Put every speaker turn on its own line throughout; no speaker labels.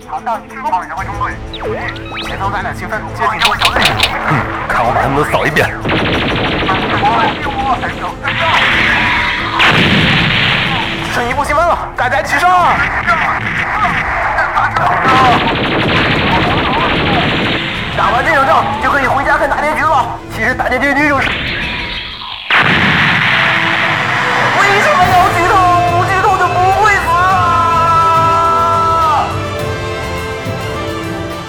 传到你去后，指挥中队。前方咱俩清分，接近多小队。
看我把他们都扫一遍。
剩一步积分了，大家齐上！打完这场仗就可以回家看大结局了。其实大结局就是……为什么要剧透？不剧透就不会死啊！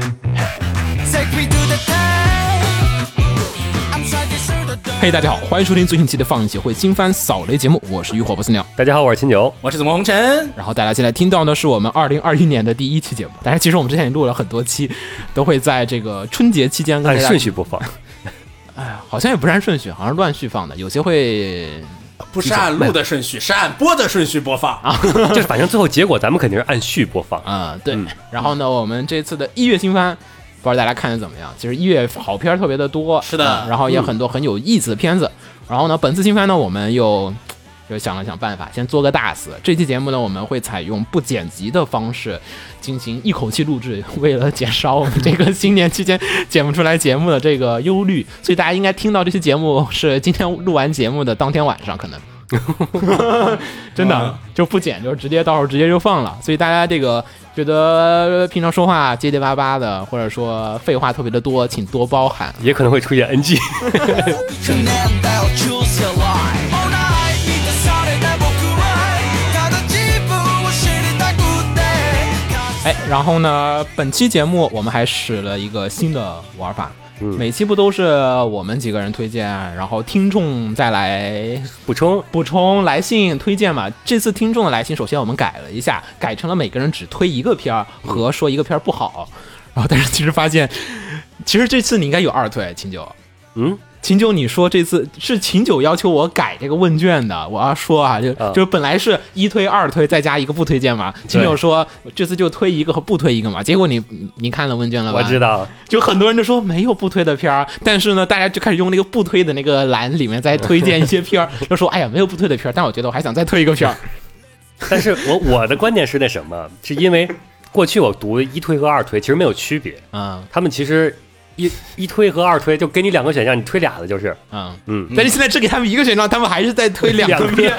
Take me to the time. I'm trying to shoot the
嘿、大家好，欢迎收听最新期的放映协会新番扫雷节目，我是浴火不死鸟。
大家好，我是秦九。
我是怎么红尘？
然后大家现在听到呢，是我们二零二一年的第一期节目。但是其实我们之前也录了很多期，都会在这个春节期间跟
按
大家
顺，序播放，
好像也不是按顺序，好像是乱序放的，有些会
不是按录的顺序，是按播的顺序播放啊。
就是反正最后结果咱们肯定是按序播放。
啊、对。
嗯
然后呢，我们这次的一月新番，不知道大家看的怎么样？其实一月好片儿特别的多，
是的嗯
啊然后也很多很有意思的片子。然后呢，本次新番呢，我们又又想了想办法，先做个大死。这期节目呢，我们会采用不剪辑的方式进行一口气录制，为了减少我们这个新年期间剪不出来节目的这个忧虑，所以大家应该听到这期节目是今天录完节目的当天晚上可能。 真
啊
的就不剪，就直接到时候直接就放了。所以大家这个觉得平常说话结结巴巴的，或者说废话特别的多，请多包涵。
也可能会出现 NG，
그냥 다 choose your life. All night 믿어 설레다 보구라이. 가던 집으로 시리다 굿데.
哎，然后呢，本期节目我们还使了一个新的玩法。
嗯
每期不都是我们几个人推荐，然后听众再来
补充
补充来信推荐嘛？这次听众的来信，首先我们改了一下，改成了每个人只推一个片儿和说一个片儿不好。然后，但是其实发现，其实这次你应该有二推，秦九。
嗯，
秦九，你说这次是秦九要求我改这个问卷的，我要说啊，就、
嗯
就是本来是一推二推再加一个不推荐嘛，秦九说这次就推一个和不推一个嘛，结果你你你看了问卷了吧？
我知道，
就很多人就说没有不推的片儿，但是呢，大家就开始用那个不推的那个栏里面再推荐一些片儿， 就说哎呀没有不推的片儿，但我觉得我还想再推一个片儿。
但是我我的观点是那什么，是因为过去我读一推和二推其实没有区别，
嗯
他们其实一一推和二推就给你两个选项，你推俩的就是，
嗯，
嗯，
但是现在只给他们一个选项，他们还是在推两个 片，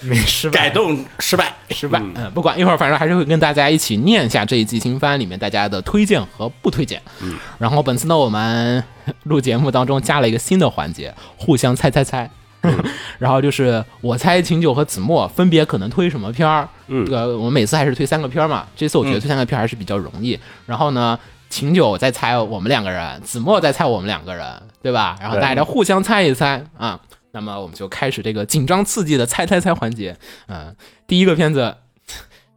没失败
改动失败，
失败。嗯，不管一会儿，反正还是会跟大家一起念一下这一季新番里面大家的推荐和不推荐。嗯，然后本次呢，我们录节目当中加了一个新的环节，互相猜猜猜。
嗯
然后就是我猜秦九和子墨分别可能推什么片儿。
嗯
这个我们每次还是推三个片儿嘛，这次我觉得推三个片儿还是比较容易。然后呢，秦九再猜我们两个人，子墨再猜我们两个人，对吧？然后
对
大家互相猜一猜啊。那么我们就开始这个紧张刺激的猜猜猜环节。嗯，第一个片子，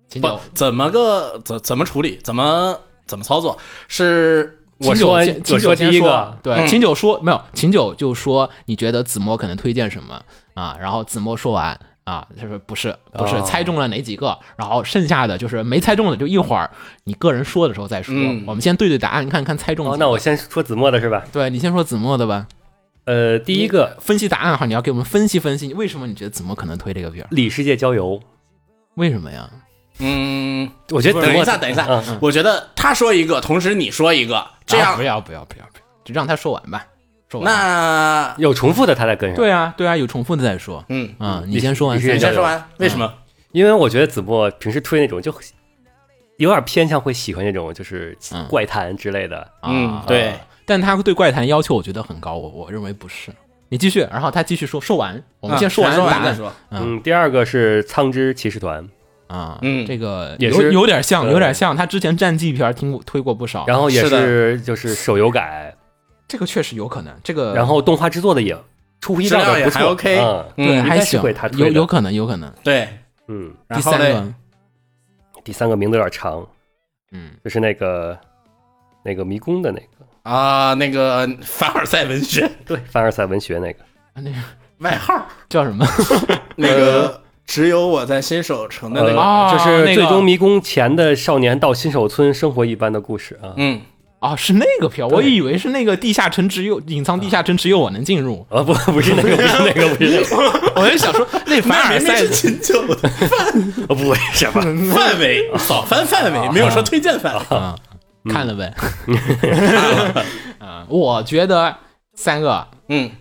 秦
不
九。
怎么个怎怎么处理，怎么怎么操作？是
我说完
秦九先
我说第
秦九
一
先
个
说，对，
嗯
秦九说没有，秦九就说你觉得子墨可能推荐什么啊？然后子墨说完啊，他说不是不是
哦
猜中了哪几个，然后剩下的就是没猜中的就一会儿你个人说的时候再说
嗯。
我们先对对答案，看看猜中几
哦
个。，
那我先说子墨的是吧？
对你先说子墨的吧。
呃，第一个
分析答案哈，你要给我们分析分析，为什么你觉得子墨可能推这个片儿？
里世界郊游，
为什么呀？
嗯，
我觉得
等一下，
子墨
等一下
嗯嗯，
我觉得他说一个，同时你说一个，这
啊
样
不要不要不要不要，就让他说完吧。说完。
那
有重复的他在跟上，
对啊对啊，有重复的再说。
嗯，
嗯，你先说完
你
再
你
你
说。
先说完为什么？
因为我觉得子墨平时推那种就有点偏向会喜欢那种就是
嗯
怪谈之类的，
嗯
啊，
对，
但他对怪谈要求我觉得很高，我我认为不是。你继续，然后他继续说，说完，我们先说完
啊说
答
完再
案
说。
嗯
嗯，第二个是苍之骑士团，
啊，
嗯
这个
也
有
是
有点像，
对
有点像他之前战绩片听过推过不少，
然后也
是
是
的
就是手游改，
这个确实有可能，这个
然后动画制作的也出乎意
质
料
量
的
也
不错，
还 OK，
嗯
对
嗯，
还
应该是
行
会他，推
有
的
有可能有可能。
对。
嗯，
第
然后
三
嘞，
个，啊
第三个名字有点长，
嗯，
就是那个那个迷宫的那个，
啊，那个凡尔赛文学
对，凡尔赛文学那个，
那个
外号，
叫什么？
那个呃只有我在新手城的那个，
啊
呃，就是
那个
最终迷宫前的少年到新手村生活一般的故事啊。
嗯，
啊，是那个票，我以为是那个地下城只有隐藏地下城只有我能进 入，
啊不不是那个不是那个不是那 个，
我就想说 那哦凡尔赛的
秦 九的
啊不为什 么？
范围，
哦
扫翻范围，没有说推荐范围。
嗯，看了呗。 嗯，我觉得三个
嗯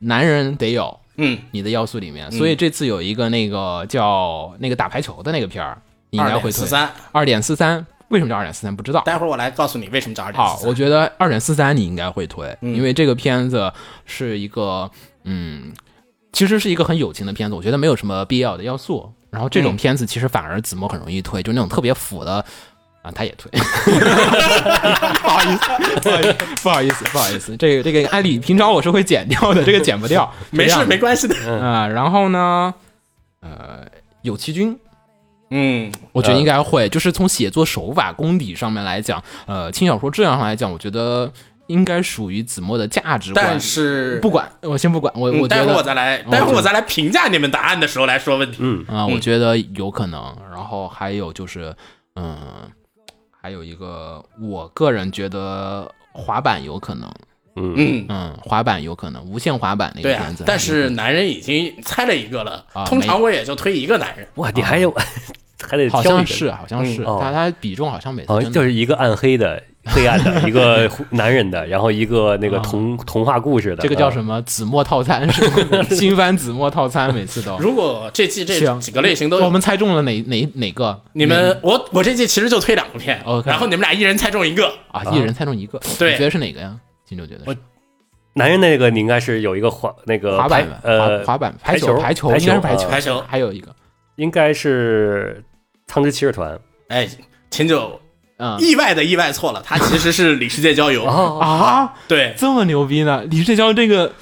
男人得有
嗯，
你的要素里面，所以这次有一个那个叫那个打排球的那个片儿，你应
二
该会推
点四。三，
二点四三，为什么叫二点四三？不知道。
待会儿我来告诉你为什么叫二点
好，
四
我
三。嗯
觉得二点四三你应该会推，因为这个片子是一个，嗯，其实是一个很友情的片子，我觉得没有什么必要的要素。然后这
嗯
种片子其实反而子墨很容易推，就那种特别腐的啊，他也 推。不好意思，不好意思，不好意思，这个这个按理平常我是会剪掉的，这个剪不掉，
没
这
事，
样
没关系的。
啊、然后呢，呃，有其君，
嗯，
我觉得应该会，就是从写作手法功底上面来讲，呃，轻小说质量上来讲，我觉得应该属于子墨的价值观。
但是
不管，我先不管，我、
嗯
我
待
觉
会儿我
得
再来，
嗯
待会儿我再来评价你们答案的时候来说问题。
嗯，
啊、
嗯
我觉得有可能。然后还有就是，嗯，还有一个，我个人觉得滑板有可能，
嗯，
嗯，滑板有可能，无限滑板那
对
个
啊
片子。，嗯
但是男人已经猜了一个了
啊，
通常我也就推一个男人。
哇，你还有还得
好
挑
像
一个
是，好像是，
嗯
哦
他他比重好像每次
好
真
像
的
哦就是一个暗黑的、黑暗的，一个男人的，然后一个那个童童话故事的。
啊
啊
这个叫
么？
什么子墨套餐是 吗？新番子墨套餐每次都。
如果这季这
哦行
几个类型都有
我们猜嗯中了哪哪哪个？
你们我我这季其实就推两个片
OK
然后你们俩一人猜中一个。
啊，一人猜中一个，
对
你觉得是哪个呀？金州觉得是
我
男人那个你应该是有一个滑那个
滑板
排
吧
呃
滑滑板
排
球
球
排球
排
应该是
球呃
排球
排球
还有一个
应该是汤之骑士团
哎，秦九
嗯
啊意外的意外错了，他其实是里世界郊游。
哦，
啊，
对，
这么牛逼呢？李志娇这个，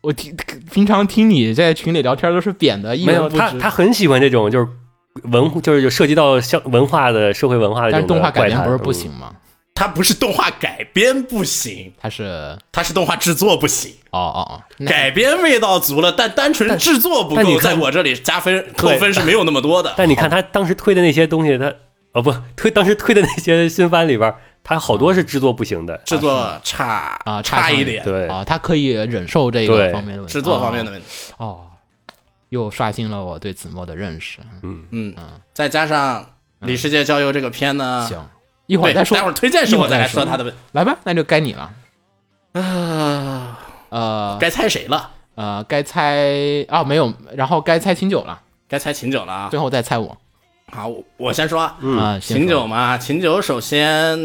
我听平常听你在群里聊天都是贬的，一
没
文
有
不
他
值
他很喜欢这种就是文就是有涉及到像文化的社会文化的这
但是
种
动画
的
改
怪
编
谈嗯
不是不行，吗？
他不是动画改编不行，
他是哦
他是动画制作不行。
哦哦，那
改编味道足了，但单纯制作不
但你
够，
看
在我这里加分扣
对
分是没有那么多的。
但你看他当时推的那些东西，他哦不 推当时推的那些新番里边儿，他好多是制作不行的，
制作差
啊差
差
一
一
点
点，
对，
啊，他可以忍受这个
对
方面的问题
制作方面的
哦
问题。
哦，又刷新了我对子墨的认识。嗯
嗯，再加上《里世界郊游》这个片呢，
行，一会
啊
儿
对，
再说，
待会儿推荐时
一
候
会
我
儿
再来
说
说他的问。
来吧，那就该你了。
啊，
呃
该猜谁了？
呃，该猜啊没有，然后该猜秦九了，
该猜秦九了啊
最！后再猜我。
好，我我先说啊，
嗯啊，先
秦九
说
嘛，秦九首先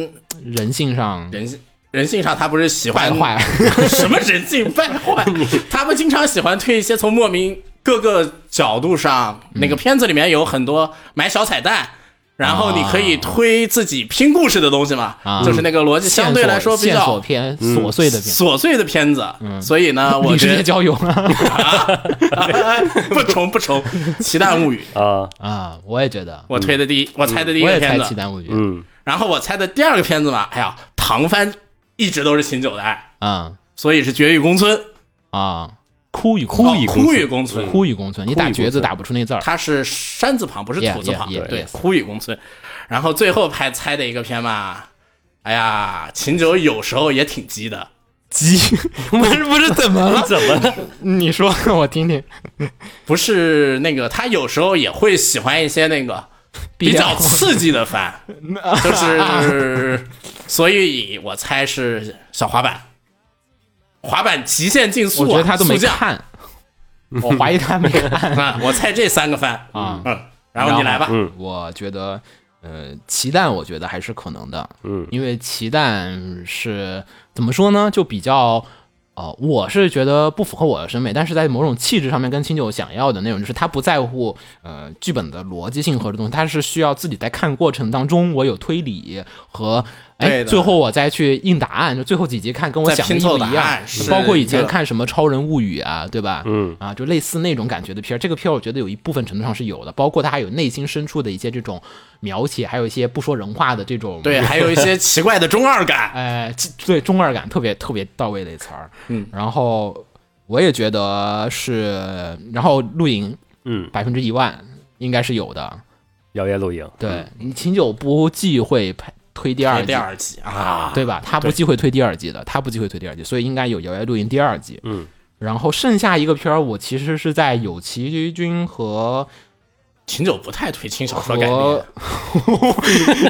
人性上
人性人性上他不是喜欢
败坏
什么人性败坏？他们经常喜欢推一些从莫名各个角度上，那个片子里面有很多埋小彩蛋，然后你可以推自己拼故事的东西嘛，
啊
就是那个逻辑
线
相对来说
索
比
线索
较
片琐碎的片。
琐碎的片子。所以呢，嗯 我
你
觉
直接
得
交友了
不重不重，《奇蛋物语》
啊，
啊！我也觉得，
我推的第一，我猜的第
嗯
一
我
个
也猜
片
《契
子，
丹物语》
嗯
然后我猜的第二个片子嘛，哎呀，唐番一直都是秦九的爱，
啊
所以是《绝域公村》
啊！哭与
哦
哭与
枯与公村，
哭与公村，你打
与
角子
公村
打不出那字儿。
它是山字旁，不是
Yeah,
土字旁
yeah, yeah,
对，
yes.
枯雨公村。然后最后拍猜的一个片嘛，哎呀，秦九有时候也挺鸡的，
鸡，不是不是怎么了？
怎么了？
你说 我听听。
不是那个，他有时候也会喜欢一些那个比较刺激的番，就是， 所以我猜是小滑板，滑板极限竞速、
我
啊，
觉得他都没
速降
看，
嗯
我怀疑他没看。
啊，我猜这三个番
啊
嗯，然后你来吧，
嗯
我觉得，呃，奇蛋我觉得还是可能的，
嗯，
因为奇蛋是怎么说呢，就比较。呃，我是觉得不符合我的审美，但是在某种气质上面跟清酒想要的那种，就是他不在乎呃剧本的逻辑性和这东西，他是需要自己在看过程当中，我有推理和哎，
对的
最后我再去印答案，就最后几集看跟我
再
想的一
拼
不
凑答
一样
案是，
包括以
一
前
个
看什么《超人物语》啊，对吧？嗯，啊，就类似那种感觉的片儿。这个片儿我觉得有一部分程度上是有的，包括它还有内心深处的一些这种描写，还有一些不说人话的这种
对，还有一些奇怪的中二感，
哎，这对中二感特别特别到位的一词儿。嗯，然后我也觉得是，然后露营，
嗯，
百分之一万应该是有的。
摇曳露营，
对你秦九不忌讳拍推第二
拍
季，
第二季啊，
对吧？他不
对
忌讳推第二季的，他不忌讳推第二季，所以应该有《摇曳露营》第二季。
嗯，
然后剩下一个片儿，我其实是在有崎君和
秦九不太推轻小说改
和
编。，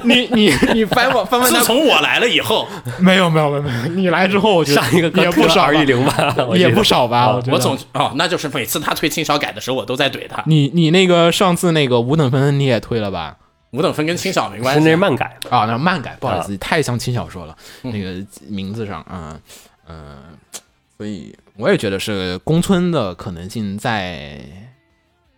你你你翻我翻翻
自
他，
从我来了以后，
没有没有没有没有，你来之后我觉得
上一个
也不少吧
二一零吧，我记
也
得
不少吧，我觉得
我总哦，那就是每次他推轻小改的时候，我都在怼他。
你你那个上次那个五等分你也推了吧？
五等分跟轻小没关
是那
系
是，漫改嘛，
啊，那漫改，不好意思，太像轻小说了，
嗯
那个名字上啊，嗯、呃所以我也觉得是宫村的可能性再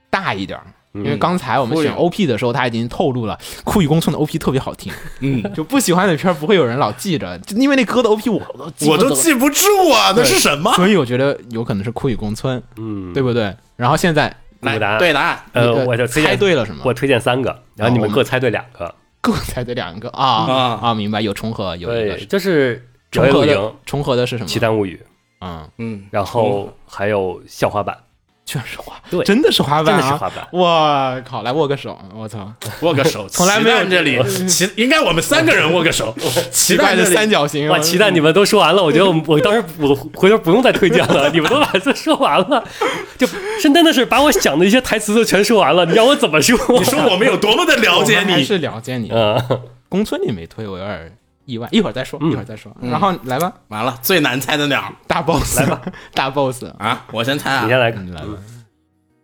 大一点儿。因
嗯
为刚才我们选 OP 的时候，他已经透露了酷与宫村的 OP 特别好听，
嗯，
就不喜欢的片儿不会有人老记着，就因为那歌的 OP 我都记不
我都
得
记不住啊，那是什么？
所以我觉得有可能是酷与宫村，
嗯，
对不对？然后现在
来
五答，
对答案
呃
你，
我就推
猜
荐
对了什么？
我推荐三个，然后你
啊我
们
们
各猜对两个。
各猜对两个啊
啊
啊！明白，有重合，有一个
对，
是
就是
重
摇曳
合
露
的
营、
重合的是什么？
奇谭物语，
嗯，
嗯，
然后还有校花版，
居然是滑，
对
真的是滑板、啊，
真的是滑板
我靠，来握个手，我操，
握个手，
从来没有
齐蛋这里，奇应该我们三个人握 个手，奇
奇怪
怪
的
的
三角形，
哇，
我
奇蛋，你们都说完了，我觉得我们我当时我回头不用再推荐 了，你们都把这说完了，就是真的是把我想的一些台词都全说完了，你让我怎么说？
你说我们有多么的了解
我们还
你？
是了解你。
嗯，
宫村你没推，我有点意外，一会儿再说，
嗯
一会儿再说。然后来吧，
完了，最难猜的鸟
大 boss，来吧， 大 boss，
啊！我先猜
你
啊，
先来，
你来吧。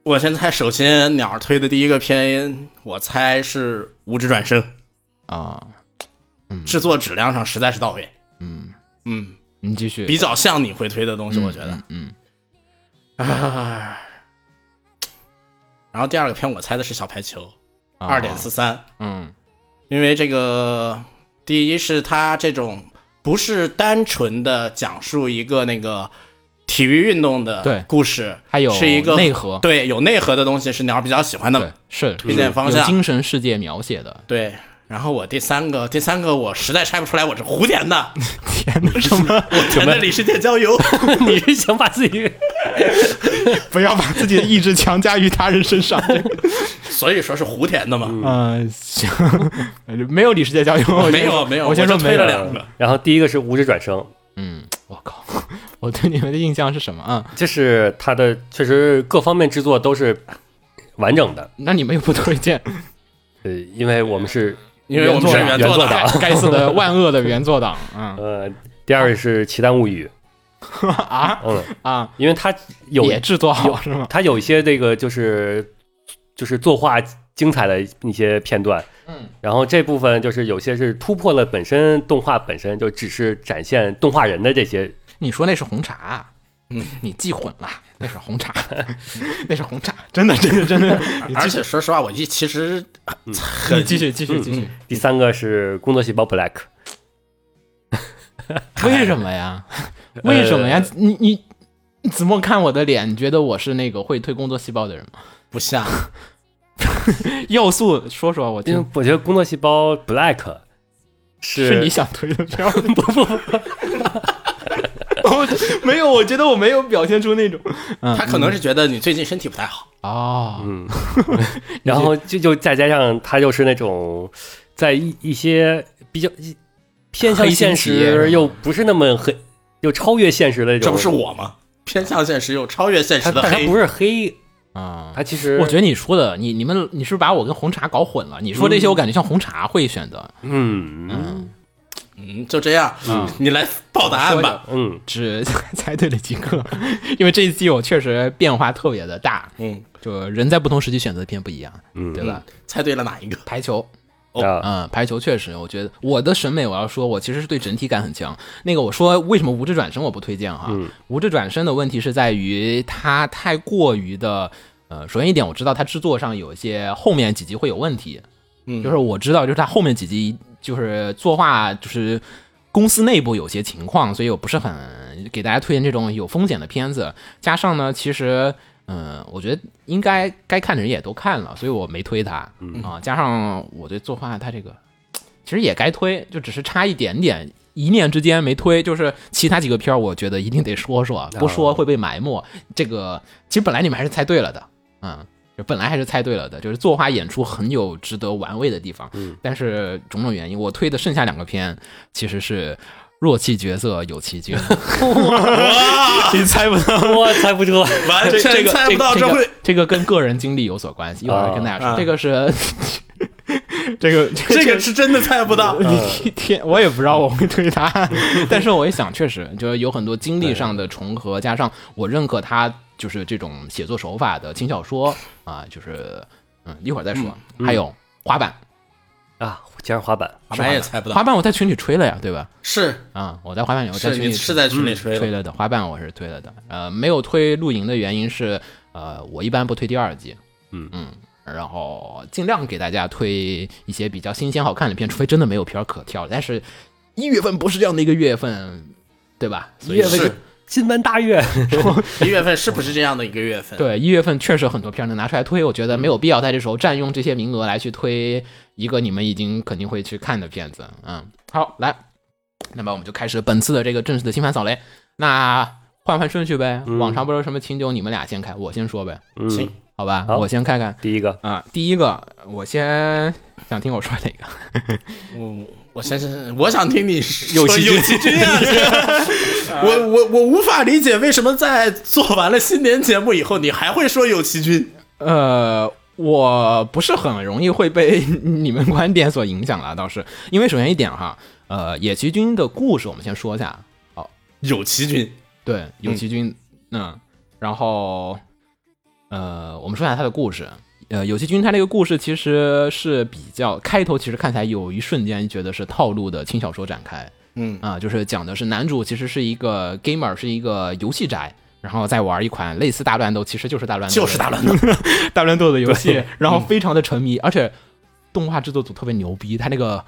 我先猜。首先，鸟推的第一个片，我猜是《无职转生》，
啊，
制作质量上实在是到位。
嗯，
嗯，
你继续。
比较像你会推的东西，我觉得。
嗯，
然后第二个片，我猜的是《小排球》
嗯
二点四，三，
嗯
因为这个第一是它这种不是单纯的讲述一个那个体育运动
对
的故事，
它有
是一个
内核
对，有内核的东西是鸟比较喜欢
嗯，对
的。，
是
推荐方向
有精神世界描写 的。
对，然后我第三个，第三个我实在猜不出来，我是胡 填的，
天哪，什么？
我填的李世界郊游。
你是想把自己
不要把自己的意志强加于他人身 上。
所以说是胡填的嘛。
嗯，行， 没有李世界交友，我
没
先
有
说
没有
我先说
我就
没
推
有
了两个，
然后第一个是无职转生，
嗯，我靠， 我对你们的印象是什么啊？
就是它的确实各方面制作都是完整的，
那你们又不推 荐，
呃，因为我们是
因为我们是原
原
作
作
党
党，
该死的万恶的原作党，嗯
呃，第二个是奇谭物语，
啊
嗯，
啊，
因为它有
也制作好
有
是吗？
它有一些这个就是就是作画精彩的一些片段，
嗯，
然后这部分就是有些是突破了本身动画本身，就只是展现动画人的这些，
你说那是红茶，嗯，你记混了，那是 红茶，那是红茶，真的真的真的，你
而
继续
且说实话，我一其实
你继 续继续继续，
第三个是工作细胞 Black，
为什么哎呀？呃为什么呀？你你。子墨看我的脸，你觉得我是那个会推工作细胞的人吗？
不像。
要素，说说我
因为
听，
我觉得工作细胞 Black 是
是你想推的 票吗？
不不不，
我没有，我觉得我没有表现出那种
他可能是觉得你最近身体不太好，
哦，
嗯，然后就就再加上它又是那种在一一些比较一偏向
黑心
现
企业是吗
实又不是那么很又超越现实的
这
种，
不是我吗？偏向现实又超越现
它
实的
但它
黑
不，是黑，
啊、
它其实
我觉得你说的，你你们你是不是把我跟红茶搞混了？你说这些，我感觉像红茶会选择，
嗯
嗯，
嗯，就这样
嗯。
你来报答案吧。
嗯
只 猜对了几个， 因为这一季我确实变化特别的大，
嗯，
就人在不同时期选择的片不一样，
嗯
对吧？
猜对了哪一个？
排球，
啊，
嗯，排球确实，我觉得我的审美，我要说，我其实是对整体感很强。那个我说为什么无知转身我不推荐哈？无知转身的问题是在于它太过于的，呃，首先一点我知道它制作上有一些后面几集会有问题，
嗯
就是我知道就是它后面几集就是作画就是。公司内部有些情况，所以我不是很给大家推荐这种有风险的片子。加上呢，其实，嗯，我觉得应该该看的人也都看了，所以我没推它。嗯啊，加上我对作画它这个其实也该推，就只是差一点点，一念之间没推。就是其他几个片儿，我觉啊得一定得说说，不说会被埋没。这个其实本来你们还是猜对了的，嗯，就本来还是猜对了的，就是作画演出很有值得玩味的地方。嗯，但是种种原因，我推的剩下两个片其实是弱气角色有其君。
啊
你猜不到，
我猜不出来。
完
这这
全
个
猜不到
这
会
个这个跟个人经历有所关系，一会儿跟大家
啊
说。这个是这个
这个是真的猜不到。啊
一天我也不知道我会推 他，但是我一想，确实就是有很多经历上的重合，加上我认可他就是这种写作手法的轻小说啊，就是嗯，一会儿再说。还有滑板，
啊，竟然滑板，
啥嗯也猜不
滑
到，
板我在群里吹了呀，对吧？
是
啊，我在滑板里，我在
是
群
你
里
是在群里吹
推
的，
了的，滑板我是推了的。呃，没有推露营的原因是，呃，我一般不推第二季，
嗯
嗯，然后尽量给大家推一些比较新鲜好看的片，除非真的没有片儿可挑。但是一月份不是这样的一个月份，对吧？一月份
是
金门大月，
一月份是不是这样的一个月份？
对一月份确实很多片儿能拿出来推，我觉得没有必要在这时候占用这些名额来去推一个你们已经肯定会去看的片子。嗯，好，来，那么我们就开始本次的这个正式的新番扫雷。那换换顺序呗，往常不是什么清酒，你们俩先开，我先说呗，
嗯
行，
好吧？
好
我先看看
第一个
啊、第一个，我先想听我说哪个？
我我先是我想听你
有
说
其君
有其君啊！我我我无法理解为什么在做完了新年节目以后，你还会说有其君。
呃，我不是很容易会被你们观点所影响了，倒是因为首先一点哈，呃，野崎君的故事我们先说一下，
有其君，
对，有崎君，嗯然后，呃，我们说一下他的故事。呃，有崎君他这个故事其实是比较开头，其实看起来有一瞬间觉得是套路的轻小说展开，
嗯
啊、就是讲的是男主其实是一个 gamer，是一个游戏宅，然后在玩一款类似大乱斗，其实就是大乱斗的，
就是大乱斗，
大乱斗的游戏，然后非常的沉迷，而且动画制作组特别牛逼，他那个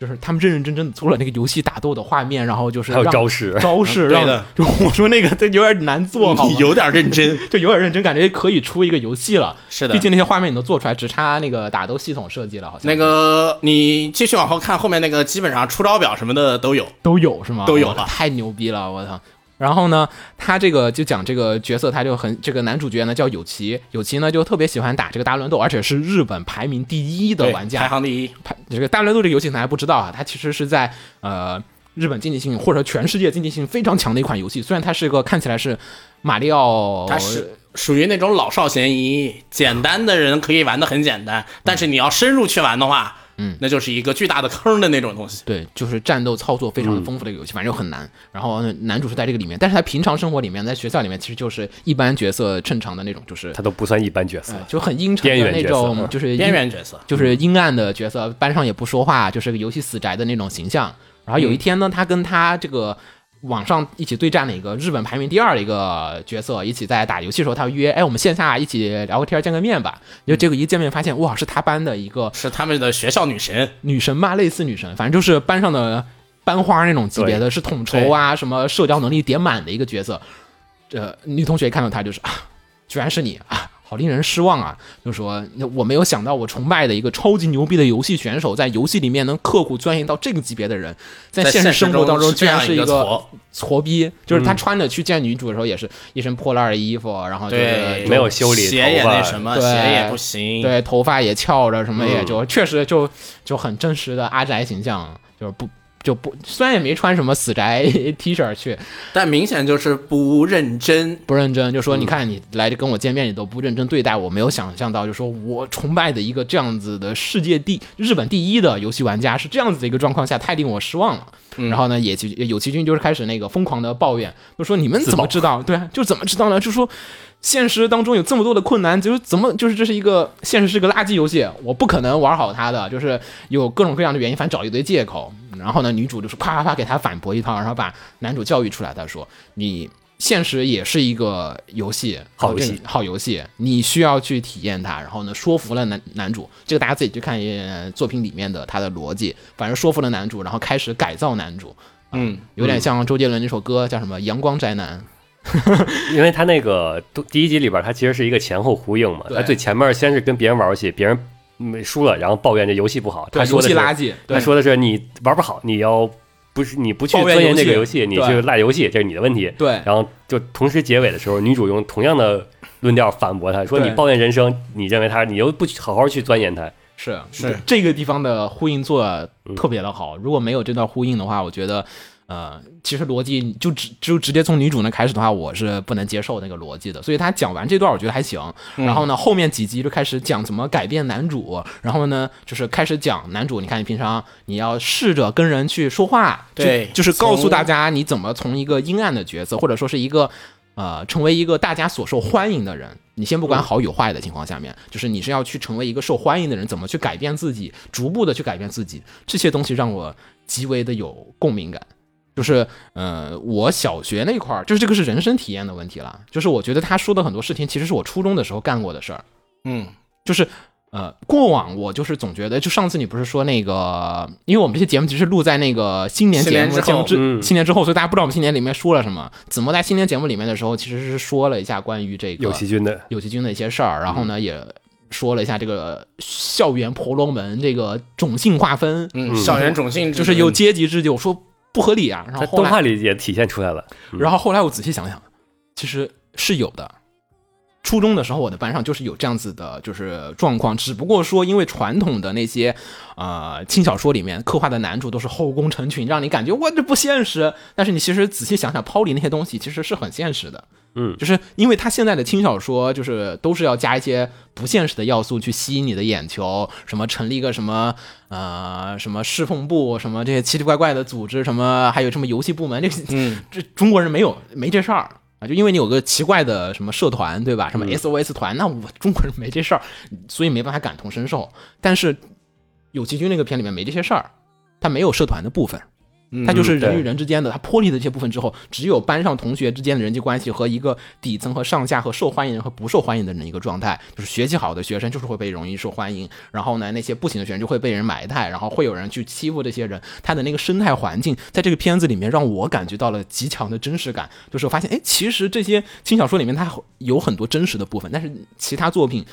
就是他们认认真真的做了那个游戏打斗的画面，然后就是
还有
让
招式，
招式，让
对的
就我说那个这有点难做，好吗
你 有点认真。
就有点认真，感觉可以出一个游戏了。
是的
毕竟那些画面你都做出来，只差那个打斗系统设计了，好像
那个你继续往后看，后面那个基本上出招表什么的都有。
都有是吗？
都有
哇
了
太牛逼了，我操！然后呢，他这个就讲这个角色，他就很这个男主角呢叫有奇，有奇呢就特别喜欢打这个大乱斗，而且是日本排名第一的
对
玩家，哦
排行第一，
排这个大乱斗这个游戏，大家不知道啊，它其实是在呃日本经济性或者全世界经济性非常强的一款游戏。虽然它是个看起来是马里奥，
它是属于那种老少咸宜，简单的人可以玩的很简
嗯
单，但是你要深入去玩的话，嗯，那就是一个巨大的坑的那种东西。
对，就是战斗操作非
嗯
常的丰富的一个游戏，反正就很难。然后呢男主是在这个里面，但是他平常生活里面，在学校里面其实就是一般角色正常的那种，就是呃
他都不算一般角色。
就很阴沉
边
的
缘
那
角色
种，
嗯
就是阴
边缘角色，
就是阴暗的角色，班上也不说话，就是个游戏死宅的那种形象。然后有一
嗯
天呢，他跟他这个网上一起对战的一个日本排名第二的一个角色，一起在打游戏的时候，他约，哎，我们线下一起聊个天儿，见个面吧。就
嗯
结果一见面发现，哇，是他班的一个
是他们的学校女神。
女神吧，类似女神，反正就是班上的班花那种级别的，是统筹啊，什么社交能力点满的一个角色。呃，女同学一看到她就是啊，居然是你啊，好令人失望啊！就说那我没有想到，我崇拜的一个超级牛逼的游戏选手，在游戏里面能刻苦钻研到这个级别的人，在
在
现实生活当中
是这
居然
样
是一
个
个
矬
矬逼，就是他穿着去见女主的时候也是一身破烂的衣服，然后就是
对，
没有修理
鞋
头
也
发
那什么，
对
鞋也不行。，
对，头发也翘着，什么也就、确实就就很真实的阿宅形象，就是不就不虽然也没穿什么死宅 T 恤去，
但明显就是不认真。
不认真，就说你看你来跟我见面，你都不认真对待我，没有想象到，就说我崇拜的一个这样子的世界第日本第一的游戏玩家是这样子的一个状况下，太令我失望了。然后呢，野崎有崎君就是开始那个疯狂的抱怨，就说你们怎么知道？对啊，就怎么知道呢？就说现实当中有这么多的困难，就是怎么就是这是一个现实是个垃圾游戏，我不可能玩好它的，就是有各种各样的原因，反正找一堆借口。然后呢，女主就是啪啪啪给他反驳一套，然后把男主教育出来。他说：“你现实也是一个游戏，
好游戏
这个好游戏，你需要去体验它。”然后呢，说服了男男主，这个大家自己去看呃作品里面的他的逻辑，反正说服了男主，然后开始改造男主，啊
嗯，
有点像周杰伦那首歌叫什么《阳光宅男》。
因为他那个都第一集里边，他其实是一个前后呼应嘛。
对
他最前面先是跟别人玩游戏，别人嗯输了，然后抱怨这游戏不好，
对
他说的
游戏
是
垃圾对
他说的是你玩不好，你要不是你不去
抱怨
钻研这个
游
游
戏
戏，你
对
去赖游戏，这是你的问题。
对
然后就同时结尾的时候，女主用同样的论调反驳他，说
对
你抱怨人生，你认为他，你又不去好好去钻研他，
是
是
这个地方的呼应做得特别的好。如果没有这段呼应的话，我觉得，呃，其实逻辑就直就直接从女主那开始的话，我是不能接受那个逻辑的。所以她讲完这段，我觉得还行。
嗯
然后呢，后面几集就开始讲怎么改变男主，然后呢，就是开始讲男主，你看你平常你要试着跟人去说话，就
对
就是告诉
从
大家你怎么从一个阴暗的角色，或者说是一个呃，成为一个大家所受欢迎的人。你先不
嗯
管好与坏的情况下面，就是你是要去成为一个受欢迎的人，怎么去改变自己，逐步的去改变自己，这些东西让我极为的有共鸣感。就是，呃，我小学那块儿，就是这个是人生体验的问题了。就是我觉得他说的很多事情，其实是我初中的时候干过的事儿。
嗯，
就是呃，过往我就是总觉得，就上次你不是说那个，因为我们这些节目其实录在那个新年
新
节
年
目
之
节目
后
之
嗯
新年之后，所以大家不知道我们新年里面说了什么。子墨在新年节目里面的时候，其实是说了一下关于这个
有戏君的，
有其军的一些事儿，然后呢也。说了一下这个校园婆罗门这个种姓划分，
嗯，校园种姓制
就是有阶级制度，我说不合理啊。然后
在
后
动
来
画里也体现出来了。
然后后来我仔细想想，其实是有的。初中的时候，我的班上就是有这样子的，就是状况，只不过说因为传统的那些，呃，轻小说里面刻画的男主都是后宫成群，让你感觉哇这不现实。但是你其实仔细想想，抛离那些东西，其实是很现实的。
嗯
就是因为他现在的轻小说，就是都是要加一些不现实的要素去吸引你的眼球，什么成立一个什么呃什么侍奉部，什么这些奇奇怪怪的组织，什么还有什么游戏部门，这个、
嗯、
这中国人没有没这事儿。啊，就因为你有个奇怪的什么社团，对吧？什么 SOS 团，那我中国人没这事儿，所以没办法感同身受。但是有奇君那个片里面没这些事儿，他没有社团的部分，
嗯
它就是
对
人与人之间的，它脱离了这些部分之后，只有班上同学之间的人际关系和一个底层和上下和受欢迎人和不受欢迎的人的一个状态。就是学习好的学生就是会被容易受欢迎，然后呢，那些不行的学生就会被人埋汰，然后会有人去欺负这些人。他的那个生态环境在这个片子里面让我感觉到了极强的真实感，就是我发现，哎，其实这些轻小说里面它有很多真实的部分，但是其他作品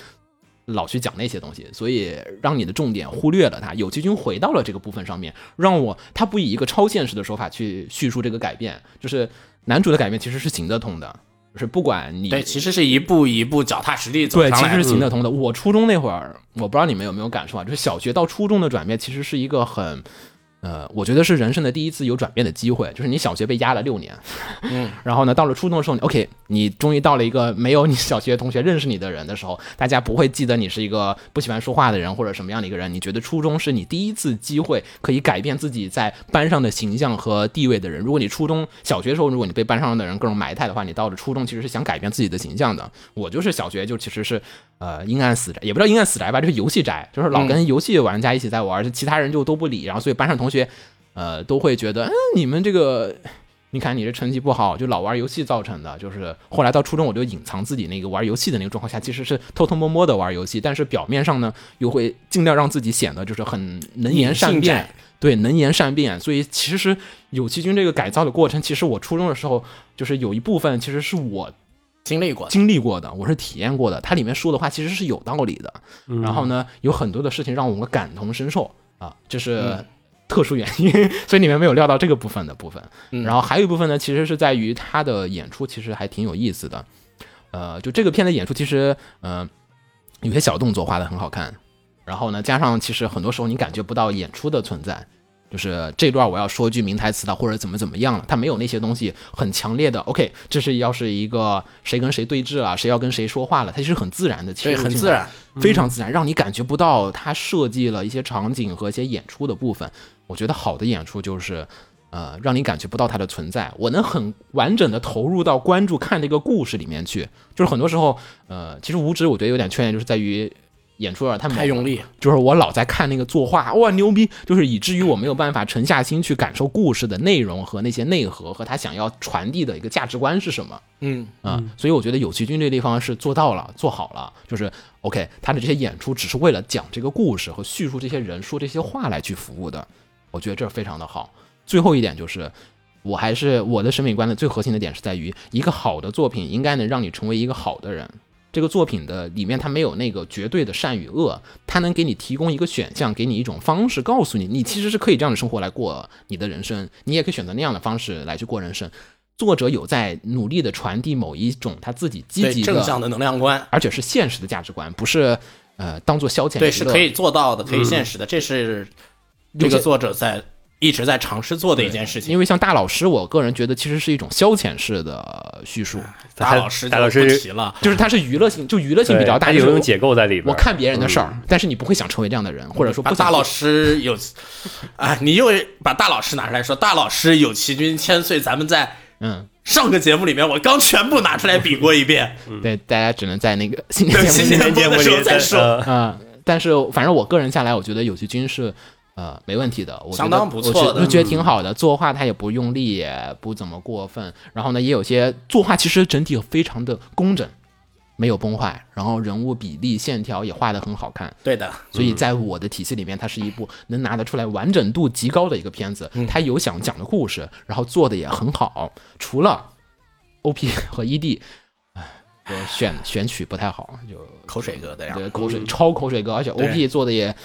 老去讲那些东西，所以让你的重点忽略了它。有机军回到了这个部分上面，让我他不以一个超现实的手法去叙述这个改变，就是男主的改变其实是行得通的，就是不管你
对，其实是一步一步脚踏实地走
对，
上来嗯
其
的。
实是行得通的。我初中那会儿，我不知道你们有没有感受啊，就是小学到初中的转变，其实是一个很，呃，我觉得是人生的第一次有转变的机会，就是你小学被压了六年，嗯， 然后呢，到了初中的时候你，OK，你终于到了一个没有你小学同学认识你的人的时候，大家不会记得你是一个不喜欢说话的人或者什么样的一个人，你觉得初中是你第一次机会可以改变自己在班上的形象和地位的人。如果你初中小学的时候，如果你被班上的人各种埋汰的话，你到了初中其实是想改变自己的形象的。我就是小学就其实是呃阴暗死宅，也不叫阴暗死宅吧，就是游戏宅，就是老跟游戏玩家一起在玩，其他人就都不理，然后所以班上同学呃都会觉得，嗯，你们这个。你看你这成绩不好，就老玩游戏造成的。就是后来到初中，我就隐藏自己那个玩游戏的那个状况下，其实是偷偷摸摸的玩游戏，但是表面上呢，又会尽量让自己显得就是很能言善
隐性
辩
宅，
对，能言善辩。所以其实有其君这个改造的过程，其实我初中的时候，就是有一部分其实是我
经历过的，
经历过的，我是体验过的。它里面说的话其实是有道理的。然后呢，有很多的事情让我们感同身受啊，这是
嗯
特殊原因， 所以里面没有料到这个部分的部分。
嗯
然后还有一部分呢，其实是在于他的演出，其实还挺有意思的。呃，就这个片的演出，其实嗯、呃有些小动作画的很好看。然后呢，加上其实很多时候你感觉不到演出的存在，就是这段我要说句名台词了，或者怎么怎么样了，它没有那些东西很强烈的。OK，这是要是一个谁跟谁对峙啊，谁要跟谁说话了，它其实很自然的切
对，
入
很
进
自
来
然。
非常自然，让你感觉不到他设计了一些场景和一些演出的部分。我觉得好的演出就是，呃，让你感觉不到它的存在，我能很完整的投入到关注看这个故事里面去。就是很多时候，呃，其实无职我觉得有点缺点，就是在于演出啊，他
太用力，
就是我老在看那个作画，哇牛逼！就是以至于我没有办法沉下心去感受故事的内容和那些内核和他想要传递的一个价值观是什么。
嗯
啊、所以我觉得有奇君这地方是做到了，做好了，就是 OK，他的这些演出只是为了讲这个故事和叙述这些人说这些话来去服务的，我觉得这非常的好。最后一点就是，我还是我的审美观的最核心的点是在于，一个好的作品应该能让你成为一个好的人。这个作品的里面，它没有那个绝对的善与恶，它能给你提供一个选项，给你一种方式，告诉你，你其实是可以这样的生活来过你的人生，你也可以选择那样的方式来去过人生。作者有在努力的传递某一种他自己积
对
极
正向
的，
的能量观，
而且是现实的价值观，不是呃当做消遣
对
娱
是
乐
可以做到的，可以
嗯
现实的，这是这个作者在一直在尝试做的一件事情。
因为像大老师，我个人觉得其实是一种消遣式的叙述，
大老师
大
就
老师
不提了，
就是它是娱乐性，就娱乐性
对
比较大。
它
就
有
是
一种解构在里边。
我看别人的事儿，但是你不会想成为这样的人， 或者说
把
不想
大老师有，哎，你又把大老师拿出来说，大老师有其君千岁，咱们在
嗯，
上个节目里面我刚全部拿出来比过 一遍，
对，大家只能在那个新年
等
节目
新
里
年
节
节
目
目的时候
里
再说。
呃
啊、但是反正我个人下来，我觉得有句君是呃没问题的，我觉得
相当不错
我觉
的
得觉得挺好的。作画他也不用力，也不怎么过分，然后呢，也有些作画其实整体非常的工整，没有崩坏，然后人物比例线条也画得很好看。
对的，
所以在我的体系里面，它是一部能拿得出来完整度极高的一个片子，它有想讲的故事，然后做的也很好。除了 OP 和 ED，唉，我选选曲不太好，就
口水歌的呀，
对哎口水超口水歌，而且
对
OP 做的也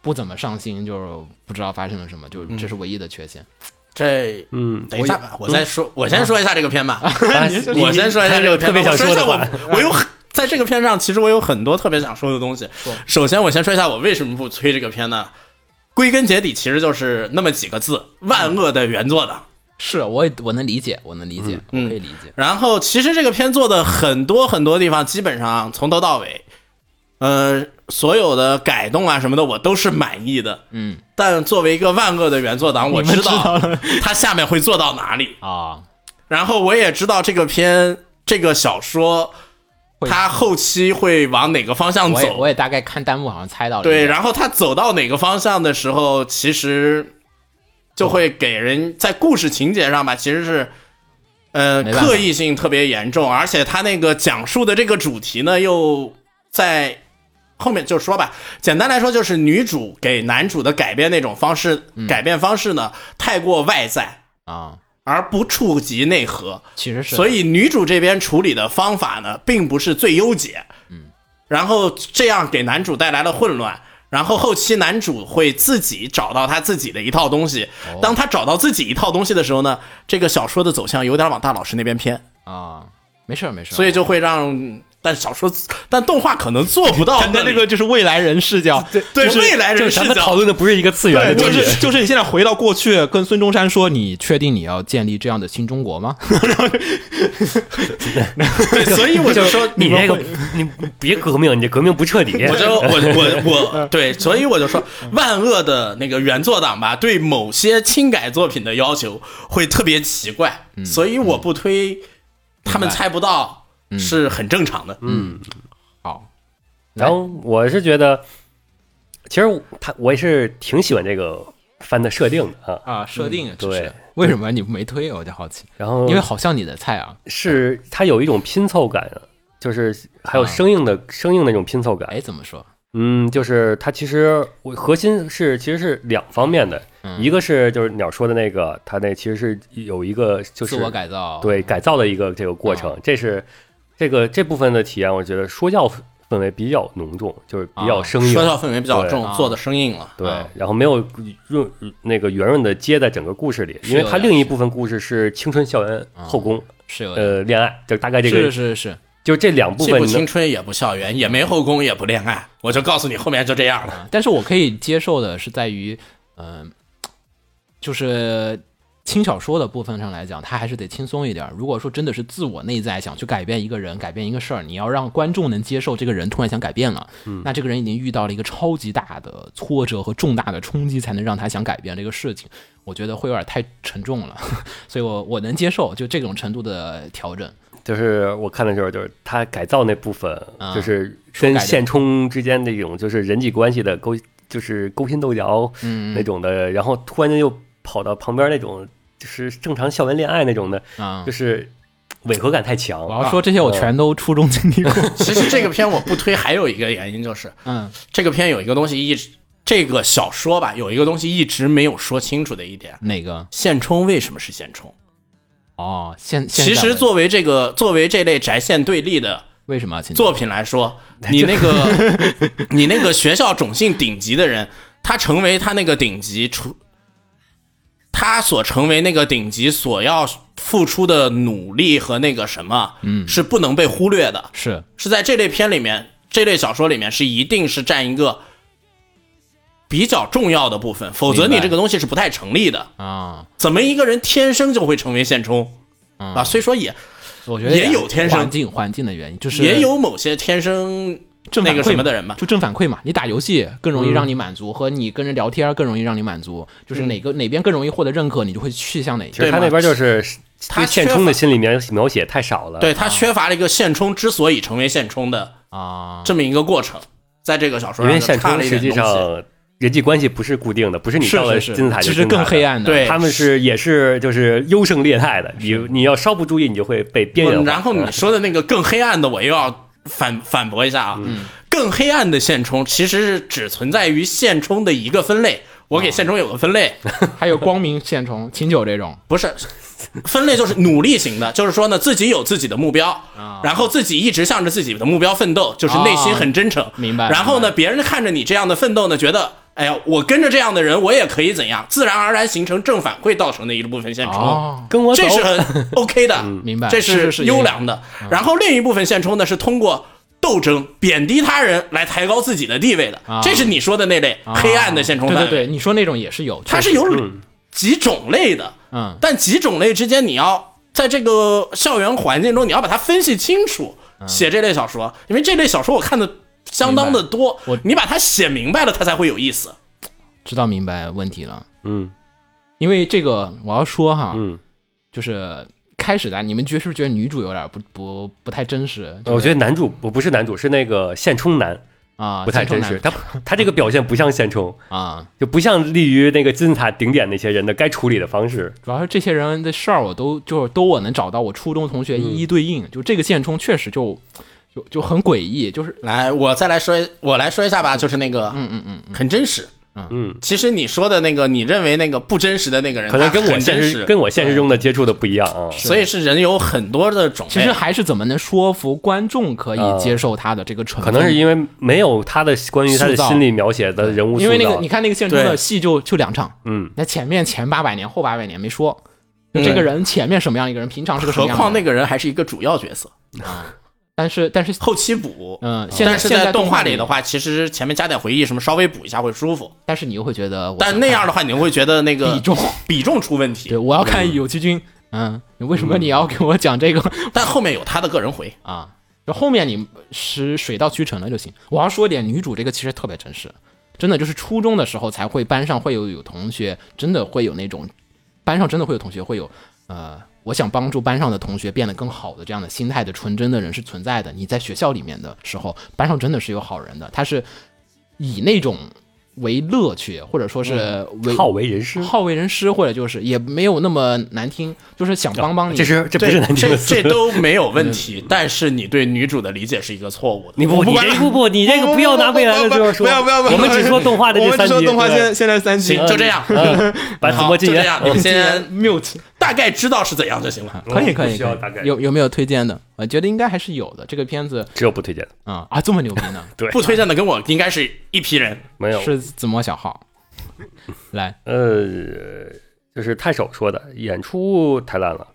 不怎么上心，就是不知道发生了什么，就是这是唯一的缺陷。
这嗯，等一下吧，我再说，我先说一下这个片吧。
嗯啊你
我先说一下这个
特
片吧，
别想
我
说
一下
的话
我我有很在这个片上，其实我有很多特别想说的东西。首先，我先说一下我为什么不推这个片呢？归根结底，其实就是那么几个字：万恶的原作党。
是我也我能理解，我能理解，我可以理解。
然后，其实这个片做的很多很多地方，基本上从头到尾，呃，所有的改动啊什么的，我都是满意的。
嗯
但作为一个万恶的原作党，我知道他下面会做到哪里。
啊，
然后我也知道这个片这个小说，
会
它后期会往哪个方向
我也
走
我。也大概看弹幕好像猜到了
对，
一点
然后它走到哪个方向的时候，其实就会给人在故事情节上吧，其实是。呃，
没办法
刻意性特别严重，而且它那个讲述的这个主题呢，又在后面就说吧，简单来说就是女主给男主的改变那种方式，
嗯
改变方式呢太过外在，
啊，
而不触及内核。
其实是
所以女主这边处理的方法呢，并不是最优解。嗯，然后这样给男主带来了混乱。然后后期男主会自己找到他自己的一套东西。
哦
当他找到自己一套东西的时候呢，这个小说的走向有点往大老师那边
哦
偏，
啊，没事儿没事儿，
所以就会让。但小说，但动画可能做不到
他
那
的这个就是未来人视角，对
对
就是
未来
就
人
是咱
视
们讨
角。
论的不是一个次元的
就
东西。
是就是你现在回到过去，跟孙中山说，你确定你要建立这样的新中国吗？
对，所以我就说，
你这个，你别革命，你这革命不彻底。
我就我 我我对，所以我就说，万恶的那个原作党吧，对某些轻改作品的要求会特别奇怪，
嗯
所以我不推，他们猜不到是很正常的。嗯，
好，
然后我是觉得，其实他我也是挺喜欢这个番的设定的啊。
啊，设定只是
对
为什么你没推？我就好奇，
然后
因为好像你的菜啊。
嗯是它有一种拼凑感啊，就是还有生硬的、生硬的那种拼凑感。
啊哎，怎么说？
嗯，就是它其实我核心是其实是两方面的，
嗯
一个是就是鸟说的那个，它那其实是有一个就是
自我改造，啊
对改造的一个这个过程，这是这个这部分的体验，我觉得说教氛围比较浓重，就是比较
啊
生硬，
说教氛围比
嗯
较
对
重
啊，
做的生硬了。
对
啊，
然后没有润那个圆润的接在整个故事里，因为
有
它
点
另一
是
部分故事是青春校园后宫，
是有的，
呃，恋爱，就大概这个，
是是是，
就这两部
既
分
不
你能
青春，也不校园，也没后宫，也不恋爱，我就告诉你，后面就这样
嗯
了。
但是我可以接受的是在于，嗯、就是轻小说的部分上来讲，它还是得轻松一点儿。如果说真的是自我内在想去改变一个人、改变一个事儿，你要让观众能接受这个人突然想改变了，
嗯
那这个人已经遇到了一个超级大的挫折和重大的冲击，才能让他想改变这个事情。我觉得会有点太沉重了， 所以我我能接受就这种程度的调整。
就是我看的时候，就是他改造那部分，
啊
就是
说
跟
改的
现充之间那种就是人际关系的勾，就是勾心斗角
嗯
那种的，然后突然间又跑到旁边那种就是正常校园恋爱那种的，
啊
就是违和感太
我
强。嗯
要说这些，我全都初中经 历过。
其实这个片我不推，还有一个原因就是，
嗯
这个片有一个东西一直，这个小说吧，有一个东西一直没有说清楚的一点，
哪个？
现充为什么是现充？
哦，现现
其
在
实
的
作为这个作为这类宅线对立的
为什么要请
作品来说，你那个 你那个学校种姓顶级的人，他成为他那个顶级出他所成为那个顶级所要付出的努力和那个什么，嗯，是不能被忽略的，
是
是在这类片里面，这类小说里面是一定是占一个比较重要的部分，否则
明白
你这个东西是不太成立的。
啊，
怎么一个人天生就会成为现充啊？虽说也
我觉得
也有天生
环境环境的原因，就是
也有某些天生
正反
那
馈
个什么的人嗯吧
嘛，，就正反馈嘛。你打游戏更容易让你满足，和你跟人聊天更容易让你满足，就是哪
嗯
个哪边更容易获得认可，你就会去向哪一
其实
个。
他
对嘛
那边就是
他
对欠
缺
充的
乏
心理描描写太少了。
对他缺乏了一个现充之所以成为现充的
啊，
这么一个过程，在这个小说
因为
上就
现
差
充
了一
实
点
际
东西。
上人际关系不是固定的，不是你
是
到了
是是
金字塔就
其实
金字塔
更黑
的。
暗的。
对
他们是也是就是优胜劣汰的，你你要稍不注意，你就会被边缘
嗯
化。
然后你说的那个更黑暗的，我又要
嗯
反反驳一下啊。更黑暗的现充其实是只存在于现充的一个分类。我
啊
给现充有个分类，
还有光明线虫、琴酒这种
不是分类就是努力型的，就是说呢自己有自己的目标，
啊
然后自己一直向着自己的目标奋斗，就是内心很真诚。
哦明白
然后呢，别人看着你这样的奋斗呢，觉得。哎呀，我跟着这样的人，我也可以怎样，自然而然形成正反馈，造成的一部分现充。
哦，嗯
跟我走
这，是很 OK 的，
明白
这
是是嗯是
优良的。然后另一部分现充呢，是通过斗争、贬低他人来抬高自己的地位的，这是你说的那类黑暗的现充
啊对
范围。
啊对对，你说那种也是有，
它
确
是
实
有几种类的，
嗯
但几种类之间你要在这个校园环境中，你要把它分析清楚，写这类小说，因为这类小说我看的相当的多
我，
你把它写明白了，它才会有意思。
知道明白问题了。
嗯
因为这个我要说哈，
嗯，
就是开始的你们觉是不是觉得女主有点不不不太真实？
哦
就是
我觉得男主不不是男主，是那个现充男
啊
不太真实，
现
他他这个表现不像现充，
充男啊，
就不像利于那个金字塔顶点那些人的该处理的方式。
主要是这些人的事儿，我都就是都我能找到我初中同学
嗯
一一对应，就这个现充确实就就就很诡异，就是
来，我再来说一，我来说一下吧，就是那个，嗯嗯嗯，很真实。
嗯，
其实你说的那个，你认为那个不真实的那个人，
可能跟
他
我
很
现
真
实
实，
跟我现实中的接触的不一样啊。
所以是人有很多的种类。
其实还是怎么能说服观众可以
呃
啊
接受他的这个成分？
可能是因为没有他的关于他的
塑造
心理描写的人物塑
因
造，
为那个你看那个现充的
对
戏就就两场，
嗯，
那前面前八百年后八百年没说。
嗯
就这个人前面什么样一个人，平常是个什么
何
样的人？
况那个人还是一个主要角色，
但是但是
后期补。
嗯现在
但是
现在
动
动画
画
里
里的话，其实前面加点回忆什么，稍微补一下会舒服。
但是你又会觉得我
但那样的话，你会觉得那个
比重
比重出问
对
题。
我要看有栖君，嗯，你为什么你要给我讲这个
但后面有他的个人回，
啊？就后面你是水到渠成了就行。我要说一点，女主这个其实特别真实，真的就是初中的时候才会班上会有有同学，真的会有那种班上真的会有同学会有呃，我想帮助班上的同学变得更好的这样的心态的纯真的人是存在的。你在学校里面的时候，班上真的是有好人的，他是以那种为乐趣，或者说是为
嗯好为人师，
好为人师，或者就是也没有那么难听，就是想帮帮你。
哦这
嗯
是这不
对
是难听
这
的词
这。都没有问题。但是你对女主的理解是一个错误的。
你不，
我不
你
管
这不不，你这个不要拿未来的时候说，
不要不要不要，
我们只说动画的
我
这
们
三
只
集，
说动画
对
现现在三集
行，，就这样，
嗯，把主
好，
播
就
禁
这
言，
样，你们先
mute，
大概知道是怎样就行了。
嗯可以可
嗯不
以
需要
可以
大概
有有没有推荐的？我觉得应该还是有的。这个片子
只有不推荐的，
啊、啊这么牛逼呢？
对，
不推荐的跟我应该是一批人。
没有，
是自摸小号。 来
呃，就是太守说的，演出太烂了，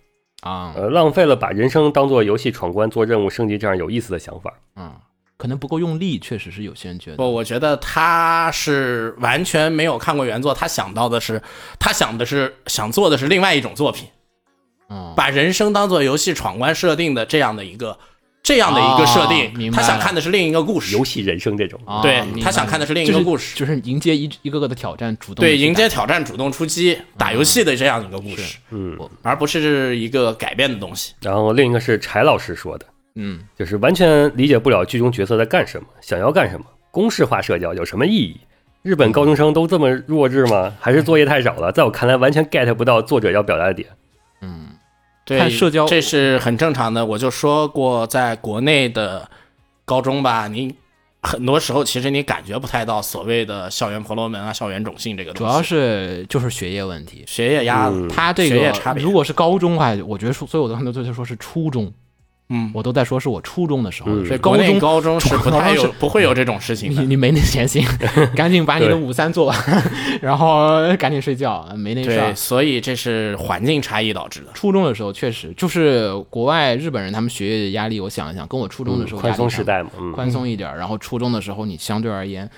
啊，
呃，浪费了把人生当做游戏闯关、做任务、升级这样有意思的想法。
嗯，可能不够用力，确实是有些人觉得
不，我觉得他是完全没有看过原作，他想到的是，他想的是想做的是另外一种作品，
嗯
把人生当做游戏闯关设定的这样的一个这样的一个设
哦
定，
明白
他
了
想看的是另一个故事
游。戏人生这种，
啊，
对
明白
他想看的是另一个故事
就是，就是迎接一一个个的挑战，主动地
对，
去
迎接
打
挑战，主动出击，打游戏的这样一个故事，
嗯，
而不是一个改变的东西。
然后另一个是柴老师说的，
嗯
就是完全理解不了剧中角色在干什么，想要干什么，公式化社交有什么意义？日本高中生都这么弱智吗？还是作业太少了？在我看来，完全 get 不到作者要表达的点。
对，
看社交
这是很正常的。我就说过，在国内的高中吧，你很多时候其实你感觉不太到所谓的校园婆罗门啊、校园种姓这个东西，
主要是就是学业问题。
学业压力。
嗯
他这
学
个
业差别
如果是高中的话，我觉得说所有的很多同学说是初中，
嗯，
我都在说是我初中的时候的事
对，
儿，
国内
中
高中是不太
高
有
中
不会有这种事情
你
的。
你没那闲 心，赶紧把你的
对
午餐做完， 然后赶紧睡觉，没那事儿
对，。所以这是环境差异导致的。
初中的时候确实就是国外日本人他们学业压力，我想一想，跟我初中的时候、
宽松时代嘛，嗯，
宽松一点儿，然后初中的时候你相对而言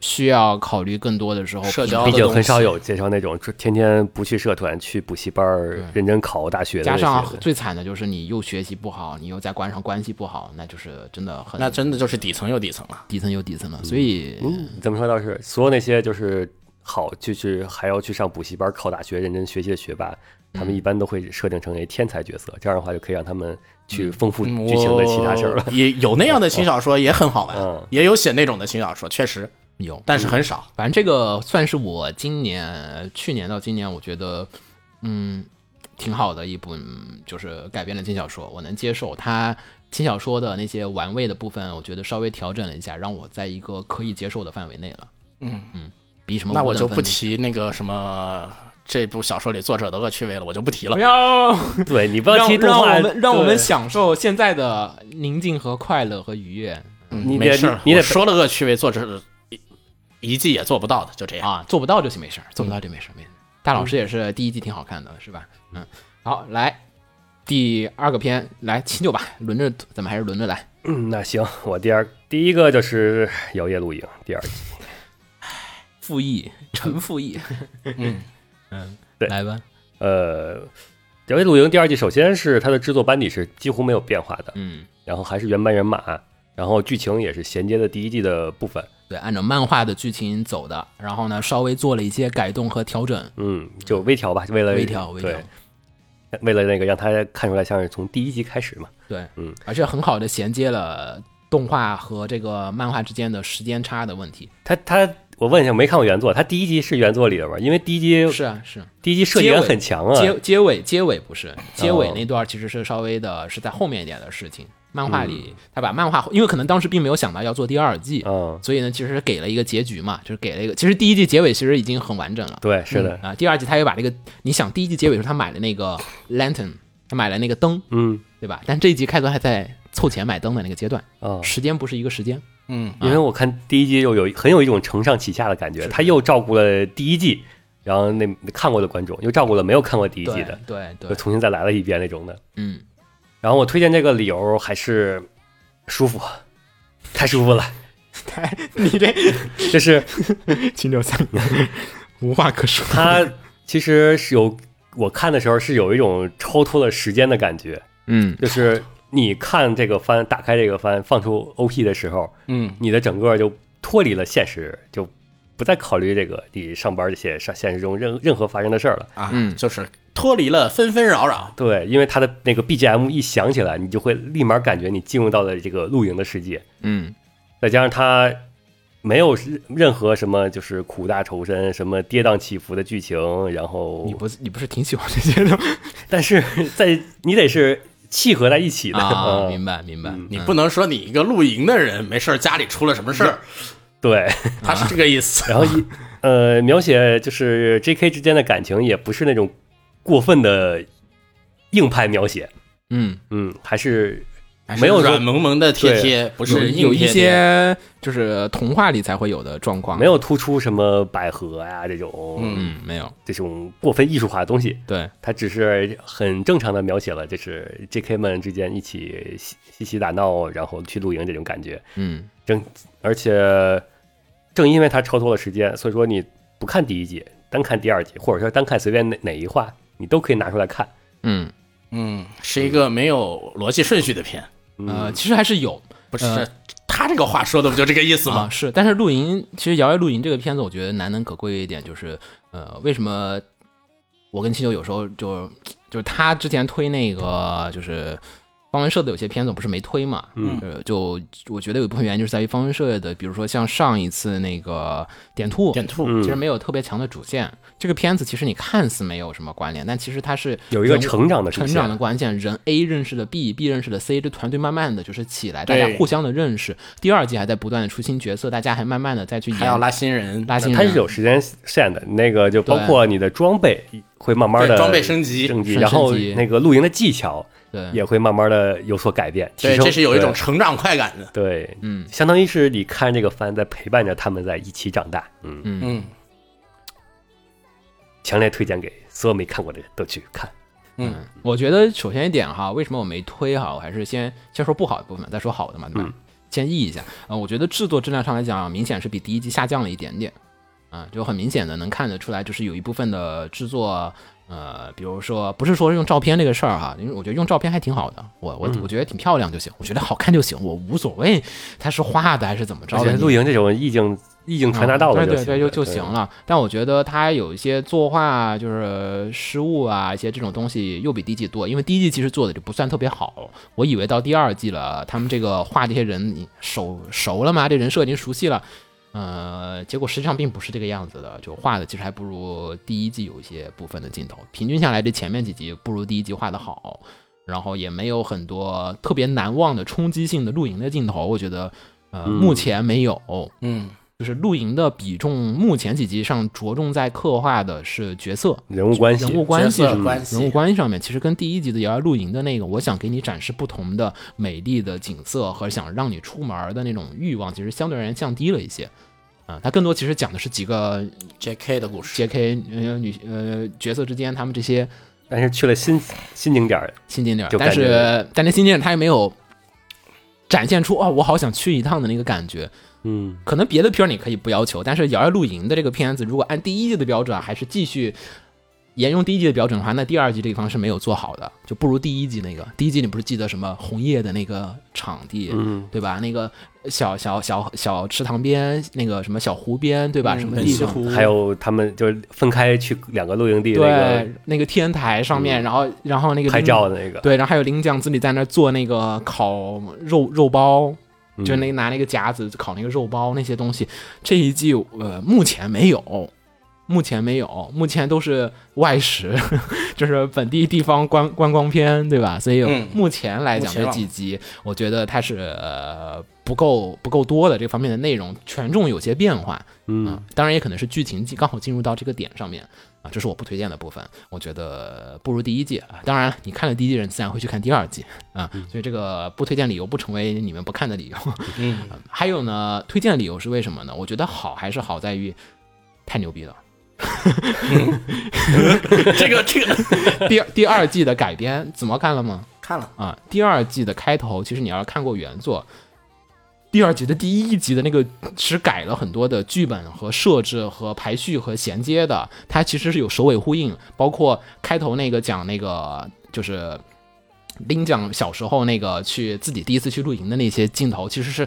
需要考虑更多的时候，
社交
毕竟很少
有。
有介绍那种天天不去社团、去补习班儿、认真考大学的嗯
加
那些人。
上最惨的就是你又学习不好，你又在官上关系不好，那就是真的很
那真的就是底层有底层了。
底层有底层了。所以
嗯，怎么说倒是，所有那些就是好，就是还要去上补习班、考大学、认真学习的学霸，他
嗯
们一般都会设定成为天才角色。这样的话，就可以让他们去丰富
嗯
剧情的其他事儿了
我。也有那样的轻小说，也很好 玩
嗯，
也有写那种的轻小说，确实，
有，
但是很少。
反正这个算是我今年、去年到今年，我觉得嗯挺好的一本，就是改编的轻小说，我能接受它。轻小说的那些玩味的部分，我觉得稍微调整了一下，让我在一个可以接受的范围内了。
嗯
嗯，比什么
那
五
我
等
就
分
不
比
提那个什么这部小说里作者的恶趣味了，我就不提了
不。要
对你不要
让
提动
让
画，
我们让我们
对
享受现在的宁静和快乐和愉悦
你
没
得
事儿，
你得
我说了恶趣味，作者一一季也做不到的，就这样。
啊，做不到就行，没事儿，做不到就没事儿，没事儿。大老师也是第一季挺好看的，是吧？嗯，好，来第二个片，来七六吧，轮着咱们还是轮着来。
嗯，那行，我第二第一个就是《摇曳露营》第二季，
复议，陈复议，
嗯
嗯，
对
来吧，
呃，《摇曳露营》第二季首先是它的制作班底是几乎没有变化的，
嗯，
然后还是原班人马，然后剧情也是衔接的第一季的部分。
对，按照漫画的剧情走的，然后呢，稍微做了一些改动和调整，
嗯，就微调吧，为了
微调，微调
对，，为了那个让他看出来像是从第一集开始嘛。
对，
嗯，
而且很好的衔接了动画和这个漫画之间的时间差的问题。
他他，我问一下，没看过原作，他第一集是原作里的吗？因为第一集
是啊，是啊
第一集设计感很强啊。
结结尾结尾不是结尾
哦
那段，其实是稍微的是在后面一点的事情。漫画里他把漫画，因为可能当时并没有想到要做第二季，
嗯，
所以呢，其实给了一个结局嘛，就是给了一个，其实第一季结尾其实已经很完整了。
对，是的，
啊，第二季他又把这个，你想第一季结尾的时候他买了那个 lantern，他买了那个灯，
嗯
对吧？但这一集开头还在凑钱买灯的那个阶段，
啊，
时间不是一个时间，
嗯，
因
啊
为我看第一季又有很有一种承上启下的感觉，他又照顾了第一季，然后那看过的观众又照顾了没有看过第一季
对
的，
对
又
对，
重新再来了一遍那种的。
嗯，
然后我推荐这个理由还是舒服，太舒服了，
你这
就是。
秦六三 无话可 说，
它其实是有，我看的时候是有一种超脱了时间的感觉，
嗯，
就是你看这个番，打开这个番，放出 OP 的时候，
嗯，
你的整个就脱离了现实，就不再考虑这个你上班这些上现实中任任何发生的事儿了。
啊，
嗯
就是脱离了纷纷扰扰。
对，因为它的那个 BGM 一响起来，你就会立马感觉你进入到了这个露营的世界，
嗯
再加上它没有任何什么就是苦大仇深、什么跌宕起伏的剧情，然后，
你不是你不是挺喜欢这些的吗？
但是 在你得是契合在一起的，
啊，
嗯
明白明白，
你不能说你一个露营的人没事儿家里出了什么事儿，
对，
他是这个意思。
然后一呃描写就是 J.K. 之间的感情也不是那种过分的硬派描写，
嗯，
嗯，还是
还是
没有说
软萌萌的贴贴，不
有
是硬
有一
贴贴
些就是童话里才会有的状况，
没，有突出什么百合呀、这种、
嗯，没有，
这种过分艺术化的东西，
对，
它只是很正常的描写了就是 J.K. 们之间一起嬉嬉戏打闹，然后去露营这种感觉，
嗯
正而且正因为它超脱了时间，所以说你不看第一季，单看第二季，或者说单看随便哪哪一话，你都可以拿出来看。
嗯，
嗯，是一个没有逻辑顺序的片，
呃，其实还是有
嗯不
呃
是他这个话说的不就这个意思
啊，
吗？
是，但是露营其实《摇曳露营》这个片子，我觉得难能可贵一点就是，呃，为什么我跟七九有时候就就是他之前推那个就是方文社的有些片子我不是没推嘛，
嗯
呃，就我觉得有一部分原因就是在于方文社的，比如说像上一次那个点兔，
点兔，
嗯
其实没有特别强的主线。这个片子其实你看似没有什么关联，但其实它是
有一个
人物
成长的主
成
线
长的关键。人 A 认识了 B，B 认识了 C，这团队慢慢的就是起来，大
对
家互相的认识。第二季还在不断的出新角色，大家还慢慢的再去
还要
研
拉新人，
拉新人，
它是有时间线的，那个就包
对
括你的装备会慢慢
对
的
装备升级
升级，
升
然后
升级
那个露营的技巧
对，
也会慢慢的有所改变，提
对，
升
这是有一种
对
成长快感的。
对，
嗯
相当于是你看这个番在陪伴着他们在一起长大，嗯，
嗯
强烈推荐给所有没看过的人都去看。
嗯
我觉得首先一点哈，为什么我没推哈？我还是先先说不好的部分，再说好的嘛，对吧？
嗯
先议一下。呃，我觉得制作质量上来讲，明显是比第一季下降了一点点。啊、就很明显的能看得出来，就是有一部分的制作，呃，比如说不是说用照片这个事儿哈，因为我觉得用照片还挺好的，我我
嗯
我觉得挺漂亮就行，我觉得好看就行，我无所谓它是画的还是怎么着
而
的
且，露营这种意境意境传达到了
啊嗯对
就
对
行，
对就就行。了。但我觉得它有一些作画啊就是失误啊，一些这种东西又比第一季多，因为第一季其实做的就不算特别好。我以为到第二季了，他们这个画这些人你熟熟了嘛，这人设已经熟悉了。呃，结果实际上并不是这个样子的，就画的其实还不如第一季有一些部分的镜头。平均下来，这前面几集不如第一季画的好，然后也没有很多特别难忘的冲击性的露营的镜头，我觉得呃、目前没有。
嗯，
就是露营的比重，目前几集上着重在刻画的是角色、
人物关系，
人物关系
角色
上面
关系
人物关系上面，其实跟第一集的《摇摇露营》的那个，我想给你展示不同的美丽的景色和想让你出门的那种欲望，其实相对而言降低了一些。啊，它更多其实讲的是几个
J.K. 的故事，
J.K. 呃女呃角色之间他们这些
但是去了新新景点儿，
新景点儿，
就
但
感觉
是但这新景点儿它也没有展现出哦，我好想去一趟的那个感觉。
嗯，
可能别的片儿你可以不要求，但是《摇摇露营》的这个片子，如果按第一季的标准啊，还是继续沿用第一季的标准的话，那第二季这个地方是没有做好的，就不如第一季那个。第一季你不是记得什么红叶的那个场地，
嗯，
对吧？那个小小小小池塘边，那个什么小湖边，对吧？
嗯
什么地方？
还有他们就是分开去两个露营地那个
嗯
嗯
对，那个天台上面，然后然后那个
拍
林
照的那个，
对，然后还有领奖自己在那儿做那个烤肉肉包，
嗯
就那拿那个夹子烤那个肉包那些东西，这一季呃目前没有，目前没有，目前都是外食， 就是本地地方观观光片，对吧？所以
嗯
目前来讲
目前
这
啊
几集，我觉得它是呃不够不够多的这方面的内容，权重有些变化。
嗯
啊，，当然也可能是剧情进刚好进入到这个点上面啊，这是我不推荐的部分。我觉得不如第一季啊。当然，你看了第一季人自然会去看第二季啊，所以这个不推荐理由不成为你们不看的理由。
嗯
啊还有呢，推荐的理由是为什么呢？我觉得好还是好在于太牛逼了。
这个这个
第二第二季的改编怎么看了吗？
看了，
啊，第二季的开头，其实你要是看过原作，第二集的第一集的那个是改了很多的剧本和设置和排序和衔接的，它其实是有首尾呼应，包括开头那个讲那个就是拎讲小时候那个去自己第一次去露营的那些镜头，其实是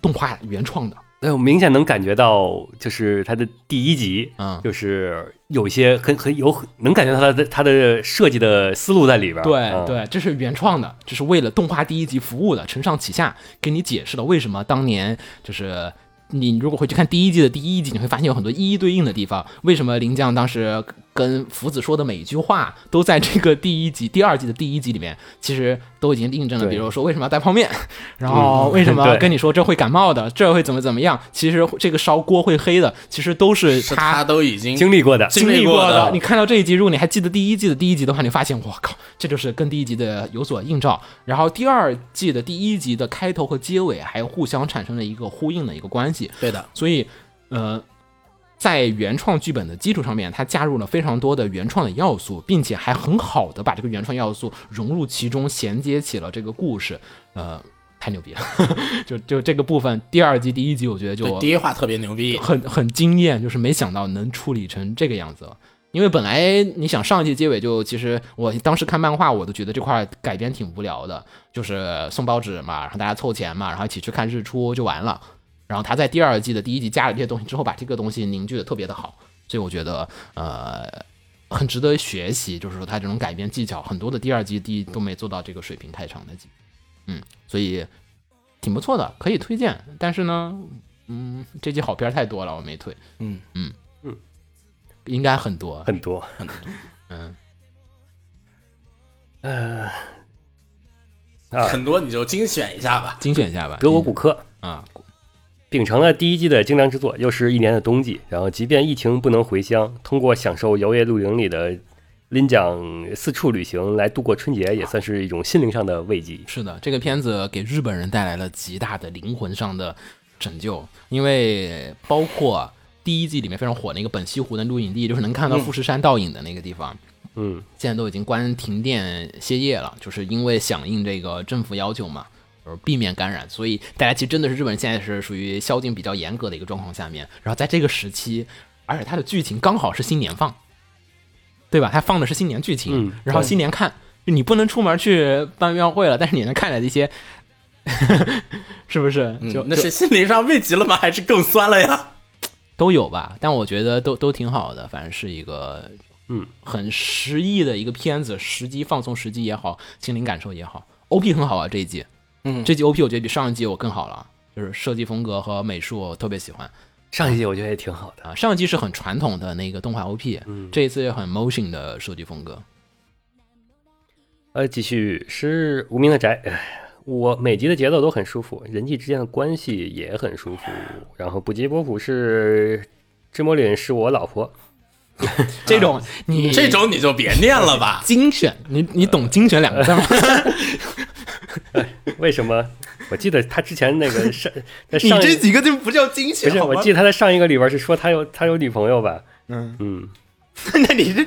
动画原创的。
对，我明显能感觉到，就是它的第一集，
嗯
就是有一些很很有能感觉到它的它的设计的思路在里边儿，
对
嗯，
对，这是原创的，这是为了动画第一集服务的，承上启下，给你解释了为什么当年就是。你如果回去看第一季的第一集，你会发现有很多一一对应的地方。为什么林将当时跟福子说的每一句话，都在这个第一集、第二季的第一集里面，其实都已经印证了。
对嗯
比如说为什么要带泡面， 然后为什么
对
跟你说这会感冒的，这会怎么怎么样，其实这个烧锅会黑的，其实都是
是他都已经
经历过的，
历
过
的
你，看到这一集，如果你还记得第一季的第一集的话，你发现我靠，这就是跟第一集的有所映照。然后第二季的第一集的开头和结尾还互相产生了一个呼应的一个关系，
对的，
所以呃，在原创剧本的基础上面，它加入了非常多的原创的要素，并且还很好的把这个原创要素融入其中，衔接起了这个故事，呃。太牛逼了， 就就这个部分，第二季第一集，我觉得就
对，第一话特别牛逼，
很很惊艳，就是没想到能处理成这个样子。因为本来你想上一季结尾就，其实我当时看漫画，我都觉得这块儿改编挺无聊的，就是送报纸嘛，然后大家凑钱嘛，然后一起去看日出就完了。然后他在第二季的第一集加了这些东西之后，把这个东西凝聚的特别的好，所以我觉得呃很值得学习，就是说他这种改编技巧，很多的第二季、第一都没做到这个水平太长的季，嗯，所以挺不错的，可以推荐。但是呢，嗯，这季好片儿太多了，我没推。
嗯
嗯
嗯，
应该很多。
很多。
嗯，
呃啊
很多你就精选一下吧。
精选一下吧。
德国骨科，
啊，
秉承了第一季的精良制作，又是一年的冬季，然后即便疫情不能回乡，通过享受摇曳露营里的拎奖四处旅行来度过春节，也算是一种心灵上的慰藉。
是的，这个片子给日本人带来了极大的灵魂上的拯救，因为包括第一季里面非常火那个本溪湖的录影地，就是能看到富士山倒影的那个地方，
嗯，
现在都已经关停电歇业了，就是因为响应这个政府要求嘛。就是避免感染，所以大家其实真的是日本人现在是属于宵禁比较严格的一个状况下面，然后在这个时期，而且它的剧情刚好是新年放，对吧？它放的是新年剧情，
嗯
然后
对
新年看，就你不能出门去办庙会了，但是你能看了一些， 是不是？就、
嗯那
就是
心灵上慰藉了吗？还是更酸了呀？
都有吧，但我觉得都都挺好的，反正是一个
嗯
很诗意的一个片子，时机放松时机也好，心灵感受也好，OP 很好啊这一季，
嗯
这季 OP 我觉得比上一季我更好了，就是设计风格和美术我特别喜欢
上一季我觉得也挺好的。
啊，上一季是很传统的那个动画 OP，、这一次也很 motion 的设计风格，
呃，继续是无名的宅，唉我每集的节奏都很舒服，人际之间的关系也很舒服。然后不及波普是智魔凛是我老婆，
这种啊你
这种你就别念了吧。
精选，你你懂精选两个字吗？
为什么？我记得他之前那个 上在
你
上
这
一
几个就不叫精
嗯不
选
是，
好
我
吗？
记得他在上一个里边是说他有他有女朋友吧？
嗯
嗯，
那你 这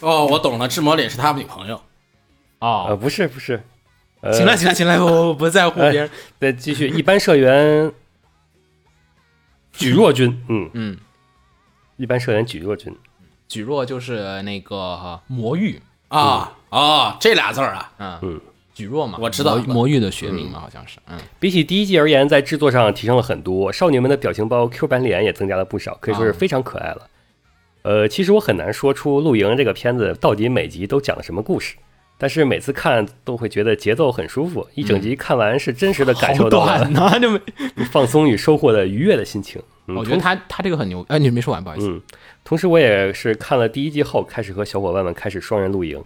哦，我懂了，智魔脸是他女朋友。
啊
哦，
不是不是，哎呃
行了行了行了，我我不在乎别人。
再继续，一般社 员举若君，嗯
嗯，
一般社员举若君，
举若就是那个魔域，
啊、哦，这俩字儿啊，
嗯
嗯，
举若嘛，
我知道
魔魔域的学名嘛，好像是，嗯。
比起第一季而言，在制作上提升了很多，少女们的表情包、Q 版脸也增加了不少，可以说是非常可爱了。呃，其实我很难说出《露营》这个片子到底每集都讲了什么故事，但是每次看都会觉得节奏很舒服，一整集看完是真实的感受到 了
短呢，就没。
放松与收获的愉悦的心情。嗯，
我觉得他他这个很牛，哎，你没说完，不好意思。
嗯，同时我也是看了第一季后，开始和小伙伴们开始双人露营，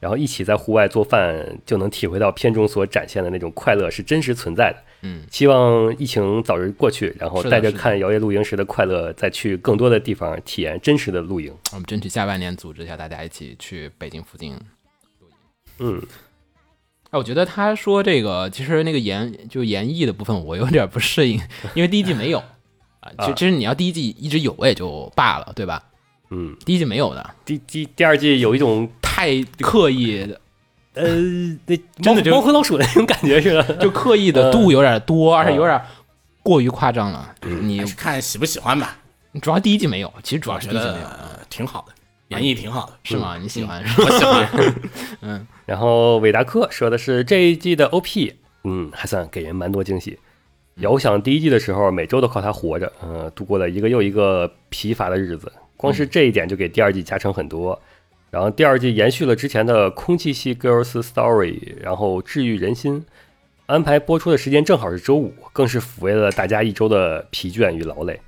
然后一起在户外做饭，就能体会到片中所展现的那种快乐是真实存在的。
嗯，
希望疫情早日过去，然后
是的
带着
是的
看摇曳露营时的快乐，再去更多的地方体验真实的露营。
我们争取下半年组织一下，大家一起去北京附近。
嗯，
哎，我觉得他说这个，其实那个演就演艺的部分，我有点不适应，因为第一季没 有啊。其实
啊
其实你要第一季一直有，我也就罢了，对吧？
嗯，
第一季没有的，
第第第二季有一种
太刻意的，
呃，那
真的就
猫猫和老鼠的那种感觉似的。
就刻意的度有点多，而且有点
嗯
过于夸张了。你
还是看喜不喜欢吧。
主要第一季没有，其实主
我
要是
觉
第一季没有，
得呃挺好的，演绎挺好的，
是吗？你喜
嗯
欢是吧？
我喜欢。
然后韦达克说的是这一季的 OP，嗯，还算给人蛮多惊喜。遥想第一季的时候，每周都靠它活着，嗯、度过了一个又一个疲乏的日子。光是这一点就给第二季加成很多。然后第二季延续了之前的空气系 Girls Story，然后治愈人心。安排播出的时间正好是周五，更是抚慰了大家一周的疲倦与劳累。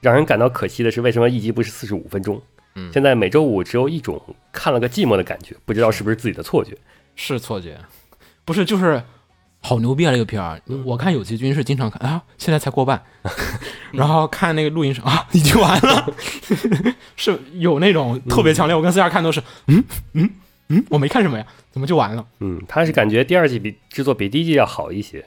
让人感到可惜的是，为什么一集不是四十五分钟？
嗯
现在每周五只有一种看了个寂寞的感觉，不知道是不是自己的错觉。
是错觉，不是就是好牛逼啊！这个片儿，
嗯
我看有崎君是经常看啊，现在才过 半，然后看那个录音室啊，已经完 了，是有那种特别强烈。我跟思佳看都是，嗯嗯嗯，我没看什么呀，怎么就完了
嗯，他是感觉第二季比制作比第一季要好一些。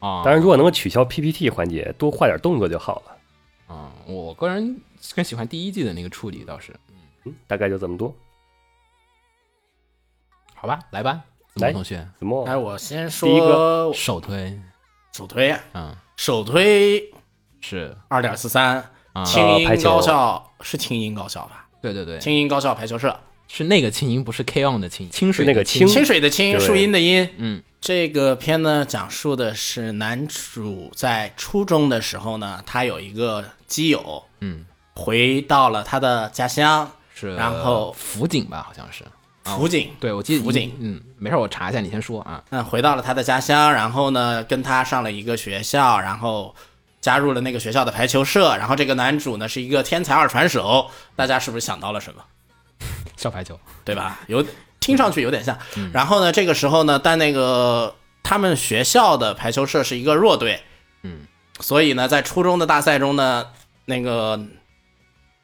啊？
当然，如果能够取消 PPT 环节，多画点动作就好了。
啊，我个人更喜欢第一季的那个处理倒是，
嗯，大概就这么多。
好吧，来吧，子
来
墨同学
怎么？
哎，我先
第一
说
个
首推，
首推，
嗯，
首推
是
二点四三
啊，
轻音
排球
高校是轻音高校吧？
对对对，
轻音高校排球社，
是那个轻音，不是 K on 的轻音，清水
是那
的
个
清
清
清水的清，
对
树荫的荫。
嗯，
这个片呢，讲述的是男主在初中的时候呢，他有一个基友，
嗯，
回到了他的家乡
是，哦
然后
辅警吧，好像是。
辅警。
对，我记得
辅
一
警
嗯，没事儿，我查一下，你先说啊。
嗯，回到了他的家乡，然后呢，跟他上了一个学校，然后加入了那个学校的排球社。然后这个男主呢是一个天才二传手，大家是不是想到了什么？
小排球，
对吧？有听上去有点像。然后呢，这个时候呢，但那个他们学校的排球社是一个弱队，
嗯，
所以呢，在初中的大赛中呢，那个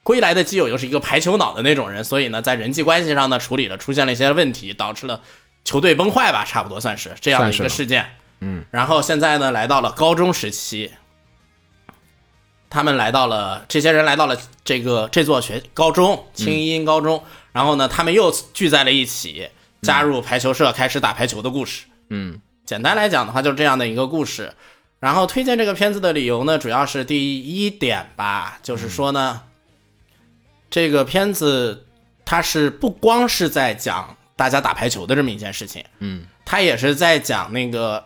归来的基友又是一个排球脑的那种人，所以呢，在人际关系上呢处理了出现了一些问题，导致了球队崩坏吧，差不多算是这样的一个
算是
事件。嗯，然后现在呢，来到了高中时期，他们来到了这些人来到了这个这座学高中清音高中，然后呢，他们又聚在了一起，加入排球社，开始打排球的故事。
嗯，
简单来讲的话，就是这样的一个故事。然后推荐这个片子的理由呢，主要是第一点吧，就是说呢，这个片子它是不光是在讲大家打排球的这么一件事情，
嗯，
它也是在讲那个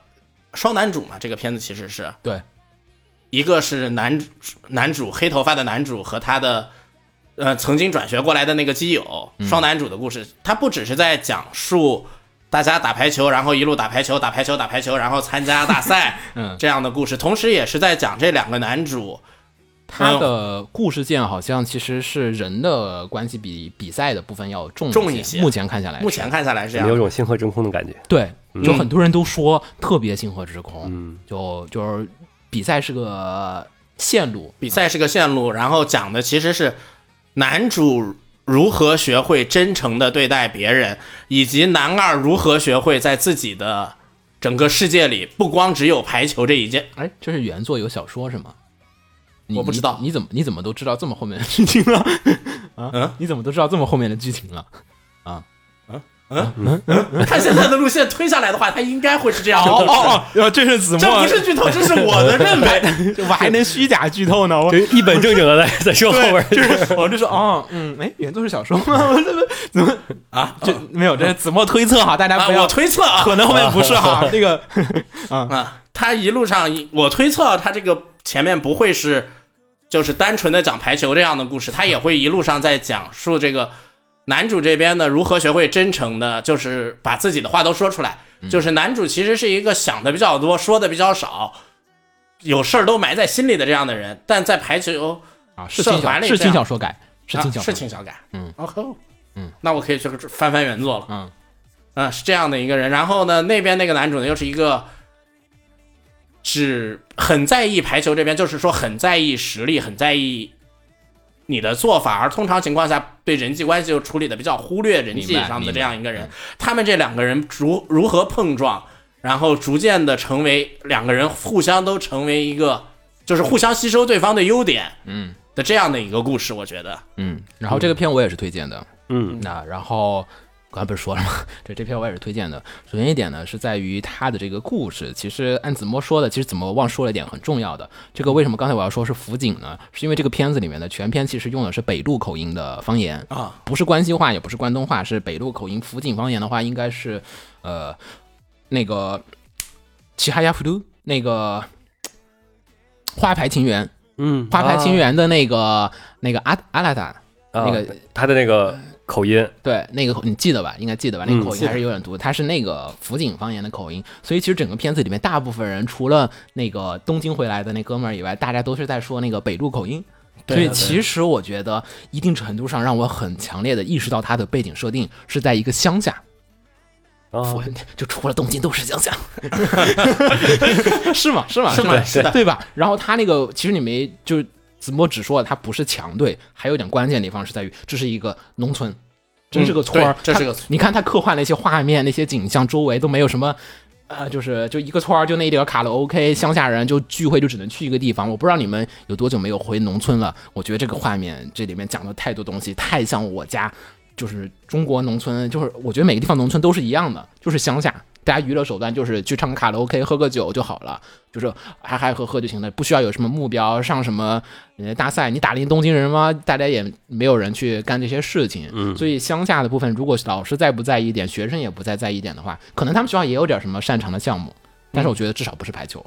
双男主嘛。这个片子其实是
对，
一个是男主男主黑头发的男主和他的呃曾经转学过来的那个基友双男主的故事，他不只是在讲述大家打排球，然后一路打排球、打排球、打排球，然后参加大赛，
嗯
这样的故事，同时也是在讲这两个男主哎
它的故事线好像其实是人的关系比比赛的部分要重
重
一
一
些。
些
目前看下来，
目前看下嗯来是这
有
样
哎没有
的，
种星河真空的 感觉？
对，就很多人都说特别星河之空，
嗯
就就是比赛是个线路，
比赛是个线路，然后讲的其实是男主。如何学会真诚的对待别人，以及男二如何学会在自己的整个世界里，不光只有排球这一件
哎，这是原作有小说是吗？你
我不知道
你你怎么你怎么都知道这么后面的剧情了？啊，
嗯
你怎么都知道这么后面的剧情了？
他现在的路线推下来的话，他应该会是这样的。
哦哦哦， 呃这是子墨，
这不是剧透，这是我的认 为。啊
我还能虚假剧透呢？我
就一本正经的在在说后边儿，
就是我就说哦，嗯，哎，原作是小说 吗？我这怎么啊？这没有，这是子墨推测哈，大家
啊，
不要
我，推测啊，
可能后面不是 哈，那个
啊，他一路上，我推测他这个前面不会是就是单纯的讲排球这样的故事，他也会一路上在讲述这个男主这边呢如何学会真诚的，就是把自己的话都说出来。就是男主其实是一个想的比较多，说的比较少，有事儿都埋在心里的这样的人，但在排球
啊，是
社
轻小
团里
是
这
轻
样
小说改，是
啊
轻小
是
说，
挺小感，
嗯，
哦吼，
嗯，
那我可以去翻翻原作了，
嗯
嗯，是这样的一个人。然后呢，那边那个男主呢，又是一个只很在意排球这边，就是说很在意实力，很在意你的做法，而通常情况下对人际关系又处理的比较忽略人际
明白
上
明白
的
嗯
这样一个人。他们这两个人如如何碰撞，然后逐渐的成为两个人互相都成为一个，就是互相吸收对方的优点，
嗯
的这样的一个故事，我觉得。
嗯。然后这个片我也是推荐的，
嗯，
那然后刚才不是说了吗？ 对，这片我也是推荐的。首先一点呢，是在于它的这个故事。其实按子墨说的，其实子墨忘说了一点很重要的。这个为什么刚才我要说是辅警呢？是因为这个片子里面的全片其实用的是北路口音的方言
啊，
不是关西话，也不是关东话，是北路口音。辅警方言的话，应该是呃那个齐哈亚普鲁那个花牌情缘，
嗯，
花牌情缘的那个、那个阿阿拉达。
啊
那个
他的那个口音，
对，那个你记得吧？应该记得吧？那
嗯
个口音还是有点毒，他是那个福井方言的口音，所以其实整个片子里面，大部分人除了那个东京回来的那哥们儿以外，大家都是在说那个北路口音。所以其实我觉得，一定程度上让我很强烈的意识到他的背景设定是在一个乡下，
啊，
哦
我就除了东京都是乡 下，是吗？是吗？
是吗
吧
是的
对吧？然后他那个其实你没就是子墨只说了他不是强队，还有一点关键的地方是在于这是一个农村，真是个村儿、
嗯对这是个
他你看他刻画那些画面、那些景象，周围都没有什么。呃，就是就一个村儿，就那一点儿卡拉 OK，乡下人就聚会就只能去一个地方。我不知道你们有多久没有回农村了。我觉得这个画面这里面讲的太多东西，太像我家，就是中国农村，就是我觉得每个地方农村都是一样的，就是乡下，大家娱乐手段就是去唱卡拉 OK，喝个酒就好了，就是嗨嗨喝喝就行了，不需要有什么目标，上什么呃大赛，你打赢东京人吗？大家也没有人去干这些事情，嗯，所以乡下的部分，如果老师再不在意一点，学生也不再在意一点的话，可能他们学校也有点什么擅长的项目，但是我觉得至少不是排球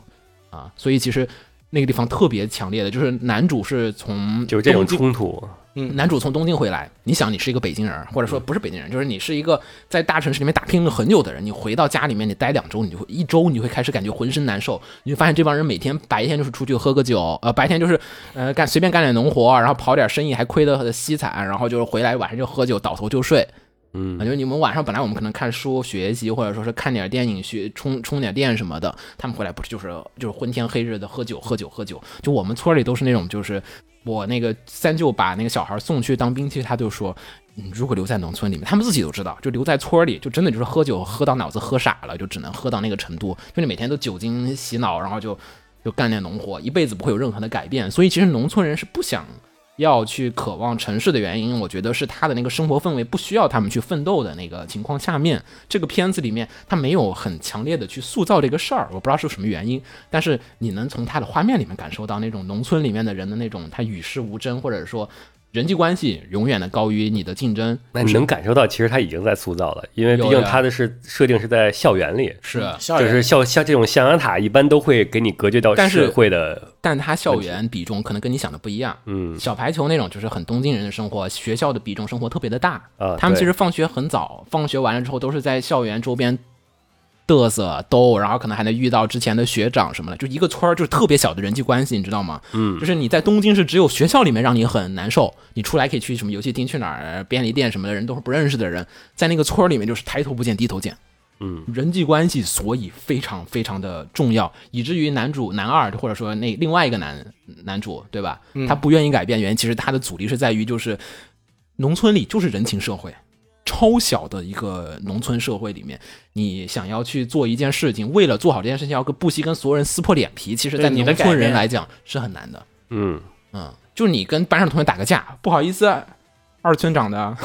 啊，所以其实那个地方特别强烈的，就是男主是从
就是这种
东京
冲突，
男主从东京回来，你想你是一个北京人儿，或者说不是北京人，就是你是一个在大城市里面打拼了很久的人，你回到家里面，你待两周，你就会一周，你会开始感觉浑身难受，你会发现这帮人每天白天就是出去喝个酒，呃，白天就是呃干随便干点农活，然后跑点生意还亏得凄惨，然后就是回来晚上就喝酒倒头就睡，
嗯
啊，就是你们晚上本来我们可能看书学习，或者说是看点电影学充充点电什么的，他们回来不是就是就是昏天黑日的喝酒喝酒喝酒，就我们村儿里都是那种就是我那个三舅把那个小孩送去当兵，其实他就说，嗯，如果留在农村里面，他们自己都知道，就留在村儿里，就真的就是喝酒喝到脑子喝傻了，就只能喝到那个程度，就你每天都酒精洗脑，然后就就干点农活，一辈子不会有任何的改变。所以其实农村人是不想要去渴望城市的原因，我觉得是他的那个生活氛围不需要他们去奋斗的那个情况下面，这个片子里面他没有很强烈的去塑造这个事儿，我不知道是什么原因，但是你能从他的画面里面感受到那种农村里面的人的那种他与世无争，或者说人际关系永远的高于你的竞争，
那你能感受到，其实他已经在塑造了，因为毕
有
竟
的
他的是设定是在校园里，
是
校
就
园
是校像这种象牙塔一般都会给你隔绝掉
但是
社会的，
但他校园比重可能跟你想的不一样。嗯，小排球那种就是很东京人的生活，学校的比重生活特别的大。
啊
他们
对
其实放学很早，放学完了之后都是在校园周边嘚瑟兜，然后可能还能遇到之前的学长什么的，就一个村儿就是特别小的人际关系，你知道吗？嗯，就是你在东京是只有学校里面让你很难受，你出来可以去什么游戏厅、去哪儿便利店什么的人都是不认识的人，在那个村儿里面就是抬头不见低头见。人际关系，所以非常非常的重要，以至于男主男二或者说那另外一个男男主对吧？他不愿意改变原因，其实他的阻力是在于就是农村里就是人情社会，超小的一个农村社会里面，你想要去做一件事情，为了做好这件事情，要跟不惜跟所有人撕破脸皮，其实，在
对你
农
的改
村人
变
来讲是很难的。
嗯，
嗯，就你跟班上同学打个架，不好意思，二村长的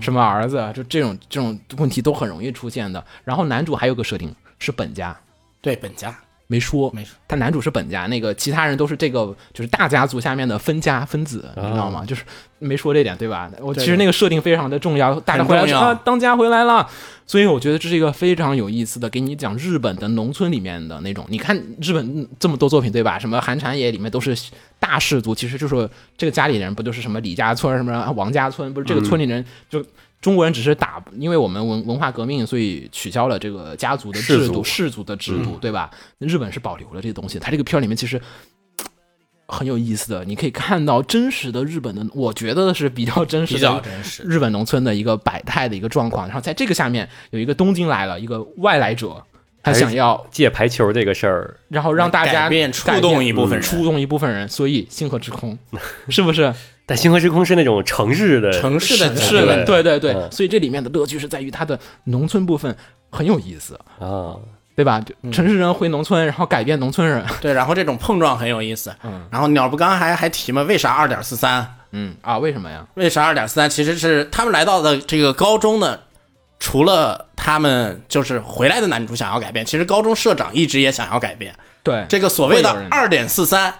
什么儿子，就这种这种问题都很容易出现的。然后男主还有个设定是本家，
对本家
没说，
没说，
他男主是本家，那个其他人都是这个就是大家族下面的分家分子，你知道吗？就是没说这点，对吧？我其实那个设定非常的重要，大家回来
很
说
重要
啊，当家回来了，所以我觉得这是一个非常有意思的，给你讲日本的农村里面的那种。你看日本这么多作品，对吧？什么寒蝉野里面都是大氏族，其实就是这个家里人不就是什么李家村、什么王家村，不是这个村里人就。中国人只是打，因为我们文文化革命，所以取消了这个家族的
氏
制
族
度、氏族的制度，对吧？日本是保留了这个东西，它这个片儿里面其实很有意思的，你可以看到真实的日本的，我觉得是比较真实的，
比较真实
日本农村的一个百态的一个状况。然后在这个下面有一个东京来了一个外来者，他想要
借排球这个事儿，
然后让大家
哎改变触动一部分人
触动一部分人，所以星河之 空是不是？
但星河之空是那种城市的
城市的
城
城
市
市
的
的
对对对，
嗯
所以这里面的乐趣是在于它的农村部分很有意思，
啊，
对吧？就
嗯
城市人回农村，然后改变农村人，
对，然后这种碰撞很有意思。然后鸟不刚还还提嘛，为啥二点四三？
嗯啊，为什么呀？
为啥二点四三？其实是他们来到的这个高中呢，除了他们就是回来的男主想要改变，其实高中社长一直也想要改变。
对，
这个所谓的
会有人
二点四三，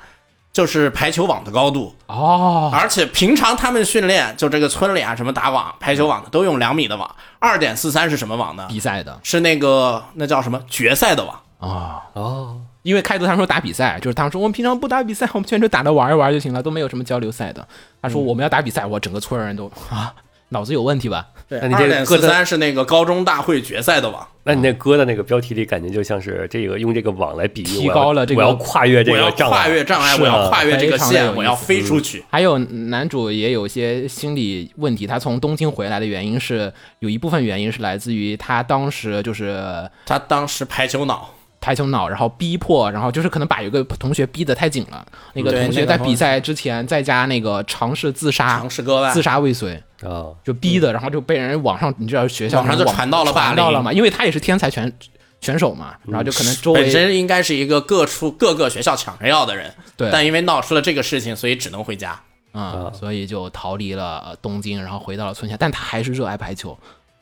就是排球网的高度。
哦，
而且平常他们训练，就这个村里啊，什么打网、排球网的，都用两米的网。二点四三是什么网呢？
比赛的
是那个那叫什么决赛的网。
啊。
哦，
因为开头他们说打比赛，就是他们说我们平常不打比赛，我们全就打着玩一玩就行了，都没有什么交流赛的。他
嗯
说我们要打比赛，我整个村人都啊 脑子有问题吧？
对，
那你这
二点
各
四
自
三是那个高中大会决赛的网。
那你那歌的那个标题里，感觉就像是这个用这个网来比喻，
提高了这个
我要我要跨越这
我要
个障碍，
跨越障碍，
是
我要
啊嗯
跨越这个
非常有意
线，
思
我要飞出去。
还有男主也有一些心理问题，他从东京回来的原因是有一部分原因是来自于他当时就是
他当时排球脑，
排球脑，然后逼迫，然后就是可能把有个同学逼得太紧了，那个
对
同学
那个
在
同
比
学
赛之前在家那个尝试自杀，
尝试割腕
自杀未遂。
啊，
就逼的，然后就被人网上你知道学校
嗯网上就
网
传到了霸
传
凌
到了嘛，因为他也是天才选选手嘛，然后就可能周
嗯本
围
身应该是一个各处各个学校抢着要的人，
对
但因为闹出了这个事情，所以只能回家。
啊、
啊
所以就逃离了呃东京，然后回到了村下，但他还是热爱排球，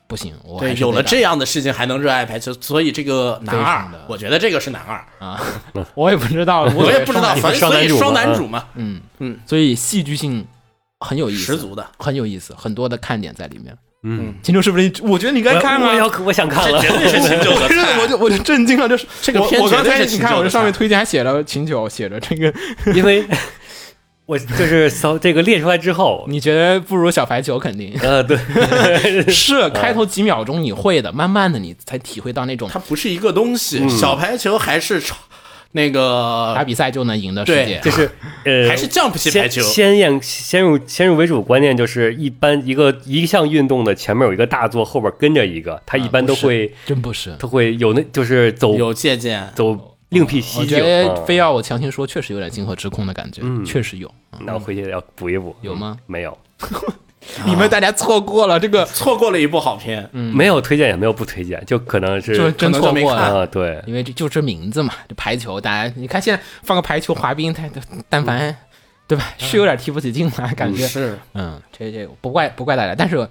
不行，我还
对，
是
有了
得打
这样的事情还能热爱排球，所以这个男
非常
二
的，
我觉得这个是男二，
我也不知道，
我
我
也不知道，
你
反
说
正
双男主嘛
所以双男主嘛，
所以戏剧性很有意思，
十足的，
很有意思，很多的看点在里面。
嗯，
秦九是不是？我觉得你该看
我
啊
我。要我想看了，
这 是秦九
我
的
真的，我
菜。
就我就震惊了，就是
这个
我
片
我
绝
刚
对
才
是
你
秦
看
九
我
的
这上面
菜
推荐还写了秦九，写着这个，
因为 我就是搜这个列出来之 后，
你觉得不如小排球肯定。
呃，对，
是开头几秒钟你会的，慢慢的你才体会到那种
它不是一个东
嗯
西，小排球还是超那个
打比赛就能赢的世
对
界。
就是呃，
还是 jump 系
先
排球，
先验先入先入为主观念就是，一般一个一项运动的前面有一个大作，
啊
后边跟着一个，它一般都会、
真不是，
哦
都会有那就是走
有借鉴，
走另辟
哦我
蹊
觉
径。
得
嗯
非要我强行说，确实有点金河之空的感觉，确实有。
那我回去要补一补。
有吗
嗯没有，
你们大家错过了这个，
错过了一部好片，
没有推荐，也没有不推荐，就可能是
就真错
可能就没
过
看
了。
啊，对，
因为这就这名字嘛，这排球，大家你看现在放个排球滑冰，他但凡对吧，是有点提不起劲来感觉。
是
嗯，这这不怪不怪大家，但是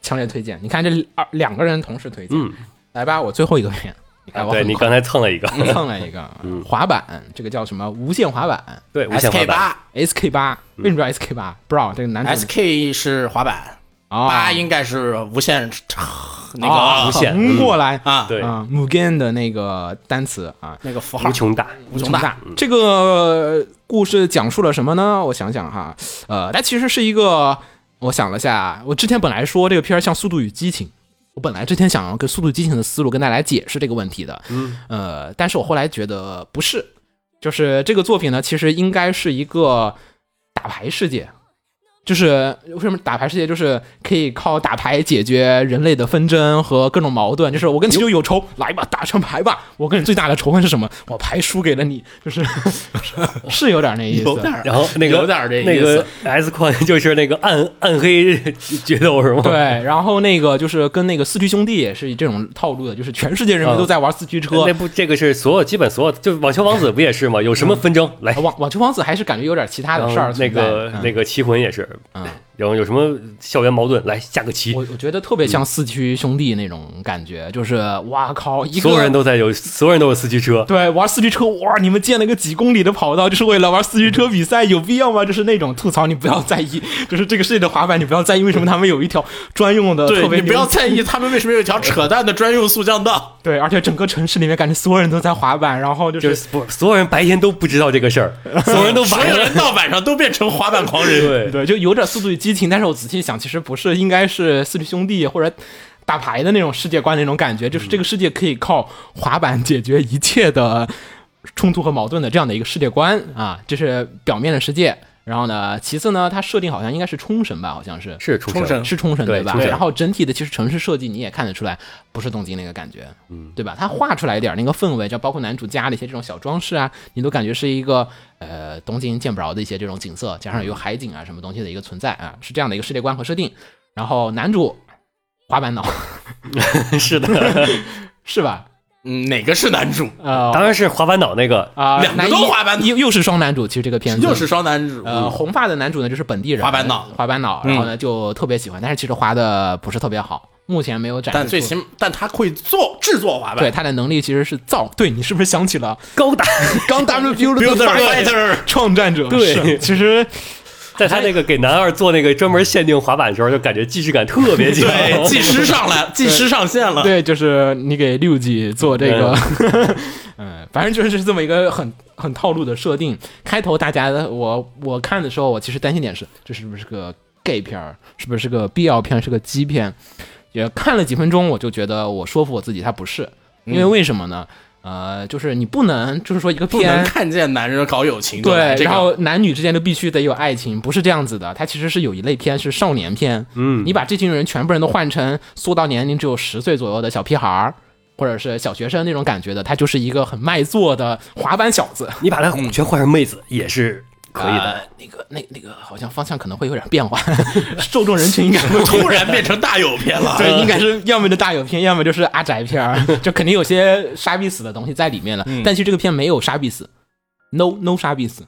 强烈推荐。你看这二两个人同时推荐，
嗯，啊
来吧，我最后一个片，你看我
对
很
你
快
刚才蹭了一个，
蹭了一个滑板，这个叫什么无限滑板
对，无限
SK
滑板，
八
SK 八，为什么叫 SK 八？不知道这个男主
SK 是滑板，
嗯啊
八应该是无限呃那
无
个
限
横过来
啊，
对，
啊，Mugen 的那个单词啊，
那个符号
无穷大，
无穷大，
这个故事讲述了什么呢？我想想哈，呃，它其实是一个，我想了下，啊我之前本来说这个片儿像《速度与激情》，我本来之前想要跟《速度与激情》的思路跟大家解释这个问题的，嗯，呃，但是我后来觉得不是，就是这个作品呢，其实应该是一个打牌世界。就是为什么打牌世界就是可以靠打牌解决人类的纷争和各种矛盾？就是我跟球有仇，来吧，打上牌吧。我跟你最大的仇恨是什么？我牌输给了你，就是 是有点那意思。
有点儿
然后那个
有点儿这
那
意
个
思，
S 矿 就是那个暗暗黑 决 斗是吗？
对，，然后那个就是跟那个四驱兄弟也是这种套路的，就是全世界人民都在玩四驱车
那，不这个是所有基本所有，就网球王子不也是吗？有什么纷争来？
网网球王子还是感觉有嗯点其他的事儿
然后那
存在。
个
嗯
那个棋魂也是，然后有什么校园矛盾来下个棋
我，我觉得特别像四驱兄弟那种感觉，就是哇靠，一个
所有人都在有，所有人都有四驱车，
对，玩四驱车，哇！你们建了个几公里的跑道，就是为了玩四驱车比赛，有必要吗？就是那种吐槽，你不要在意，就是这个世界的滑板，你不要在意为什么他们有一条专用的，特
对
别
你不要
牛
在意他们为什么有一条扯淡的专用速降 道，
对，而且整个城市里面感觉所有人都在滑板，然后就
就是是不，所有人白天都不知道这个事儿，所有人都
所
晚
有
上
人到晚上都变成滑板 狂人，
对
对，就有点《速度与激情》，但是我仔细想，其实不是，应该是四驱兄弟或者打牌的那种世界观那种感觉，就是这个世界可以靠滑板解决一切的冲突和矛盾的这样的一个世界观啊，这是表面的世界。然后呢，其次呢，它设定好像应该是冲绳吧，好像是
是冲
嗯冲绳
是冲绳
对
吧？
冲绳
然后整体的其实城市设计你也看得出来，不是东京那个感觉，嗯，对吧？它画出来一点那个氛围，就包括男主家的一些这种小装饰啊，
嗯
你都感觉是一个呃东京见不着的一些这种景色，加上有海景啊什么东西的一个存在啊，是这样的一个世界观和设定。然后男主滑板脑
是的，
是 吧？
嗯，哪个是男主？
呃
当然是滑板岛那个
啊，
呃两个
男
都
一
滑板脑
又又是双男主，其实这个片子
又是双男主，嗯
呃，红发的男主呢就是本地人，
滑板脑嗯
滑板脑，然后呢就特别喜欢，但是其实滑的不是特别好，目前没有展示出。
但最起码，但他会做制作滑
对
板，
他的能力其实是造，对你是不是想起了
高达，
刚 W
Builder Fighter
创战者？
对
是其实
在他那个给男二做那个专门限定滑板的时候，就感觉既视感特别强，
对，技师上来，技师上线了，
对，就是你给六级做这个， 嗯，反正就是这么一个很很套路的设定。开头大家的我我看的时候，我其实担心点是这是不是个 gay 片儿，是不是个 BL 片，是个基片？也看了几分钟，我就觉得我说服我自己，它不是，因为为什么呢？呃，就是你不能，就是说一个
不
片
能看见男人搞友情，
对，
这
然
个
后男女之间就必须得有爱情，不是这样子的。它其实是有一类片是少年片，嗯，你把这群人全部人都换成缩到年龄只有十岁左右的小屁孩儿，或者是小学生那种感觉的，他就是一个很卖座的滑板小子。
你把他全换成妹子也是可以的。
呃那个那那个好像方向可能会有点变化， 受众人群应该 会
突然变成大友片了，
对，应该是要么就大友片，要么就是阿宅片儿，就肯定有些杀必死的东西在里面了。
嗯
但其实这个片没有杀必死，no no 杀必死，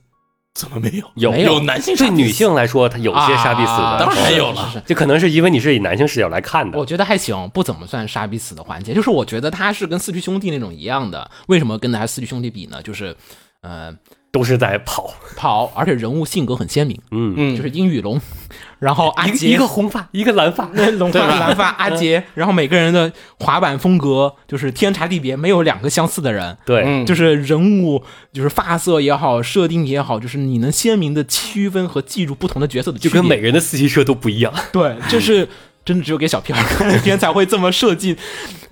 怎么没有？
有
没有
男性
对
上帝
女性来说，她有些杀必死的，哦
啊
当然有
是是
了，
这可能是因为你是以男性视角来看的
我。觉得还行，不怎么算杀必死的环节。就是我觉得他是跟四驱兄弟那种一样的。为什么跟他四驱兄弟比呢？就是，呃，
都是在跑，
跑，而且人物性格很鲜明，
嗯，
就是英语龙， 然后阿
一个
杰
一个嗯红发，一个蓝发，
龙发蓝发阿杰，然后每个人的滑板风格就是天差地别，没有两个相似的人。
对，
就是人物，就是发色也好，设定也好，就是你能鲜明的区分和记住不同的角色的区
就
别，
跟每个人的四驱车都不一样。
对，这是真的只有给小屁孩看的片才会这么设计，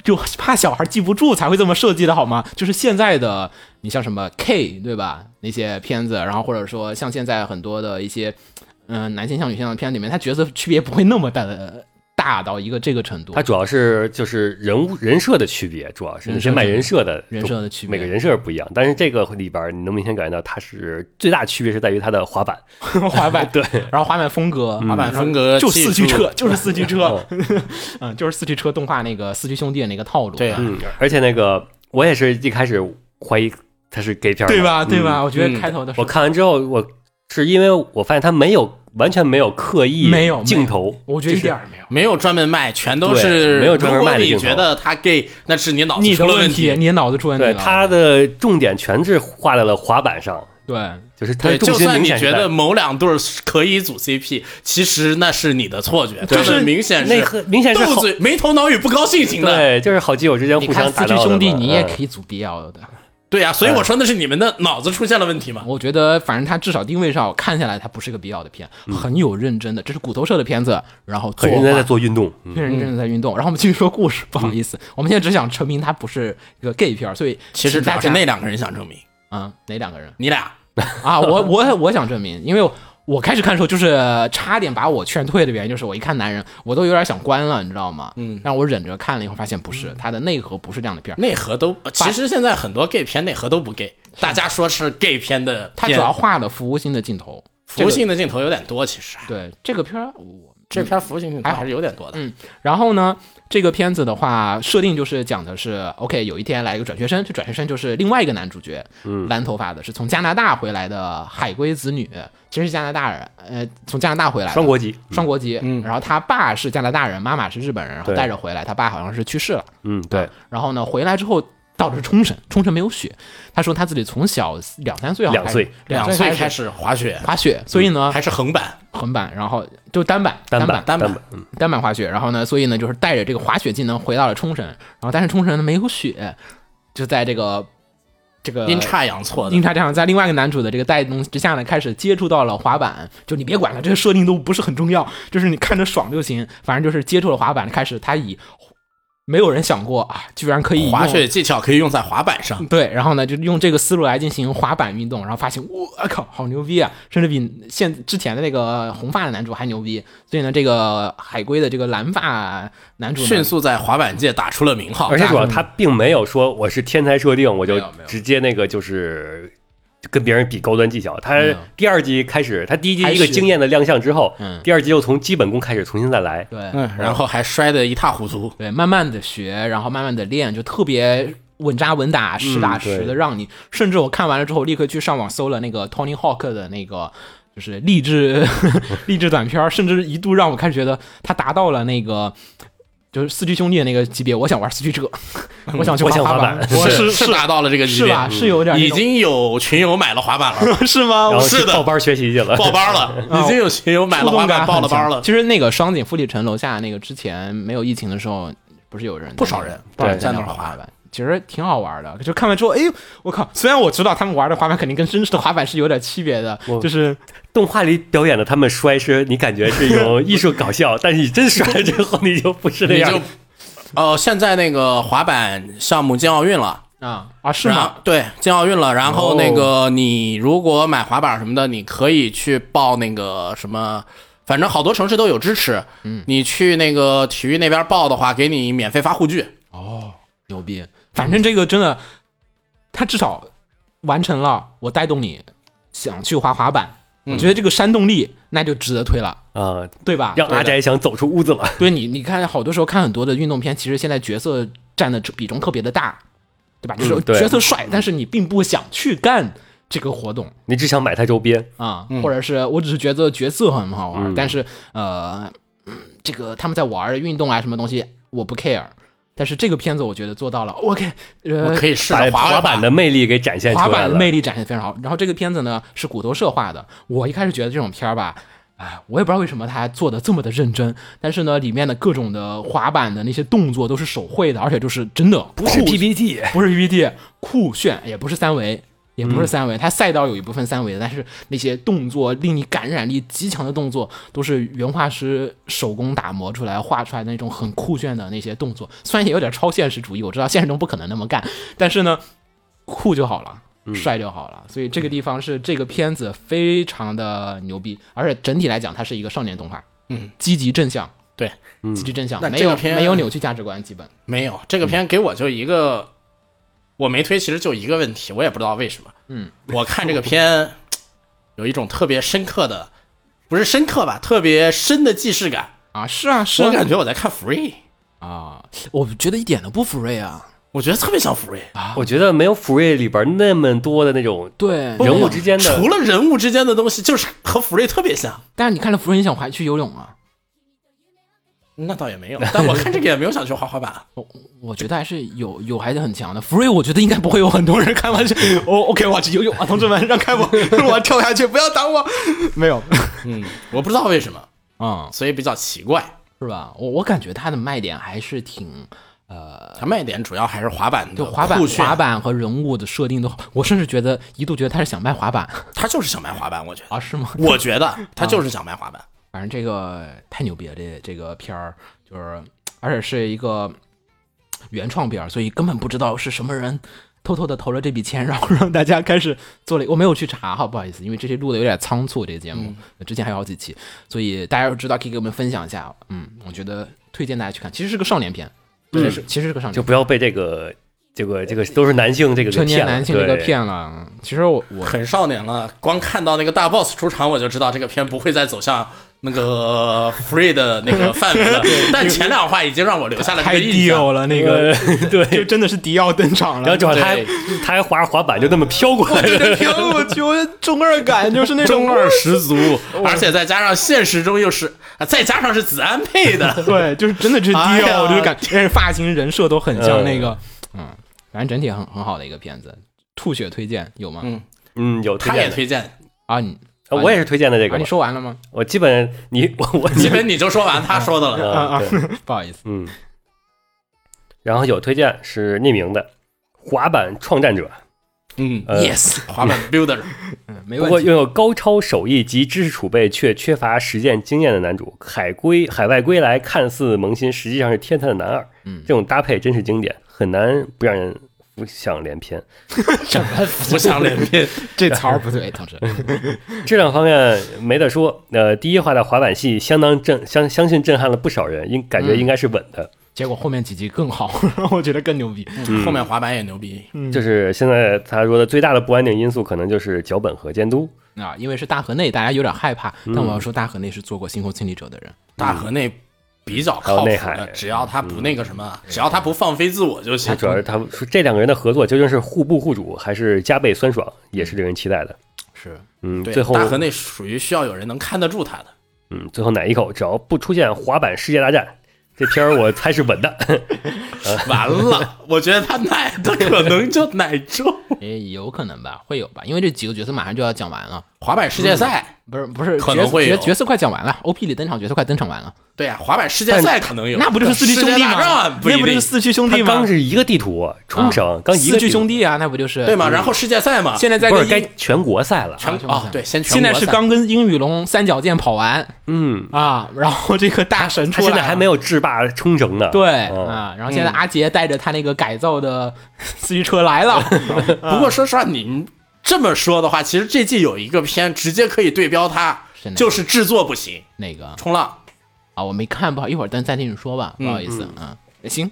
就怕小孩记不住才会这么设计的好吗？就是现在的你像什么 K 对吧？那些片子，然后或者说像现在很多的一些嗯、呃男性向女性向的片子里面，他角色区别不会那么大的。大到一个这个程度
它。主要是就是人物人设的区别，主要是你先卖人设的
人设的区别
每个人设不一样。但是这个里边儿你能明显感觉到，它是最大区别是在于它的滑板，
滑板
对，
然后滑板风格，滑
板嗯风格
就
技
四驱
术
车，就是四驱车， 嗯，就是四驱车动画那个四驱兄弟那个套路，
对啊
嗯
嗯，而且那个我也是一开始怀疑它是 gay 片儿，
对吧？对吧？
嗯
我觉得
嗯
开头的时
我
候
看完之后，我是因为我发现它没有完全没有刻意
没有没有
镜头，
我觉得一点儿没有。
没有专门卖，全都
对
是
没有专门卖的
如果
镜
你
头
觉得他 gay，那是你脑子
你
出
的
了
问
题。
你的脑子出问题
对
了。
它的重点全是画在了滑板上，
对
就是它的
对，
重
就
心
算
明
你
显是
觉
在
得某两对儿可以组 CP，其实那是你的错觉，
对
就是明显
那
是
很明显是
斗
好
嘴、没头脑与不高兴型的。
对，就是好基友之间
你
互
看
相
四
打
驱
到的
兄弟，
嘛
你也
嗯
可以组 BL 的。
对呀、所以我说那是你们的脑子出现了问题嘛。
我觉得，反正它至少定位上看下来，它不是个 BL 的片，很有认真的，这是骨头社的片子，然后
嗯很
作
认真在
画。
做运动，嗯
非常认真的在运动，然后我们继续说故事。不好意思，我们现在只想澄明它不是一个 gay 片儿，所以
其实
请
主
大
要是
家
那两个人想证明
嗯哪两个人
你俩，
啊？我我我想证明，因为我我开始看的时候就是差点把我劝退的原因，就是我一看男人，我都有点想关了，你知道吗？嗯，但我忍着看了以后，发现不
嗯
是，它的内核不是这样的片儿，
内核都，呃其实现在很多 gay 片内核都不 gay，大家说是 gay 片的片，
它主要画了服务性的镜头，
服务性的镜头有点多，其实
对这个片儿，我
这片服务性镜头还是有点多的。
嗯，然后呢，这个片子的话，设定就是讲的是，OK，有一天来一个转学生，这转学生就是另外一个男主角，
嗯
蓝头发的，是从加拿大回来的海归子女，其实是加拿大人，呃，从加拿大回来的
双国籍，
双国籍，嗯，然后他爸是加拿大人，妈妈是日本人，然后
对
带着回来，他爸好像是去世了，
嗯，对，
然后呢，回来之后到的是冲绳，冲绳没有雪，他说他自己从小两三岁好像
两岁嗯
开始
两
两
岁开
开
始滑雪，
滑雪，所以呢
还是横版，
横板，然后就单板，
单
板哦
板，
单板
板，嗯
单板滑雪，然后呢，所以呢就是带着这个滑雪技能回到了冲绳，然后但是冲绳呢没有雪，就在这个这个
阴差阳错的
呃阴。差这样，在另外一个男主的这个带动之下呢，开始接触到了滑板。就你别管了，这些设定都不是很重要，就是你看着爽就行。反正就是接触了滑板，开始他以没有人想过啊，居然可以用
滑雪技巧可以用在滑板上，
对，然后呢，就用这个思路来进行滑板运动，然后发现我靠，好牛逼啊！甚至比现之前的那个红发的男主还牛逼。所以呢，这个海归的这个蓝发男主呢
迅速在滑板界打出了名号。
而且主要他并没有说我是天才设定，我就
没有没有
直接那个就是跟别人比高端技巧。他
没有
第二集开始，他第一集
还
一个
是
惊艳的亮相之后
嗯，
第二集又从基本功开始重新再来。
对，
嗯，然后还摔得一塌糊涂。
对，慢慢的学，然后慢慢的练，就特别稳扎稳打、实打实的
对
让你。甚至我看完了之后，立刻去上网搜了那个 Tony Hawk 的那个。就是励志 励志短片儿，甚至一度让我开始觉得他达到了那个就是四驱兄弟的那个级别。我想玩四驱车，我想去
我想
滑
滑
板，
板
我
是
是
是达到了这个级
是
别，
吧？是有点那
已
种
经有群友买了滑板了， 嗯
是吗？
然
我嗯
后去
哦是的
报班学习去了，
报班了，已经有群友买了
触动
滑
感
板，
很
报了班
强
了。
其实那个双井富力城楼下那个之前没有疫情的时候，不是有人
不少人
不少人
对
在
在
那儿
那儿
滑
滑
板，其实挺好玩的。就看完之后，哎呦，我靠！虽然我知道他们玩的滑板肯定跟真实的滑板是有点区别的，就是
动画里表演的他们摔是，你感觉是有艺术 搞笑，但是你真摔了之后，你就不是那
你
样
就。哦，现在那个滑板项目进奥运了。
啊啊是
然后
吗？
对，进奥运了。然后那个你如果买滑板什么的，你可以去报那个什么，反正好多城市都有支持。嗯，你去那个体育那边报的话，给你免费发护具。
哦牛逼！
嗯
反正这个真的，他至少完成了我带动你想去滑滑板，我
嗯
觉得这个煽动力那就值得推了，
啊，
对吧？
让阿宅想走出屋子了。
对你，你看，好多时候看很多的运动片，其实现在角色占的比重特别的大，对吧？就是
对
角色帅，但是你并不想去干这个活动
你只想买他周边，
啊，或者是我只是觉得角色很好玩，但是呃，嗯这个他们在玩儿运动啊什么东西，我不 care。但是这个片子我觉得做到了，OK，
我
呃，
可以试
把
着滑
滑板的魅力给展现
滑
出来
板的
了。
魅力展现得非常好。然后这个片子呢是骨头社画的，我一开始觉得这种片儿吧，哎，我也不知道为什么他做的这么的认真，但是呢，里面的各种的滑板的那些动作都是手绘的，而且就是真的
不是
酷
PPT，
不是 PPT，酷炫也不是三维。也
嗯
不是三维，它赛道有一部分三维的，但是那些动作令你感染力极强的动作，都是原画师手工打磨出来画出来的那种很酷炫的那些动作。虽然也有点超现实主义，我知道现实中不可能那么干，但是呢，酷就好了。帅就好了，所以这个地方是这个片子非常的牛逼，而且整体来讲它是一个少年动画，嗯，积极正向，
对，
极具真相，
那
没
这个
有
片
没有扭曲价值观，基本
没有这个片给我就一个，我没推，其实就一个问题，我也不知道为什么。
嗯，
我看这个片有一种特别深刻的，不是深刻吧，特别深的既视感。
啊是啊是
我
啊
感觉我在看 Free，
啊，我觉得一点都不 free 啊，
我觉得特别像 Free，
啊我觉得没有《福瑞》里边那么多的那种
对
人物之间的，
除了人物之间的东西，就是和 Free 特别像。
但是你看了 free 你想还去游泳啊？
那倒也没有，但我看这个也没有想去滑滑板。
我我觉得还是有有还是很强的 free，我觉得应该不会有很多人看完是哦 OK 我要去游泳啊，同志们让开我，我要跳下去，不要挡我，没有
嗯，我不知道为什么，
啊、嗯、
所以比较奇怪。
是吧？我我感觉它的卖点还是挺。
它卖点主要还是滑板的
对滑板
酷、炫
滑，板和人物的设定都好，我甚至觉得一度觉得他是想卖滑板
他就是想卖滑板，我觉得。
啊，是吗？
我觉得他就是想卖滑板。
反正这个太牛逼了，这这个片儿就是，而且是一个原创片儿，所以根本不知道是什么人偷偷的投了这笔钱，然后让大家开始做了。我没有去查哈，不好意思，因为这些录的有点仓促，这个节目、
嗯
之前还有好几期，所以大家要知道可以给我们分享一下。嗯，我觉得推荐大家去看，其实是个少年片，其实是、其实是个少年
嗯就
片。
不要被这个这个这个都是男性这个给
成年
骗了
男性这个
对
骗了，其实我我
很少年了，光看到那个大 boss 出场，我就知道这个片不会再走向那个 free 的那个范围了。但前两话已经让我留下了这
太
个印
低
象。
调了，那个就
对，
真的是迪奥登场
然后
了。
主要他还
对
他还滑着滑板就那么飘过来
这
了，
屏幕就中二感，就是那种
中二十足，而且再加上现实中又是，啊再加上是子安配 的，
对，就是真的是低
哎呀
调，就是感觉发型、人设都很像那个。
嗯反正整体很很好的一个片子，吐血推荐有吗？
嗯
嗯，有推
他也
荐的
推荐，
啊，你
啊我也是推荐的这
啊，
个
你
嘛，
说完了吗？
我基本你我我
基本你就说完他说的了。
啊，对
不好意思，
嗯，然后有推荐是匿名的滑板创战者，
嗯
呃
，yes，滑板 builder，呃
嗯，没
不
问
过
题。
拥有高超手艺及知识储备却缺乏实践经验的男主，海归海外归来，看似萌新，实际上是天才的男二。
嗯
这种搭配真是经典，很难不让人浮想联翩。
不想 脸面。
这词儿不对，哎同志。
质量方面没得说，呃，第一话的滑板戏相当震，相相信震撼了不少人，应感觉应该是稳的。
结果后面几集更好， 让我觉得更牛逼。
后面滑板也牛逼，
嗯
就是现在他说的最大的不安定因素，可能就是脚本和监督。
啊，因为是大河内，大家有点害怕。
嗯
但我要说，大河内是做过《星空清理者》的人，
大河内比较
还有
靠谱
内海
的，只要他不那个什么，只要他不放飞自我就行
主。要是他说这两个人的合作究竟是互不互主，还是加倍酸爽，也是令人期待的。
是
嗯，
对
最，后
大河内属于需要有人能看得住他的。
嗯，最后奶一口，只要不出现滑板世界大战，这片儿我猜是稳 的。
完 了，我觉得他奶的可能就奶中
也有可能吧，会有吧，因为这几个角色马上就要讲完了，
滑板世界赛。
不是不是，
可能
角
会
角
有
角色快讲完了，OP 里登场角色快登场完了，
对啊，滑板世界赛可能有，
那不就是四驱兄弟
世界大
吗
战？啊不一
那不就
定
是四驱兄
他
弟吗
刚？是一个地图，冲绳刚一
嗯啊四
个
驱
地图
兄，弟啊，那不就是
对吗？然后世界赛嘛，
现在在
不是
跟
该
英
全国赛了。
全
啊全国
哦
赛
对，先全
现在
国
是
赛
刚跟
英语龙三角剑跑完
嗯，
啊，然
然
后
后这个大神
他
出来
现
了，
在还没有制霸冲绳呢。
对
嗯
啊，然后现在阿杰带着他那个改造的 四驱车来了，
不
嗯
过说实话，你这么说的话，其实这季有一个片直接可以对标它
是哪，个
就是制作不行，
那个
冲浪。
啊，我没看，不好，一会儿咱再听你说吧，不好意思啊。行，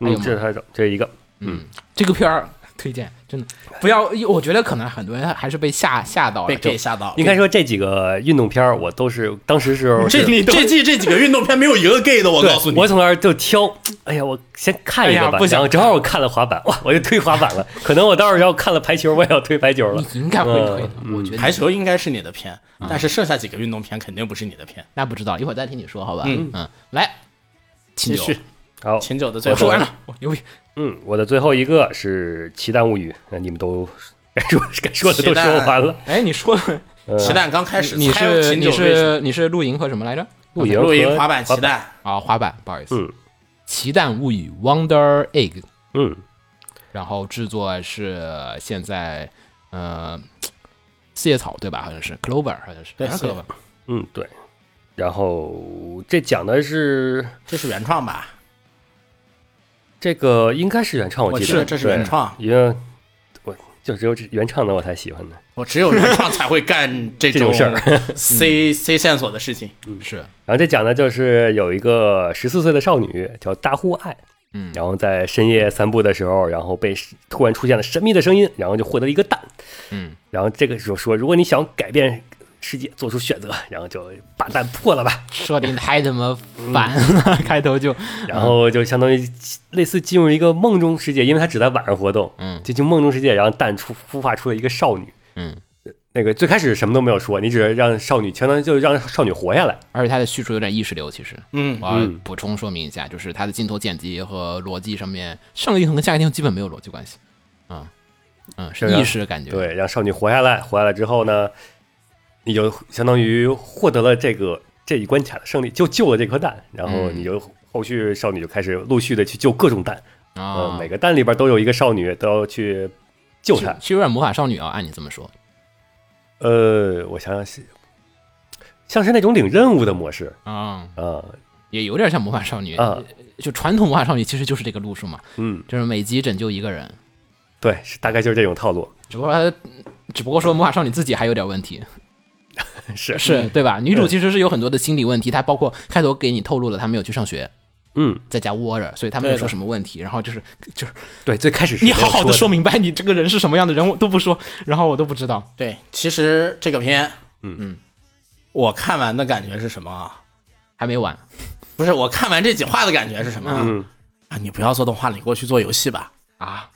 还
嗯
有，吗
这是他的这是一个。
这个片儿推荐，真的不要，我觉得可能很多人还是被吓吓到了，
被
就
被吓到了
应。该说这几个运动片儿，我都是当时时候
这
是
这季这几个运动片没有一个 gay 的，我告诉你
我。从那儿就挑，哎呀，我先看一
哎
个
呀
吧，
不
然
想
后正好我看了滑板，哇，我就推滑板了。可能我到时候要看了排球，我也要推排球了。嗯
你应该会推的，我觉得
排球应该是你的片，
嗯
但是剩下几个运动片肯定不是你的片。
那不知道，一会儿再听你说好吧？嗯嗯，来，请
继
酒
续，
好，
秦九的最
我
后
说
说完了，我牛逼，
嗯，我的最后一个是《奇蛋物语》，那你们都 该说该说的都说
奇蛋
完了。
哎，你说
奇蛋刚开始，
你
猜
是
秦
你
九为什么
是你是露营和什么来着？
露营、
露嗯营、滑板、奇，蛋，
啊，滑板，不好意思，
嗯
《奇蛋物语》Wonder Egg，
嗯，
然后制作是现在呃。四叶草对吧？好像是 Clover，好像是
对
好像是
四叶
Clover
嗯，对。然后这讲的是
这是原创吧？
这个应该是原创，
我
记
记得
得
这是原创
对因为我就只有原唱的我才喜欢的。
我只有原创才会干这
这种事儿
C C 线索的事情。
是
然后这讲的就是有一个十四岁的少女叫大户爱，嗯，然后在深夜散步的时候，然后被突然出现了神秘的声音，然后就获得了一个蛋，
嗯，
然后这个时候说，如果你想改变世界，做出选择，然后就把蛋破了吧，
设定太他妈烦了，
嗯
开头就
然后就相当于类似进入一个梦中世界，因为它只在晚上活动，
嗯
进进梦中世界，然后蛋出孵化出了一个少女，
嗯。
那个最开始什么都没有说，你只是让少女，相当于就是让少女活下来。
而且它的叙述有点意识流，其实，
嗯
我要补充说明一下，就是它的镜头剪辑和逻辑上面，上个镜头跟下个镜头基本没有逻辑关系，嗯嗯，是
是啊
意识感觉，，
对，让少女活下来，活下来之后呢，你就相当于获得了这个这一关卡的胜利，就救了这颗蛋，然后你就后续少女就开始陆续的去救各种蛋，
啊、
呃，每个蛋里边都有一个少女，都要去救她
其。实有点魔法少女啊，按你这么说，
呃，我想想是，像是那种领任务的模式
啊、
啊、
也有点像魔法少女
啊，
就传统魔法少女其实就是这个路数嘛，
嗯，
就是每集拯救一个人，
对，是大概就是这种套路，
只不过它只不过说魔法少女自己还有点问题，
是
是对吧？女主其实是有很多的心理问题，她包括开头给你透露了她没有去上学，
嗯，
在家窝着，所以她没有说什么问题，然后就是就是
对，最开始是
你
没
好
有
好的
的
说明白你这个人是什么样的人，我都不说，然后我都不知道。
对，其实这个片，
嗯
嗯，我看完的感觉是什么啊？
还没完，
不是我看完这几话的感觉是什么啊？
嗯，
啊，你不要做动画，你给我去做游戏吧。
啊，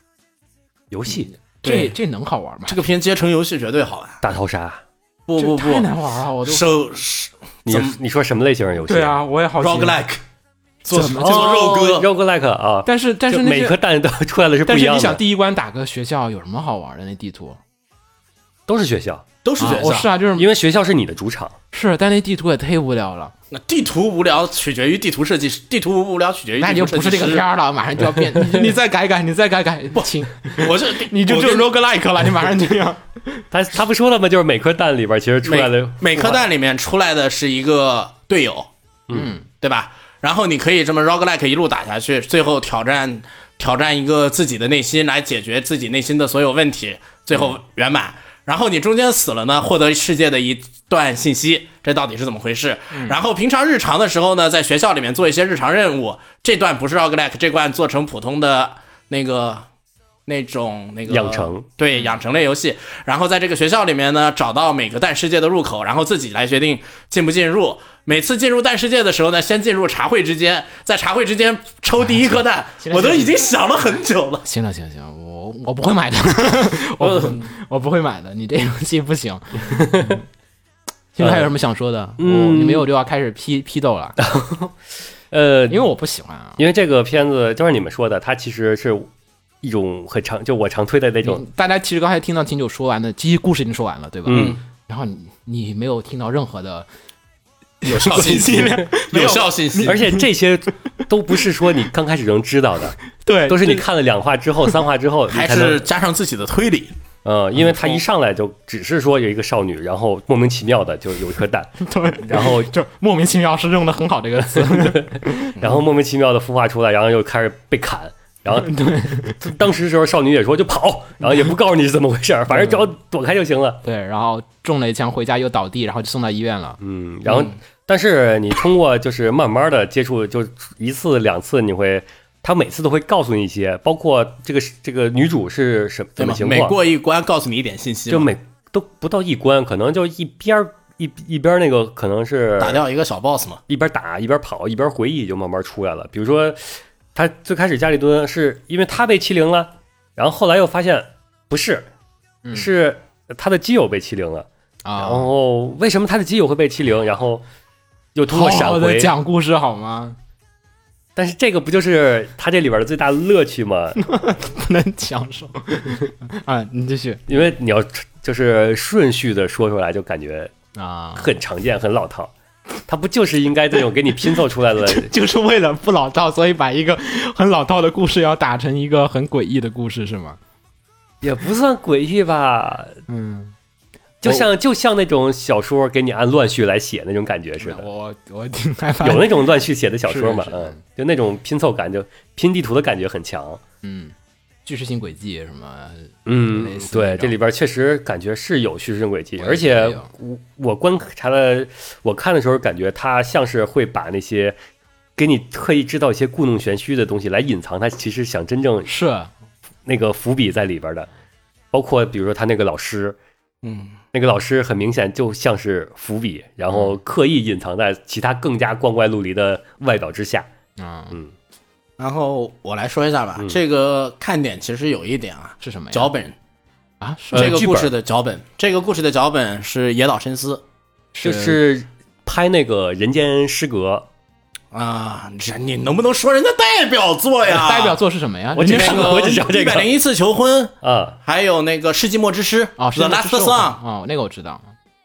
游戏
这
对
这能好玩吗？
这个片接成游戏绝对好玩。
大逃杀，
这
不不
太
不，
难玩了，我都
手手
你
怎么
你说什么类型的游戏？哦
对，啊，我也好奇。
roguelike 做
怎么
做肉
哥
鸽，
，roguelike 啊，
但是但是
就
那
每
些
颗蛋都 出来的是不
但
一
是
样
你想
的，
第一关打个学校有什么好玩的？那地图
都是学校，
都是
啊
选
哦是
项。
啊，就是
因为学校是你的主场。
是，但那地图也忒无聊了，
那地图无聊取决于地图设计师，地图无聊取决于
那
地
你就
图设
不
计
是这个
师
片。儿了，马上就要 变，你你再改改，你再改改，亲，
我是
你就
我
就
跟
roguelike 了，你马上就要。
他他不说了吗？就是每颗蛋里边其实出来的
每每颗蛋里面出来的是一个队友，
嗯，
对吧？然后你可以这么 roguelike 一路打下去，最后挑战挑战一个自己的内心，来解决自己内心的所有问题，最
嗯
后圆满。然后你中间死了呢，获得世界的一段信息，这到底是怎么回事？
嗯
然后平常日常的时候呢，在学校里面做一些日常任务，这段不是 roguelike，这段做成普通的那个那种那个
养成，
对养成类游戏。然后在这个学校里面呢，找到每个蛋世界的入口，然后自己来决定进不进入。每次进入蛋世界的时候呢，先进入茶会之间，在茶会之间抽第一颗蛋，
了
我都已经想了很久了。
行了行了行了，我我不会买的，我不
嗯
我不会买的，你这游戏不 行。现在还有什么想说的？
嗯
我你没有就要开始批批斗了，
呃，
因为我不喜欢啊。
因为这个片子就是你们说的，它其实是一种很常 就我常推的那种，
大家其实刚才听到秦九说完的，其实故事已经说完了，对吧？
嗯，
然后你你没有听到任何的，
有效信 息，有效信
嗯
息，
而且这些都不是说你刚开始能知道 的，
对
都是你看了两话之后、三话之后，你
还
才能
是加上自己的推理。
嗯，因为他一上来就只是说有一个少女，然后莫名其妙的就有一 颗蛋，然后
就莫名其妙是用的很好这个 词，
然后莫名其妙的孵化出来，然后又开始被砍，然后
嗯
当时时候少女也说就跑，然后也不告诉你是怎么回事儿，反正只要
嗯
躲开就行了。
对，然后中了一枪回家又倒地，然后就送到医院了。
嗯，然后但是你通过就是慢慢的接触，就一次两次，你会他每次都会告诉你一些，包括这个这个女主是什
对
怎么
吗？
情
每
况，
过一关，告诉你一点信息嘛，
就每都不到一关，可能就一边儿一一边儿那个可能是
打掉一个小 boss 嘛。
一边打一边跑一边回忆就慢慢出来了。比如说，他最开始加里敦是因为他被欺凌了，然后后来又发现不是，是他的基友被欺凌了。然
啊，
后为什么他的基友会被欺凌？然后又通
好
过闪
好的
回，
讲故事好吗？
但是这个不就是他这里边的最大乐趣吗？
不能享受啊，你继续
因为你要就是顺序的说出来，就感觉
啊，
很常见、很老套。他不就是应该这种给你拼凑出来的
就是为了不老套，所以把一个很老套的故事要打成一个很诡异的故事，是吗？
也不算诡异吧？
嗯，
就像就像那种小说给你按乱序来写那种感觉似的，
我我挺害怕。
有那种乱序写的小说
哦
嘛？
是是
嗯，就那种拼凑感，就拼地图的感觉很强。
嗯，叙事性轨迹什么，
嗯
类，似那
对，
种
这里边确实感觉是有叙事性轨迹，
我也
而
觉得
且
有
我我观察了，我看的时候感觉他像是会把那些给你特意制造一些故弄玄虚的东西来隐藏他其实想真正
是
那个伏笔在里边的，包括比如说他那个老师，嗯，那个老师很明显就像是伏笔，然后刻意隐藏在其他更加光怪陆离的外表之下，
啊、嗯，
然后我来说一下吧，这个看点其实有一点啊，
是什么呀？
脚本，
啊，是
这个
剧
故
本
事的脚呃本，这个故事的脚本是野岛伸司
就是拍那个《人间失格
啊，这你能不能说人家代表作 呀？
代表作是什么哎呀？
我
人
只
家
看
那
过
个
我只知道这
一
个
百零一次求婚，》
啊，
还有那个世纪末之诗
哦，是
The
那个
Last
是我
Song，
哦，那个我知道，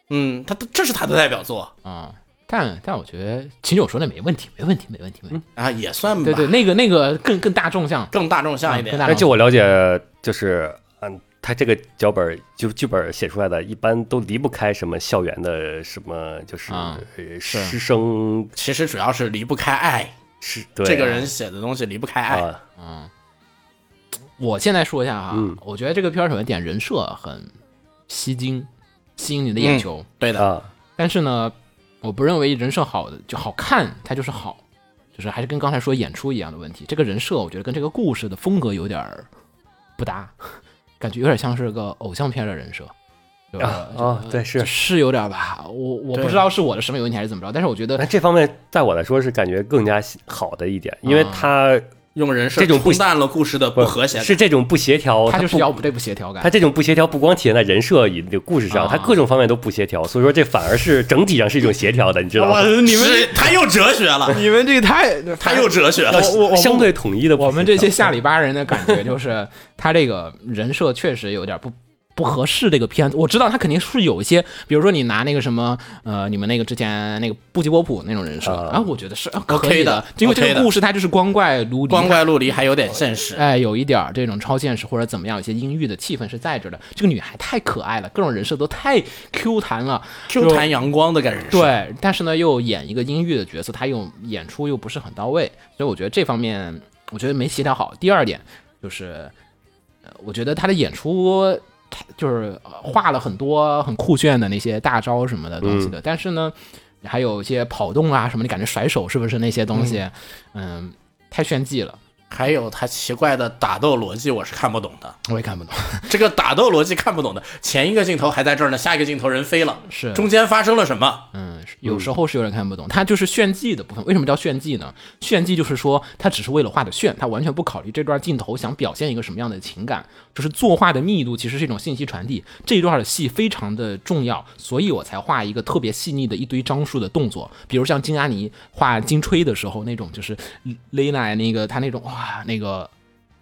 嗯，他这是他的代表作
嗯，但但我觉得秦九说的没问题，没问题，没问题，没问题。
啊，也算吧，
对对，那个那个更嗯更大众向，嗯哎
更大众向一
更
点。
大
那
众
就
向。
我了解，就是嗯，他这个脚本儿就剧本儿写出来的，一般都离不开什么校园的什么，就是、
啊
呃师生
其实主要是离不开爱，
师对
这个人哎写的东西离不开爱。
啊，
我现在说一下哈
嗯，
我觉得这个片儿首先点人设很吸睛，吸引你的眼球，
对的，
啊，
但是呢，我不认为人设好的就好看，它就是好，就是还是跟刚才说演出一样的问题。这个人设我觉得跟这个故事的风格有点儿不搭，感觉有点像是个偶像片的人设。对吧呃
啊啊对是
是有点吧，我我不
对
知道是我的审美问题还是怎么着，但是我觉得
那这方面在我来说是感觉更加好的一点，因为
啊
他
用人设
这种不
冲淡了故事的不和谐感。
是这种不协调，
他
它
就是
不
要不这不协调感
他。这种不协调不光体现在人设与这个故事上，
啊
他各种方面都不协调，所以说这反而是整体上是一种协调的，你知道吗？
你们他又哲学了，
你们这个太
他又哲学了。
我我
相对统一的不协 调，
我们这些下里巴人的感觉就是，他这个人设确实有点不不合适这个片子。我知道他肯定是有一些，比如说你拿那个什么，呃，你们那个之前那个布吉波普那种人设，
啊
啊，我觉得是、啊、
OK
可以
的
因为这
OK
个
的
故事它就是光怪陆离，
光怪陆离还有点现实，
哎，有一点儿这种超现实或者怎么样，有些阴郁的气氛是在这儿的。这个女孩太可爱了，各种人设都太 Q 弹了
就谈阳光的感觉。，
对，但是呢，又演一个阴郁的角色，他又演出又不是很到位，所以我觉得这方面我觉得没协调好。第二点就是，呃，我觉得他的演出，他就是呃画了很多很酷炫的那些大招什么的东西的，但是呢，还有一些跑动啊什么，你感觉甩手是不是那些东西，嗯太炫技了，
还有他奇怪的打斗逻辑，我是看不懂的。
我也看不懂。
这个打斗逻辑看不懂的，前一个镜头还在这儿呢，下一个镜头人飞了，
是
中间发生了什么？
嗯，是有时候是有点看不懂，它就是炫技的部分。为什么叫炫技呢？炫技就是说，它只是为了画的炫，它完全不考虑这段镜头想表现一个什么样的情感，就是作画的密度其实是一种信息传递。这一段的戏非常的重要，所以我才画一个特别细腻的一堆张数的动作，比如像金阿尼画金吹的时候那种，就是勒奶那个他那种哇那个。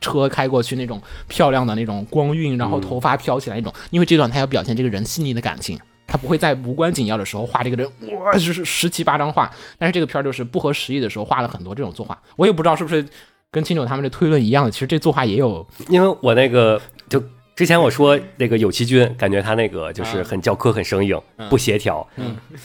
车开过去那种漂亮的那种光晕，然后头发飘起来那种，因为这段他要表现这个人细腻的感情，他不会在无关紧要的时候画这个人，哇，是是十七八张画。但是这个片儿就是不合时宜的时候画了很多这种作画，我也不知道是不是跟秦九他们这推论一样的，其实这作画也有
因为我那个就之前我说那个有其君，感觉他那个就是很教科、很生硬，不协调。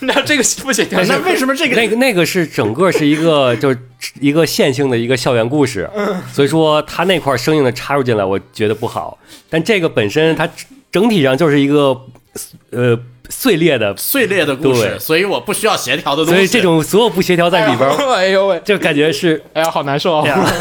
那这个不行，
那为什么这个
那个那个是整个是一个就是一个线性的一个校园故事，所以说他那块生硬的插入进来，我觉得不好。但这个本身它整体上就是一个呃碎裂的，
碎裂的故事？
对
所以我不需要协调的东西。
所以这种所有不协调在 里边儿，
哎呦喂，
就感觉是
哎呀好难受、
哎
啊。
呀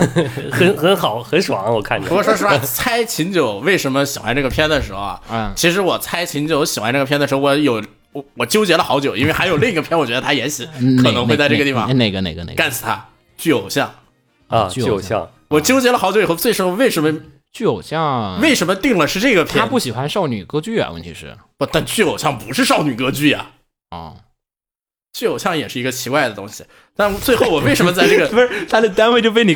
很很好很爽，我看着
不。过说实话，猜秦九为什么喜欢这个片的时候啊，
嗯
其实我猜秦九喜欢这个片的时候，我有我我纠结了好久，因为还有另一个片，我觉得他也喜
嗯
可能会在这个地
哪
方
哪个哪个哪个
干死他，巨偶像。
啊，
具
具
有
有
像
像
我纠结了好久以后，最终为什么
剧偶像？
为什么定了是这个片？
他不喜欢少女歌剧啊？问题是
不，但巨偶像不是少女歌剧啊，
哦，
巨偶像也是一个奇怪的东西。但最后我为什么在 这个
不是他的单位就 被你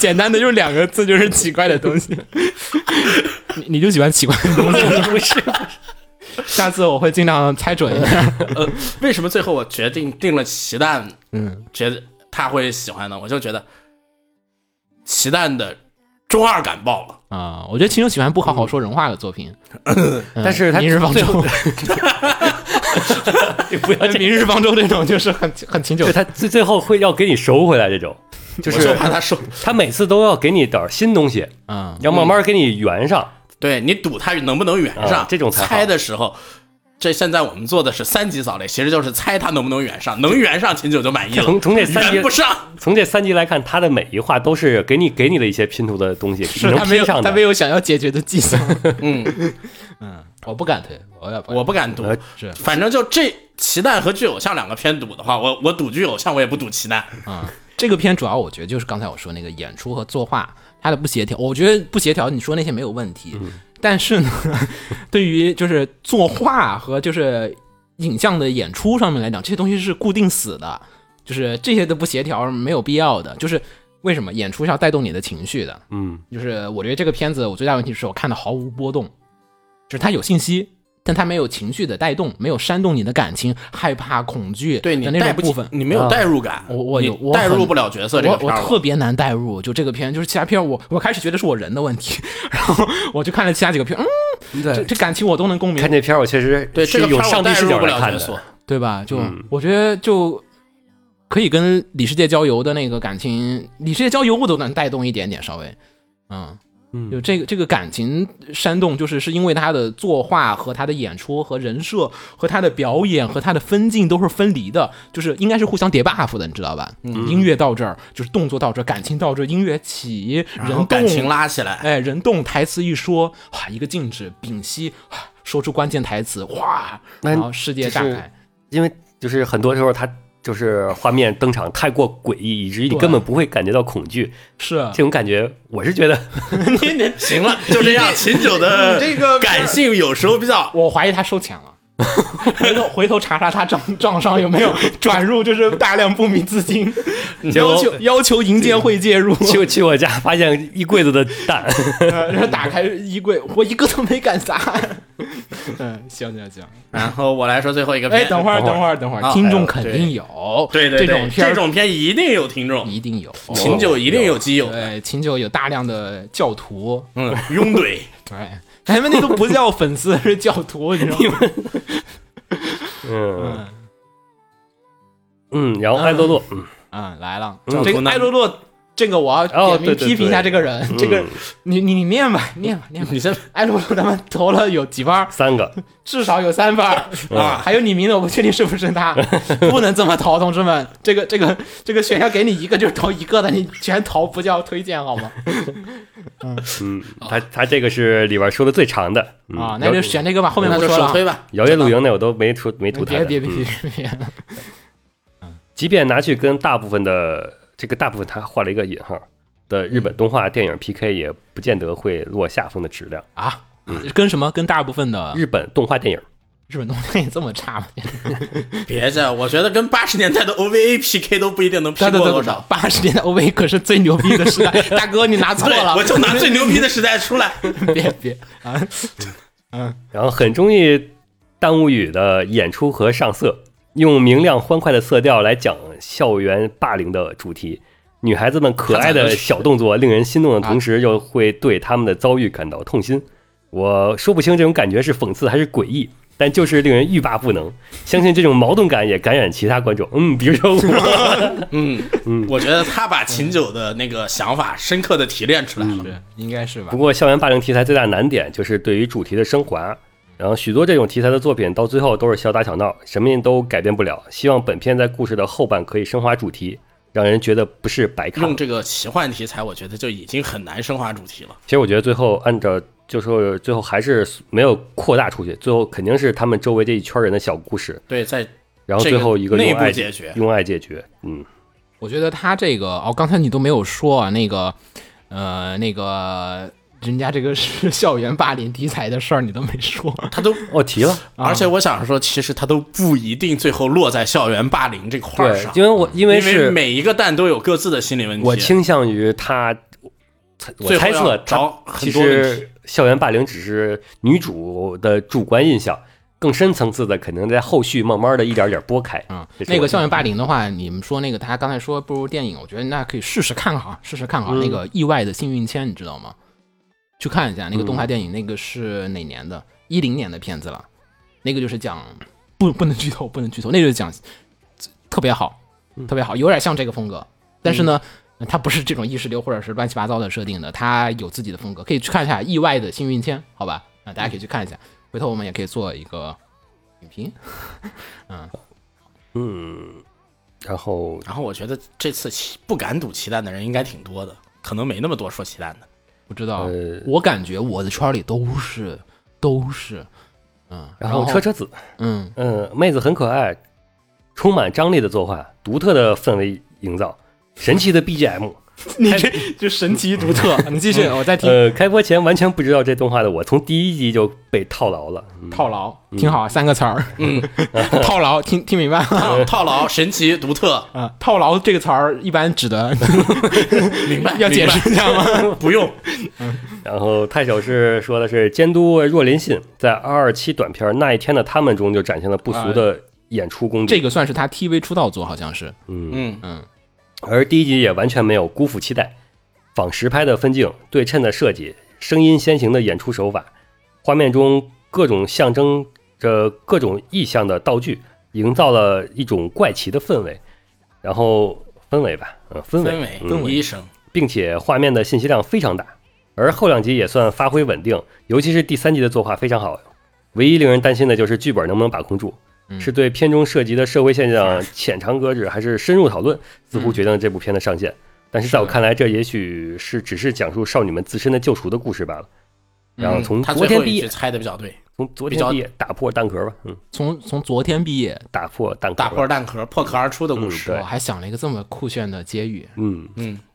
简单的用两个字就是奇怪的东西，你你就喜欢奇怪的东西，不是？ 下次我会尽量猜准一下。
呃，为什么最后我决定定了奇蛋，
嗯，
觉得他会喜欢呢？我就觉得奇蛋的中二感爆了。
啊、我觉得秦九喜欢不好好说人话的作 品，嗯
但是他
明日方舟
最》后 不要
《明日方舟》这种就是很很秦九
就他最最后会要给你收回来这种，就
我就是怕他说，
他每次都要给你点儿新东西，
嗯，
要慢慢给你圆上。
对你赌他能不能圆上
啊，这种才好
猜的时候。这现在我们做的是三级扫雷，其实就是猜他能不能圆上，能圆上秦九就满意了。
从从这三级
圆不上，
从这三集来看，他的每一话都是给你给你了一些拼图的东西，你
他
能
没有
拼上
他
的
没。有想要解决的迹 象。
嗯，
我不敢推，我也不
我不敢赌
呃，
是
反正就这奇蛋和巨偶像两个片赌的话，我我赌巨偶像，我也不赌奇蛋。
啊、这个片主要我觉得就是刚才我说那个演出和作画它的不协调，我觉得不协调，你说那些没有问题，
嗯
但是呢， 对于就是作画和就是影像的演出上面来讲，这些东西是固定死的，就是这些的不协调没有必要的，就是为什么演出是要带动你的情绪的，
嗯，
就是我觉得这个片子我最大问题是我看的毫无波动，就是它有信息。但它没有情绪的带动，没有煽动你的感情、害怕、恐惧
对你
的那
带
种
不
部
起
分，啊
你没有代入感，
我我
你
有我
代入
很
不了角色这个
我
片
我
儿
特别难代入，就这个片，就是其他片儿我我开始觉得是我人的问题， 然后我就看了其他几个片，嗯，这
对。
这感情我都能共鸣
看，这片儿，我确实
对
是
这个片
用
儿我
上帝
代
视
入
角
不
来
了
看
角
的。
色。
对吧？就、
嗯
我觉得就可以跟《里世界郊游》的那个感情，《里世界郊游》我都能带动一点点，稍微，嗯。
嗯
就这个这个感情煽动，就是是因为他的作画和他的演出和人设和他的表演和他的分镜都是分离的，就是应该是互相叠 buff 的，你知道吧？嗯，音乐到这儿就是动作到这儿，感情到这儿，音乐起，人
然
动
后感情拉起 来，
哎，人动台词一说，哇，一个静止，屏息，哇说出关键台词，哇，
那
然后世界
就是
炸开，
因为就是很多时候他就是画面登场太过诡异，以至于你
对
根本不会感觉到恐惧。
是啊
这种感觉，我是 觉得
行了，就 这样。秦九的
这个
感性有时候比较，
我怀疑他收钱了。 回头回头查查他账账上有没有转入，就是大量不明资金，
结
要
果
求要求银监会介入，
去去我家发现一柜子的蛋，
呃 然后打开衣柜，我一个都没敢砸。嗯，行行行，
然后我来说最后一个
哎，
片。
等会儿等会儿等会
啊
儿，听
哎
众
呦
肯
对
定有，
对对
这
对，
种片
这
儿
种片一定有听众，
一定有，
秦九一定有基友，
对秦九有大量的教徒，
嗯，拥怼。
对，咱们那都不叫粉丝，是教徒，你知道吗？
嗯嗯，然后爱洛洛，嗯，
嗯，来了，
嗯
这
图
个
呢
艾洛洛，这个我要
哦
点名
对对
批评一下这个人，这个
嗯
你你你念吧，念吧，念吧。哎
你先
艾洛洛他们投了有几番儿，
三个，
至少有三番儿
嗯
啊，还有你名的我不确定是不是 他，不能这么投，同志们，这个这个这个选项给你一个就是投一个的，你全投不叫推荐好吗？
嗯，他他这个是里边说的最长的嗯
啊，哦那就选这个吧， 后面
那
不
就
说了
首
啊
推。吧，
摇曳露营那我都没出没吐他
别别
的，
别
嗯
别别！
即便拿去跟大部分的这个大部分他画了一个引号的日本动画电影 PK，也不见得会落下风的质量。
啊，跟什么？跟大部分的
日本动画电影，
日本动画也这么差 吗？
别介，我觉得跟八十年代的 OVA PK 都不一定能
对
PK
对
过
对
多
对
少。，
八十年代 OVA 可是最牛逼的时代， 大哥你拿错
对
了，，
我就拿最牛逼的时代出来。
别别啊，
然后很中意弹物语的演出和上色，用明亮欢快的色调来讲校园霸凌的主题。女孩子们可爱的小动作令人心动的同时，又会对他们的遭遇感到痛心。我说不清这种感觉是讽刺还是诡异，但就是令人欲罢不能。相信这种矛盾感也感染其他观众，嗯，比如说我。
嗯嗯，我觉得他把秦九的那个想法深刻的提炼出来了。
是应该是吧
不？过校园霸凌题材最大难点就是对于主题的升
嗯
华，然后许多这种题材的作品到最后都是小打小闹，什么都改变不了。希望本片在故事的后半可以升华主题，让人觉得不是白看
用
了。
这个奇幻题材，我觉得就已经很难升华主题了。
其实我觉得最后按照就说最后还是没有扩大出去，最后肯定是他们周围这一圈人的小故事，
对，在
然后最后一个
这个
用爱
内部解决
用爱解决。嗯，
我觉得他这个哦，刚才你都没有说啊，那个呃，那个人家这个是校园霸凌题材的事儿，你都没说。
他都，
哦提了，
而且我想说，其实他都不一定最后落在校园霸凌这块儿
对
上，，
因为我因
因
为是
每一个蛋都有各自的心理问题。
我倾向于他，我
最后
猜测
要
他
找很
其
多问题
实校园霸凌只是女主的主观印象，更深层次的肯定在后续慢慢的一点点拨开。
啊、
这是
那
我
个校
的
园霸凌的话，你们说那个他刚才说不如电影，我觉得那可以试试看哈，试试看
嗯
哈。那个意外的幸运签，你知道吗？去看一下
嗯
那个动画电影，那个是哪年的？一零年的片子了。那个就是讲不不能剧
嗯
透，不能剧透。那个就是讲特别好，特别好，有点像这个风格，但是呢，那它不是这种意识流或者是乱七八糟的设定的，它有自己的风格，可以去看一下《意外的幸运签》，好吧？啊，大家可以去看一下，回头我们也可以做一个影评。
嗯，然后
然后我觉得这次期不敢赌奇蛋的人应该挺多的，可能没那么多说奇蛋的。
不知道
呃，
我感觉我的圈里都是都是，嗯，
然
后
后车车子，
嗯，
嗯，妹子很可爱，充满张力的作画，独特的氛围营造，神奇的 BGM。
你这就神奇独特。你继
嗯
续，我再听。
呃，开播前完全不知道这动画的我，从第一集就被套牢了。嗯
套牢，挺好，三个词儿，嗯， 套牢，听听明白了
套套牢、神奇、独 特，
啊？套牢这个词儿一般指的
明白？
要解释一
明
下吗？
白？不用，
然后太守是说的是监督若林信在二二七短片《那一天的他们》中就展现了不俗的演出功底。
这个算是他 TV 出道作，好像是，
嗯
而第一集也完全没有辜负期待，仿实拍的分镜、对称的设计、声音先行的演出手法，画面中各种象征着各种意象的道具，营造了一种怪奇的氛围。然后氛围吧，呃，氛围，
氛围、
嗯
医生，
并且画面的信息量非常大。而后两集也算发挥稳定，尤其是第三集的作画非常好。唯一令人担心的就是剧本能不能把控住，
嗯
是对片中涉及的社会现象浅尝辄止，还是深入讨
嗯
论，似乎决定了这部片的上限。但是在我看来，这也许是只是讲述少女们自身的救赎的故事罢了。然后从
嗯他
昨
最
天
后
毕
一
业
句，猜的比较对，
从昨
比
天
较
毕业打破蛋壳吧，嗯，
从从昨天毕业，
打破蛋壳吧，
打破蛋壳、破壳而出的故事。
对
我还想了一个这么酷炫的结语，
嗯，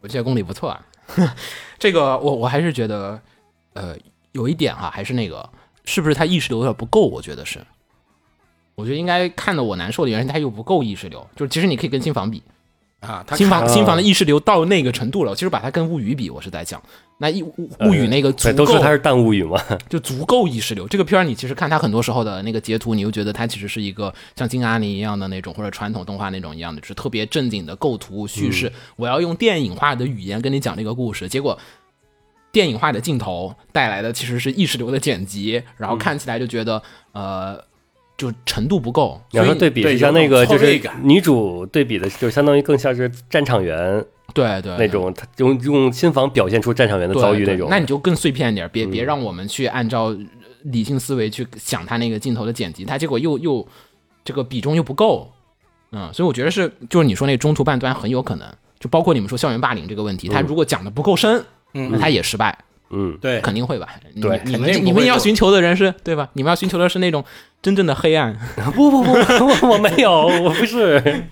我觉得功底不错啊。 这个我我还是觉得，呃，有一点哈、还是那个，是不是他意识流有点不够？我觉得是，我觉得应该看得我难受的原因，他又不够意识流。就是其实你可以跟新房比，
啊，他
新房
看
新房的意识流到那个程度了，其实把它跟物语比，我是在讲，那一物物语那个足
呃对，
够
都说它是蛋物语嘛，
就足够意识流。这个片儿你其实看它很多时候的那个截图，你又觉得它其实是一个像金阿尼一样的那种，或者传统动画那种一样的，就是特别正经的构图叙
嗯
事。我要用电影化的语言跟你讲这个故事，结果电影化的镜头带来的其实是意识流的剪辑，然后
嗯
看起来就觉得、呃，就程度不够。
你要说对比是像那个，
有种
就
错位
是
感
女主对比的，就相当于更像是战场员
对对，
那种，她用用新房表现出战场员的
对
遭遇
对
哎那种。嗯
那你就更碎片一点，别别让我们去按照呃理性思维去想他那个镜头的剪辑，他结果又又这个比重又不够，嗯，所以我觉得是就是你说那中途半端很有可能，就包括你们说校园霸凌这个问题，他如果讲的不够深，那他也失败，
嗯，
对
肯定会吧？你
对
你
肯定
们
不会
你们要
中
寻求的人是对吧？你们要寻求的是那种真正的黑暗，
不不不，我我没有，我不是。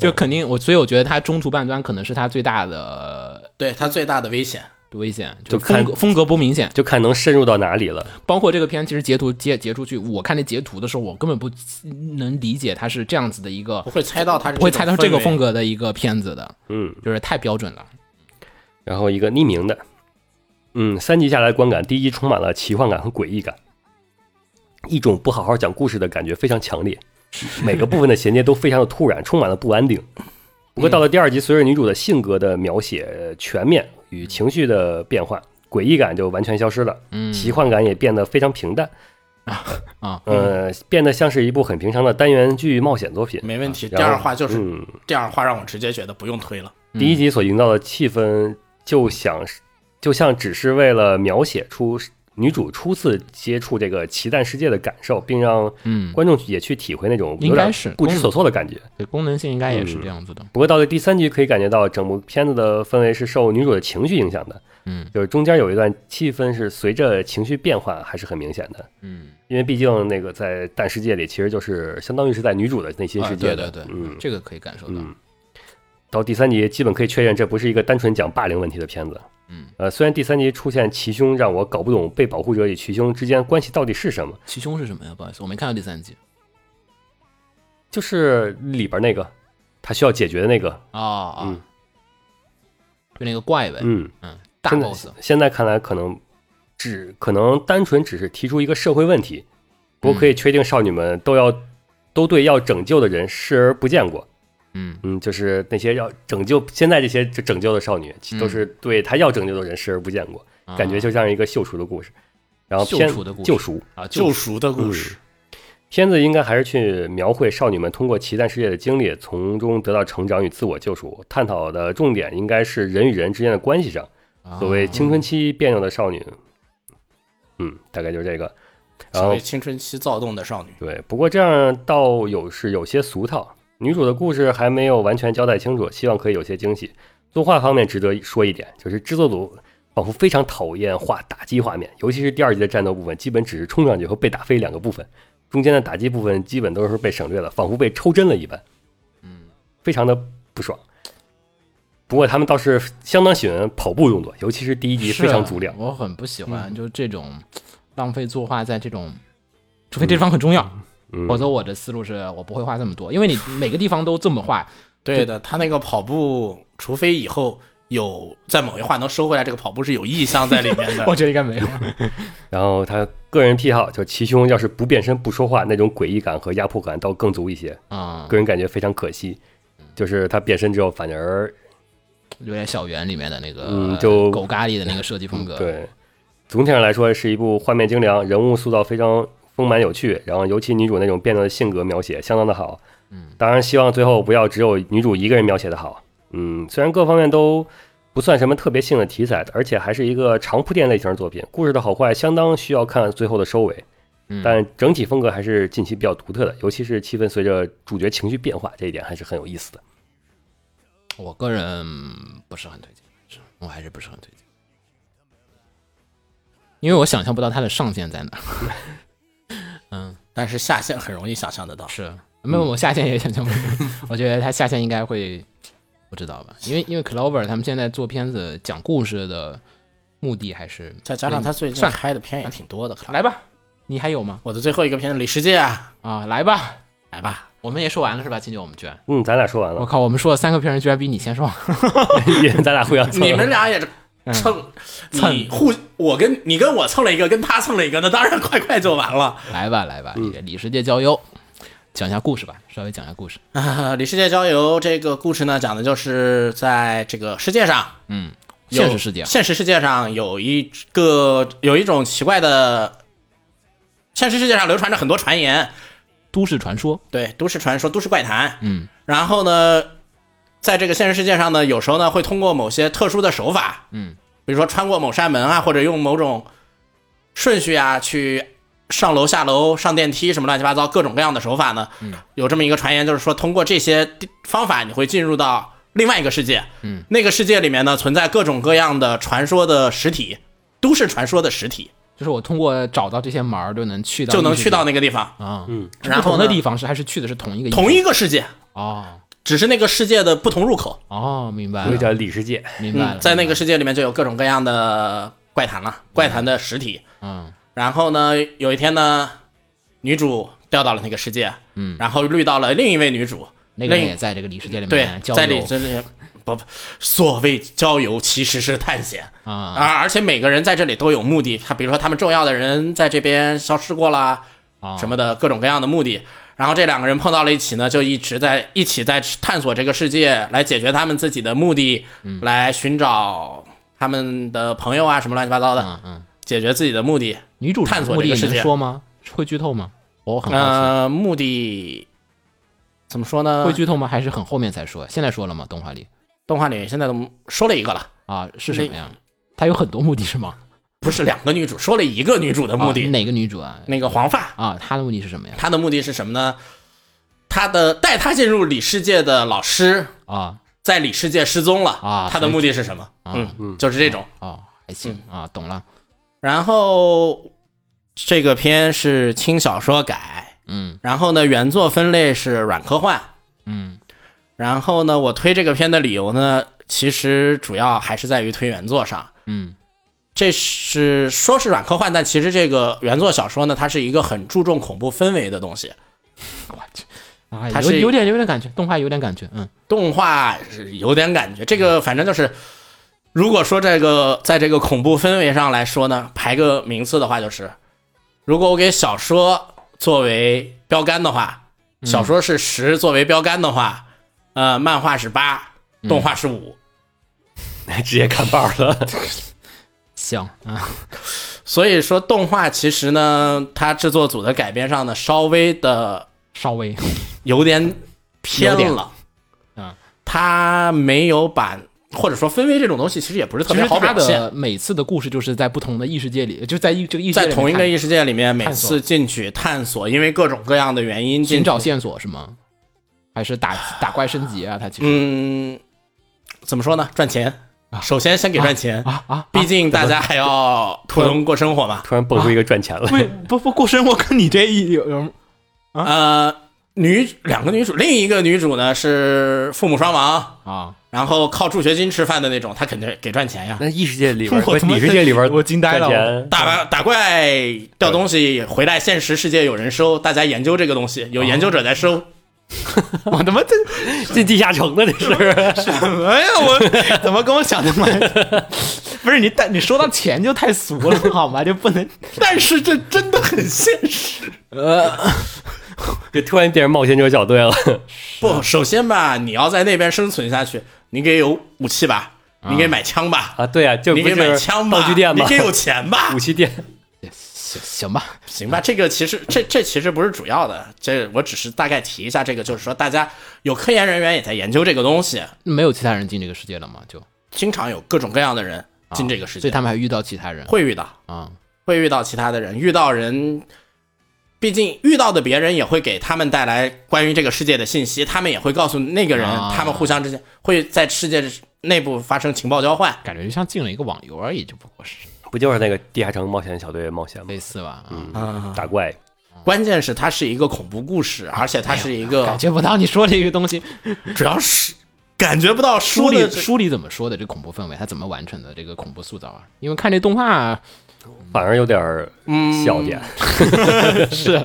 就肯定我，所以我觉得他中途半端可能是他最大的
对他最大的危险，
危险，就
就看
风格风格不明显。
就看能深入到哪里了。
包括这个片，其实截图截截出去，我看那截图的时候，我根本不能理解它是这样子的一个
不，会猜到他是
不会猜到这
这
个
种
风
氛围。
格的一个片子的，
嗯，
就是太标准了。
然后一个匿名的，嗯，三集下来观感，第一集充满了奇幻感和诡异感，一种不好好讲故事的感觉非常强烈，每个部分的衔接都非常的突然，充满了不安定。不过到了第二集，随着女主的性格的描写呃全面与情绪的变化，诡异感就完全消失了，
嗯
奇幻感也变得非常平淡，
啊，
呃，变得像是一部很平常的单元剧冒险作品。嗯
没问题，第
然后
二话就是、
嗯，
第二话让我直接觉得不用推了。
嗯
第一集所营造的气氛，就想是就像只是为了描写出女主初次接触这个奇蛋世界的感受，并让
嗯，
观众也去体会那种有
应该
点
是
不知所措的感觉。
对，功能性应该也是这样子的。
不过到了第三集，可以感觉到整部片子的氛围是受女主的情绪影响的。
嗯，
就是中间有一段气氛是随着情绪变化，还是很明显的。
嗯，
因为毕竟那个在蛋世界里，其实就是相当于是在女主的内心
啊
世
对
界
对
的。
对，
嗯，
这个可以感受到。
嗯到第三集基本可以确认，这不是一个单纯讲霸凌问题的片子。
嗯，
呃，虽然第三集出现齐胸，让我搞不懂被保护者与齐胸之间关系到底是什么，
其凶是什么呀？不好意思，我没看到第三
嗯
集。
就是里边那个他需要解决的那个，
啊啊
嗯，
就那个怪呗，
嗯，
嗯，大
现在
boss。
现在看来可能只可能单纯只是提出一个社会问题，不过可以
嗯
确定少女们都要都对要拯救的人视而不见过。
嗯
嗯，就是那些要拯救现在这些就拯救的少女，其都是对她要拯救的人视而不见过，啊感觉就像一个救赎的故事。然后
救
片
赎的故事
救赎
啊，
嗯
救
就
赎的故事，
片子应该还是去描绘少女们通过奇蛋世界的经历，从中得到成长与自我救赎。探讨的重点应该是人与人之间的关系上，所谓青春期别扭的少女。嗯，大概就是这个。然
所
后
谓青春期躁动的少女，
对，不过这样倒有是有些俗套。女主的故事还没有完全交代清楚，希望可以有些惊喜。作画方面值得说一点，就是制作组仿佛非常讨厌画打击画面，尤其是第二集的战斗部分，基本只是冲上去和被打飞两个部分，中间的打击部分基本都是被省略了，仿佛被抽针了一般。嗯，非常的不爽。不过他们倒是相当喜欢跑步动作，尤其是啊第一集非常足量。
啊
嗯
我很不喜欢就这种浪费作画在这种，除非这地方很重要，
嗯
否则我的思路是我不会画这么多，因为你每个地方都这么画，
对的，他那个跑步，除非以后有在某一话能收回来，这个跑步是有意向在里面
我
的。
觉得应该没有。
然后他个人癖好就齐胸，要是不变身不说话，那种诡异感和压迫感倒更足一些。
啊、
个人感觉非常可惜，就是他变身之后反而
有点小圆里面的那个，呃
嗯就嗯
狗咖喱的那个设计风格，，
对。总体上来说是一部画面精良，人物塑造非常丰满有趣，然后尤其女主那种变动的性格描写相当的好。嗯，当然希望最后不要只有女主一个人描写的好。嗯，虽然各方面都不算什么特别性的题材，而且还是一个长铺垫类型的作品，故事的好坏相当需要看最后的收尾。但整体风格还是近期比较独特的，尤其是气氛随着主角情绪变化，这一点还是很有意思的。
我个人不是很推荐，是我还是不是很推荐，因为我想象不到它的上限在哪儿。
但是下线很容易想象得到，
是，没有，我下线也想象不到，我觉得它下线应该会不知道吧，因为因为 Clover 他们现在做片子讲故事的目的还是
再加上他最近
嗯算了
拍的片也挺多的。看
来
来
吧，你还有吗？
我的最后一个片《里世界》啊，
啊，来吧，
来吧，
我们也说完了是吧？秦九，我们居然，
嗯，咱俩说完
我
了，
靠，我们说了三个片儿，居然比你先说完。
也咱俩互相
嗯
蹭了
你们俩也是蹭蹭互，我跟你跟我蹭了一个，跟他蹭了一个，那当然快快就完了。
来吧，来吧，这
嗯
个里世界交友，讲一下故事吧，稍微讲一下故事。
啊， 《里世界郊游》这个故事呢，讲的就是在这个世界上，
嗯，
有
现实世界啊，
现实世界上有一个有一种奇怪的，现实世界上流传着很多传言，
都市传说，
对，都市传说、都市怪谈。
嗯，
然后呢，在这个现实世界上呢，有时候呢会通过某些特殊的手法，
嗯，
比如说穿过某扇门啊，或者用某种顺序啊去上楼、下楼、上电梯什么乱七八糟各种各样的手法呢。嗯，有这么一个传言，就是说通过这些地方法，你会进入到另外一个世界。
嗯，
那个世界里面呢存在各种各样的传说的实体，都市传说的实体，
就是我通过找到这些门儿就能去到，
就能去到那个地方。
啊，嗯，
然后
不同
呢
的地方是还是去的是同一个
同
一
一个世界，
哦
只是那个世界的不同入口。
哦，明白
所以
了，
叫里世界。
明白
嗯
了，，嗯
在那个
明
世界里面就有各种各样的怪谈了，怪谈的实体。
白了嗯
然后呢，有一天呢，女主掉到了那个世界，
嗯，
然后遇到了另一位女主，
那个人
另
也在这个里世界里嗯
对
面，交
在里
友
这里不不，所谓郊游其实是探险，而
啊
而且每个人在这里都有目的，他比如说他们重要的人在这边消失过啦，
啊
什么的各种各样的目的。然后这两个人碰到了一起呢，就一直在一起在探索这个世界，来解决他们自己的目的，
嗯
来寻找他们的朋友啊什么乱七八糟的，
嗯嗯，
解决自己的目的。
女主
探索
目
这
的
个世
能
界
说吗？会剧透吗？我很好奇。
呃，目的怎么说呢？
会剧透吗？还是很后面才说？现在说了吗？动画里
动画里现在都说了一个了，
啊，是什
那
么呀？它有很多目的是吗？
不是两个女主，说了一个女主的目
啊
的，
哪个女主啊？
那个黄发，
啊，她的目的是什么呀？
她的目的是什么呢？她的带她进入里世界的老师
啊
在里世界失踪了
啊
她的目的是什么？
啊
嗯就是这种。
哦，还行啊，懂了。
然后这个片是轻小说改，
嗯
然后呢，原作分类是软科幻。
嗯
然后呢，我推这个片的理由呢，其实主要还是在于推原作上。
嗯
这是说是软科幻，但其实这个原作小说呢，它是一个很注重恐怖氛围的东西。
啊，
它
有
是
有点有点感觉，动画有点感觉，嗯
动画是有点感觉，这个反正就是，如果说这个在这个恐怖氛围上来说呢，排个名次的话，就是如果我给小说作为标杆的话，
嗯
小说是十作为标杆的话，呃，漫画是八，
嗯
动画是五。
直接看报了。
行啊，
所以说动画其实呢，它制作组的改编上呢，稍微的
稍微
有点偏
有点
了，
嗯，
它没有把或者说氛围这种东西，其实也不是特
其
别
实
好
他
表现
的。每次的故事就是在不同的异世界里，就在一这个异世界
在
里
同一个
面
异世界里面，每
探索
次进去探索，因为各种各样的原因
寻
进去
找线索是吗？还是打打怪升级啊？他其实
嗯，怎么说呢？赚钱，首先先给赚钱
啊啊啊嗯
毕竟大家还要普通过生活嘛。
突然蹦出一个赚钱来，
为不不过生活跟你这一有有
啊
呃，女两个女主，另一个女主呢是父母双亡，
啊，
然后靠助学金吃饭的那种，她肯定给赚钱呀。
那异世界里边儿，不
我
是
他妈
里世界里边儿，
我惊呆了
赚钱
打完打怪掉东西回来，现实世界有人收，大家研究这个东
哦
西，有研究者在收。
我他妈这
进地下城的这是
哎呀，我怎么跟我想的 蛮？不是你，但你说到钱就太俗了，好吗？就不能。
但是这真的很现实。
这突然变成冒险者小队了，啊
不，首先吧，你要在那边生存下去，你得有武器吧，你得买枪吧，
啊，对啊，这
你
不
给
是
买枪吧，
道具店
你
吗？
给有钱吧
武，器店，
行行吧，
行吧？这个其实这这其实不是主要的，这我只是大概提一下这个，就是说大家有科研人员也在研究这个东西，
没有其他人进这个世界了嘛，就啊
经常有各种各样的人
啊
进这个世
所
界，
以他们还遇到其他人
会遇到
啊，
会遇到其他的人，遇到人。毕竟遇到的别人也会给他们带来关于这个世界的信息，他们也会告诉那个人，
啊
他们互相之间会在世界内部发生情报交换。
感觉就像进了一个网游而已，就不过是
不就是那个地下城冒险小队冒险吗
类？似吧，啊
嗯
打怪，
关键是它是一个恐怖故事，而且它是一
感
个
觉不到你说这个东西，
主要是感觉不到
书
书
里
的
书里怎么说的这恐怖氛围，他怎么完成的这个恐怖塑造啊？因为看这动画
反而有点儿笑点。
嗯
是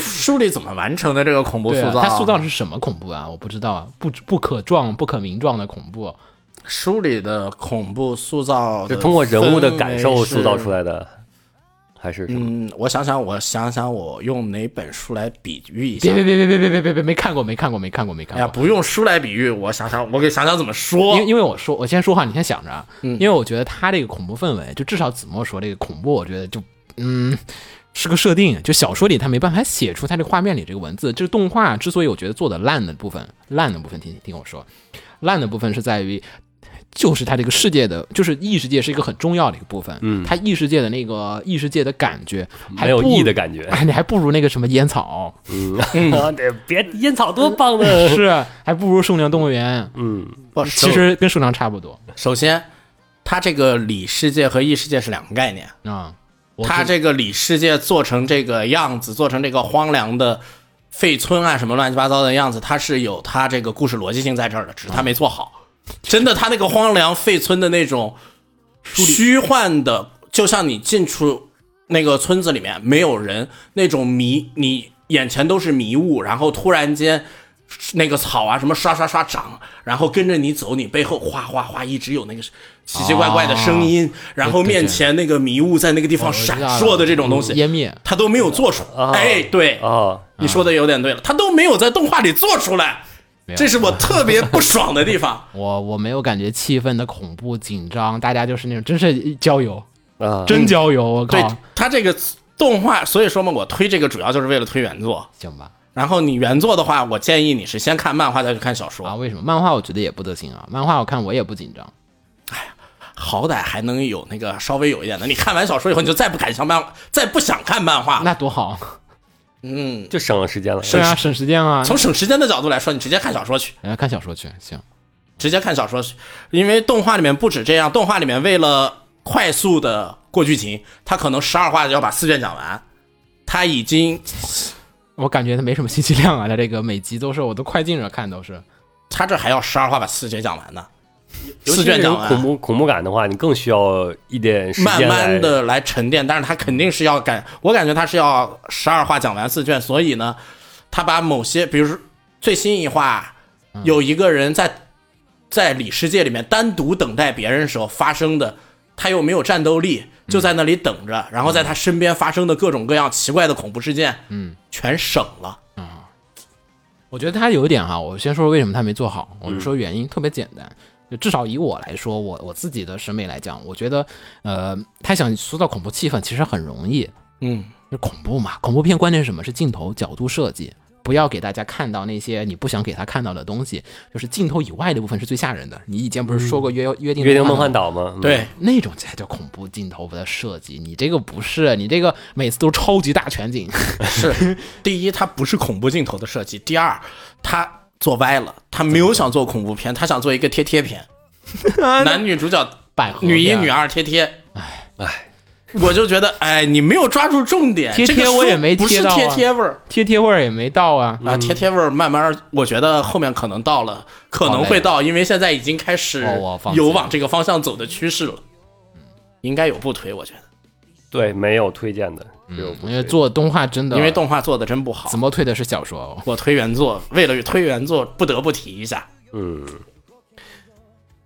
书里怎么完成的这个恐怖
对
塑
啊，
造？
他塑造的是什么恐怖啊？我不知道啊，不不可撞、不可名状的恐怖，
书里的恐怖塑造，
就通过人物的感受塑造出。来的，还是什么？
嗯，我想想，我想想，我用哪本书来比喻一下
别？别别别别别别别别没看过没看过没看过没看
哎呀，
过，
不用书来比喻，我想想，我给想想怎么说
因为。因为我说，我先说话，你先想着啊，因为我觉得他这个恐怖氛围，就至少子墨说这个恐怖，我觉得就嗯是个设定，就小说里他没办法写出他这个画面里这个文字，这个动画之所以我觉得做的烂的部分，烂的部分听听我说，烂的部分是在于。就是它这个世界的，就是异世界是一个很重要的一个部分。嗯，它异世界的那个异世界的感觉，还
没有
不
意义的感觉
哎，你还不如那个什么烟草，
啊，对，别烟草多棒呢！
嗯
是还不如数量动物园，
不
其实跟数量差不多
首首先，它这个里世界和异世界是两个概念。
啊。
它这个里世界做成这个样子，做成这个荒凉的废村啊，什么乱七八糟的样子，它是有它这个故事逻辑性在这儿的，只是
嗯
它没做好。真的，它那个荒凉废村的那种虚幻的，就像你进出那个村子里面没有人那种迷，你眼前都是迷雾，然后突然间。那个草啊，什么刷刷刷长，然后跟着你走，你背后哗哗哗，一直有那个奇奇怪怪的声音，然后
啊对对
面
对
前那个迷雾在那个地方哦闪烁的这种东西，
嗯湮灭，
他都没有做出。哎，对，
啊，
你说的有点对了，他都没有在动画里做出来，
有。
这是我特别不爽的地方
我我没有感觉气氛的恐怖紧张，大家就是那种真是郊游，
啊
真郊游，我
嗯对
靠，
他这个动画，所以说嘛，我推这个主要就是为了推原作。
行吧？
然后你原作的话，我建议你是先看漫画再去看小
啊，
说，
为什么漫画我觉得也不得行啊？漫画我看我也不紧张，
好歹还能有那个稍微有一点的。你看完小说以后，你就再不敢想漫，再不想看漫画。
那多好，
嗯，
就省了时间了。
对啊，省时间啊，
从省时间的角度来说，你直接看小说去。
来看小说去，行，
直接看小说去，因为动画里面不止这样，动画里面为了快速的过剧情，他可能十二话就要把四卷讲完，他已经
我感觉它没什么信息量啊，它这个每集都是我都快进着看都是，
他这还要十二话把四卷讲完呢，
尤其
四
是
卷
有恐
讲完，
怖恐怖感的话，你更需要一点时
慢
间
慢
来
的来沉淀，但是他肯定是要感，我感觉他是要十二话讲完四卷，所以呢，他把某些，比如说最新一话，有一个人在在里世界里面单独等待别人的时候发生的，他又没有战斗
嗯
力，就在那里等着，然后在他身边发生的各种各样奇怪的恐怖事件，嗯，全省了。嗯
我觉得他有一点哈、我先说为什么他没做好，我就说原因、特别简单，就至少以我来说，我我自己的审美来讲，我觉得，呃，他想塑造恐怖气氛其实很容易，
嗯，
就是恐怖嘛，恐怖片关键是什么？是镜头角度设计，不要给大家看到那些你不想给他看到的东西，就是镜头以外的部分是最吓人的。你以前不是
嗯
说过约、约定
约定梦
幻
幻
岛吗？
岛吗？嗯，
对，
那种才叫恐怖镜头的设计，你这个不是，你这个每次都超级大全景，
是第一，它不是恐怖镜头的设计；第二，它做歪了，他没有想做恐怖片，他想做一个贴 贴
啊
片，男女主角
百合啊
女一
恋
女二贴贴。
哎，
我就觉得，哎，你没有抓住重点。
贴贴
这个书
我也没
不
贴
是
到啊
贴贴味儿
贴贴味儿也没到啊。
啊，贴贴味儿慢慢儿，我觉得后面可能到了，可能会到，因为现在已经开始
哦我放弃嗯
有往这个方向走的趋势了。应该有不推，我觉得，
对，没有推荐的，只有
嗯
不
因为
推
做动画真的，
因为动画做的真不好
子。墨推的是小说、哦，
我推原作，为了推原作，不得不提一下。
嗯，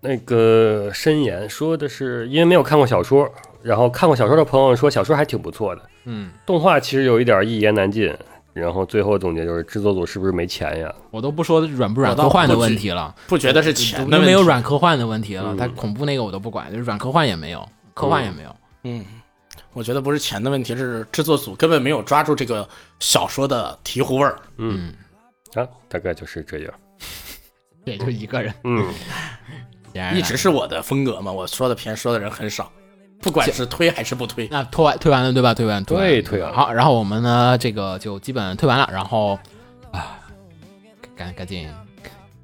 那个申言说的是，因为没有看过小说，然后看过小说的朋友说小说还挺不错的，
嗯，
动画其实有一点一言难尽。然后最后总结就是制作组是不是没钱呀？
我都不说软不软
我倒
科幻的
不
问
止
题了，
不觉得是
都
钱的问题，嗯
没有软科幻的问题了，他恐怖那个我都不管，就是软科幻也没有，科幻也没有。
嗯我觉得不是钱的问题，是制作组根本没有抓住这个小说的醍醐味儿。
嗯
啊，大概就是这样。
也就一 个人，
嗯，
显然
一直是我的风格嘛，我说的片说的人很少，不管是推还是不推，
那推完推完了对吧？推完完
对
推
推完了
好，然后我们呢，这个就基本推完了，然后啊，赶赶紧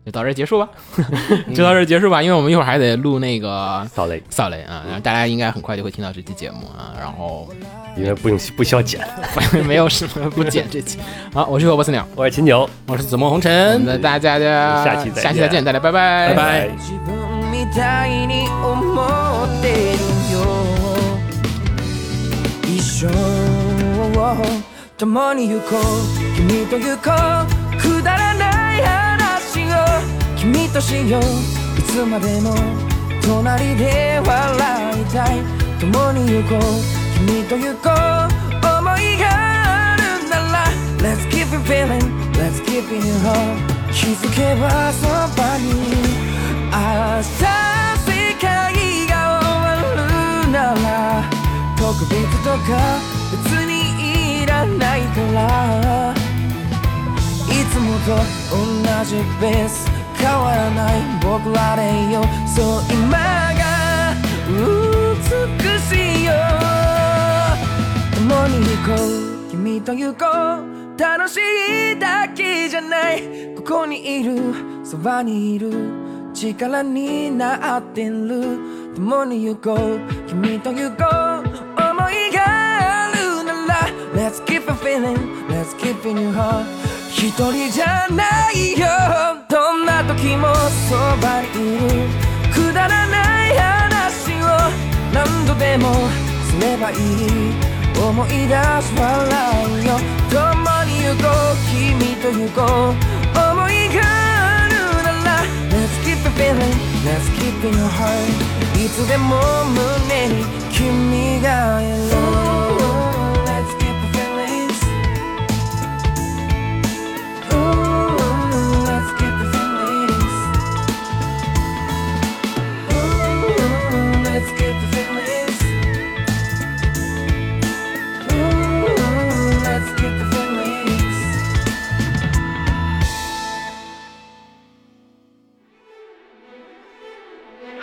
就到这儿结束吧，
嗯
就到这儿结束吧，因为我们一会儿还得录那个
扫雷，
扫雷啊，然后大家应该很快就会听到这期节目啊，然后
因为不用不需要剪。
没有什么不剪这期。好，我是火波斯鸟，
我是秦九，
我是紫梦红
那
尘，
大家的
下期再见
下期再见，大家拜拜
拜拜。
自分みたいに思ってるよ一生を共に行こう君と行こうくだらない話を君としよういつまでも隣で笑いたい共に行こう君と行こう思いがあるなら Let's keep it feeling Let's keep it home 気づけばそばに明日世界が終わるなら特別とか別にいらないからいつもと同じベース変わらない僕らでいようそう今が美しいよ共に行こう君と行こう楽しいだけじゃないここにいるそばにいる力になってる共に行こう君と行こう思いがあるなら Let's keep it feeling Let's keep it new home 一人じゃないよどんな時もそばにいるくだらない話を何度でもすればいい思い出す笑うよ共に行こう君と行こう思いがあるなら Let's keep it feeling Let's keep it in your heart いつでも胸に君がいる Let's keep it feelings Ooh, let's keep it feelings Ooh, let's keep it feelings Ooh, let's keep it feelings
《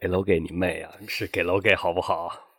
给楼给你妹啊，是给楼给好不好？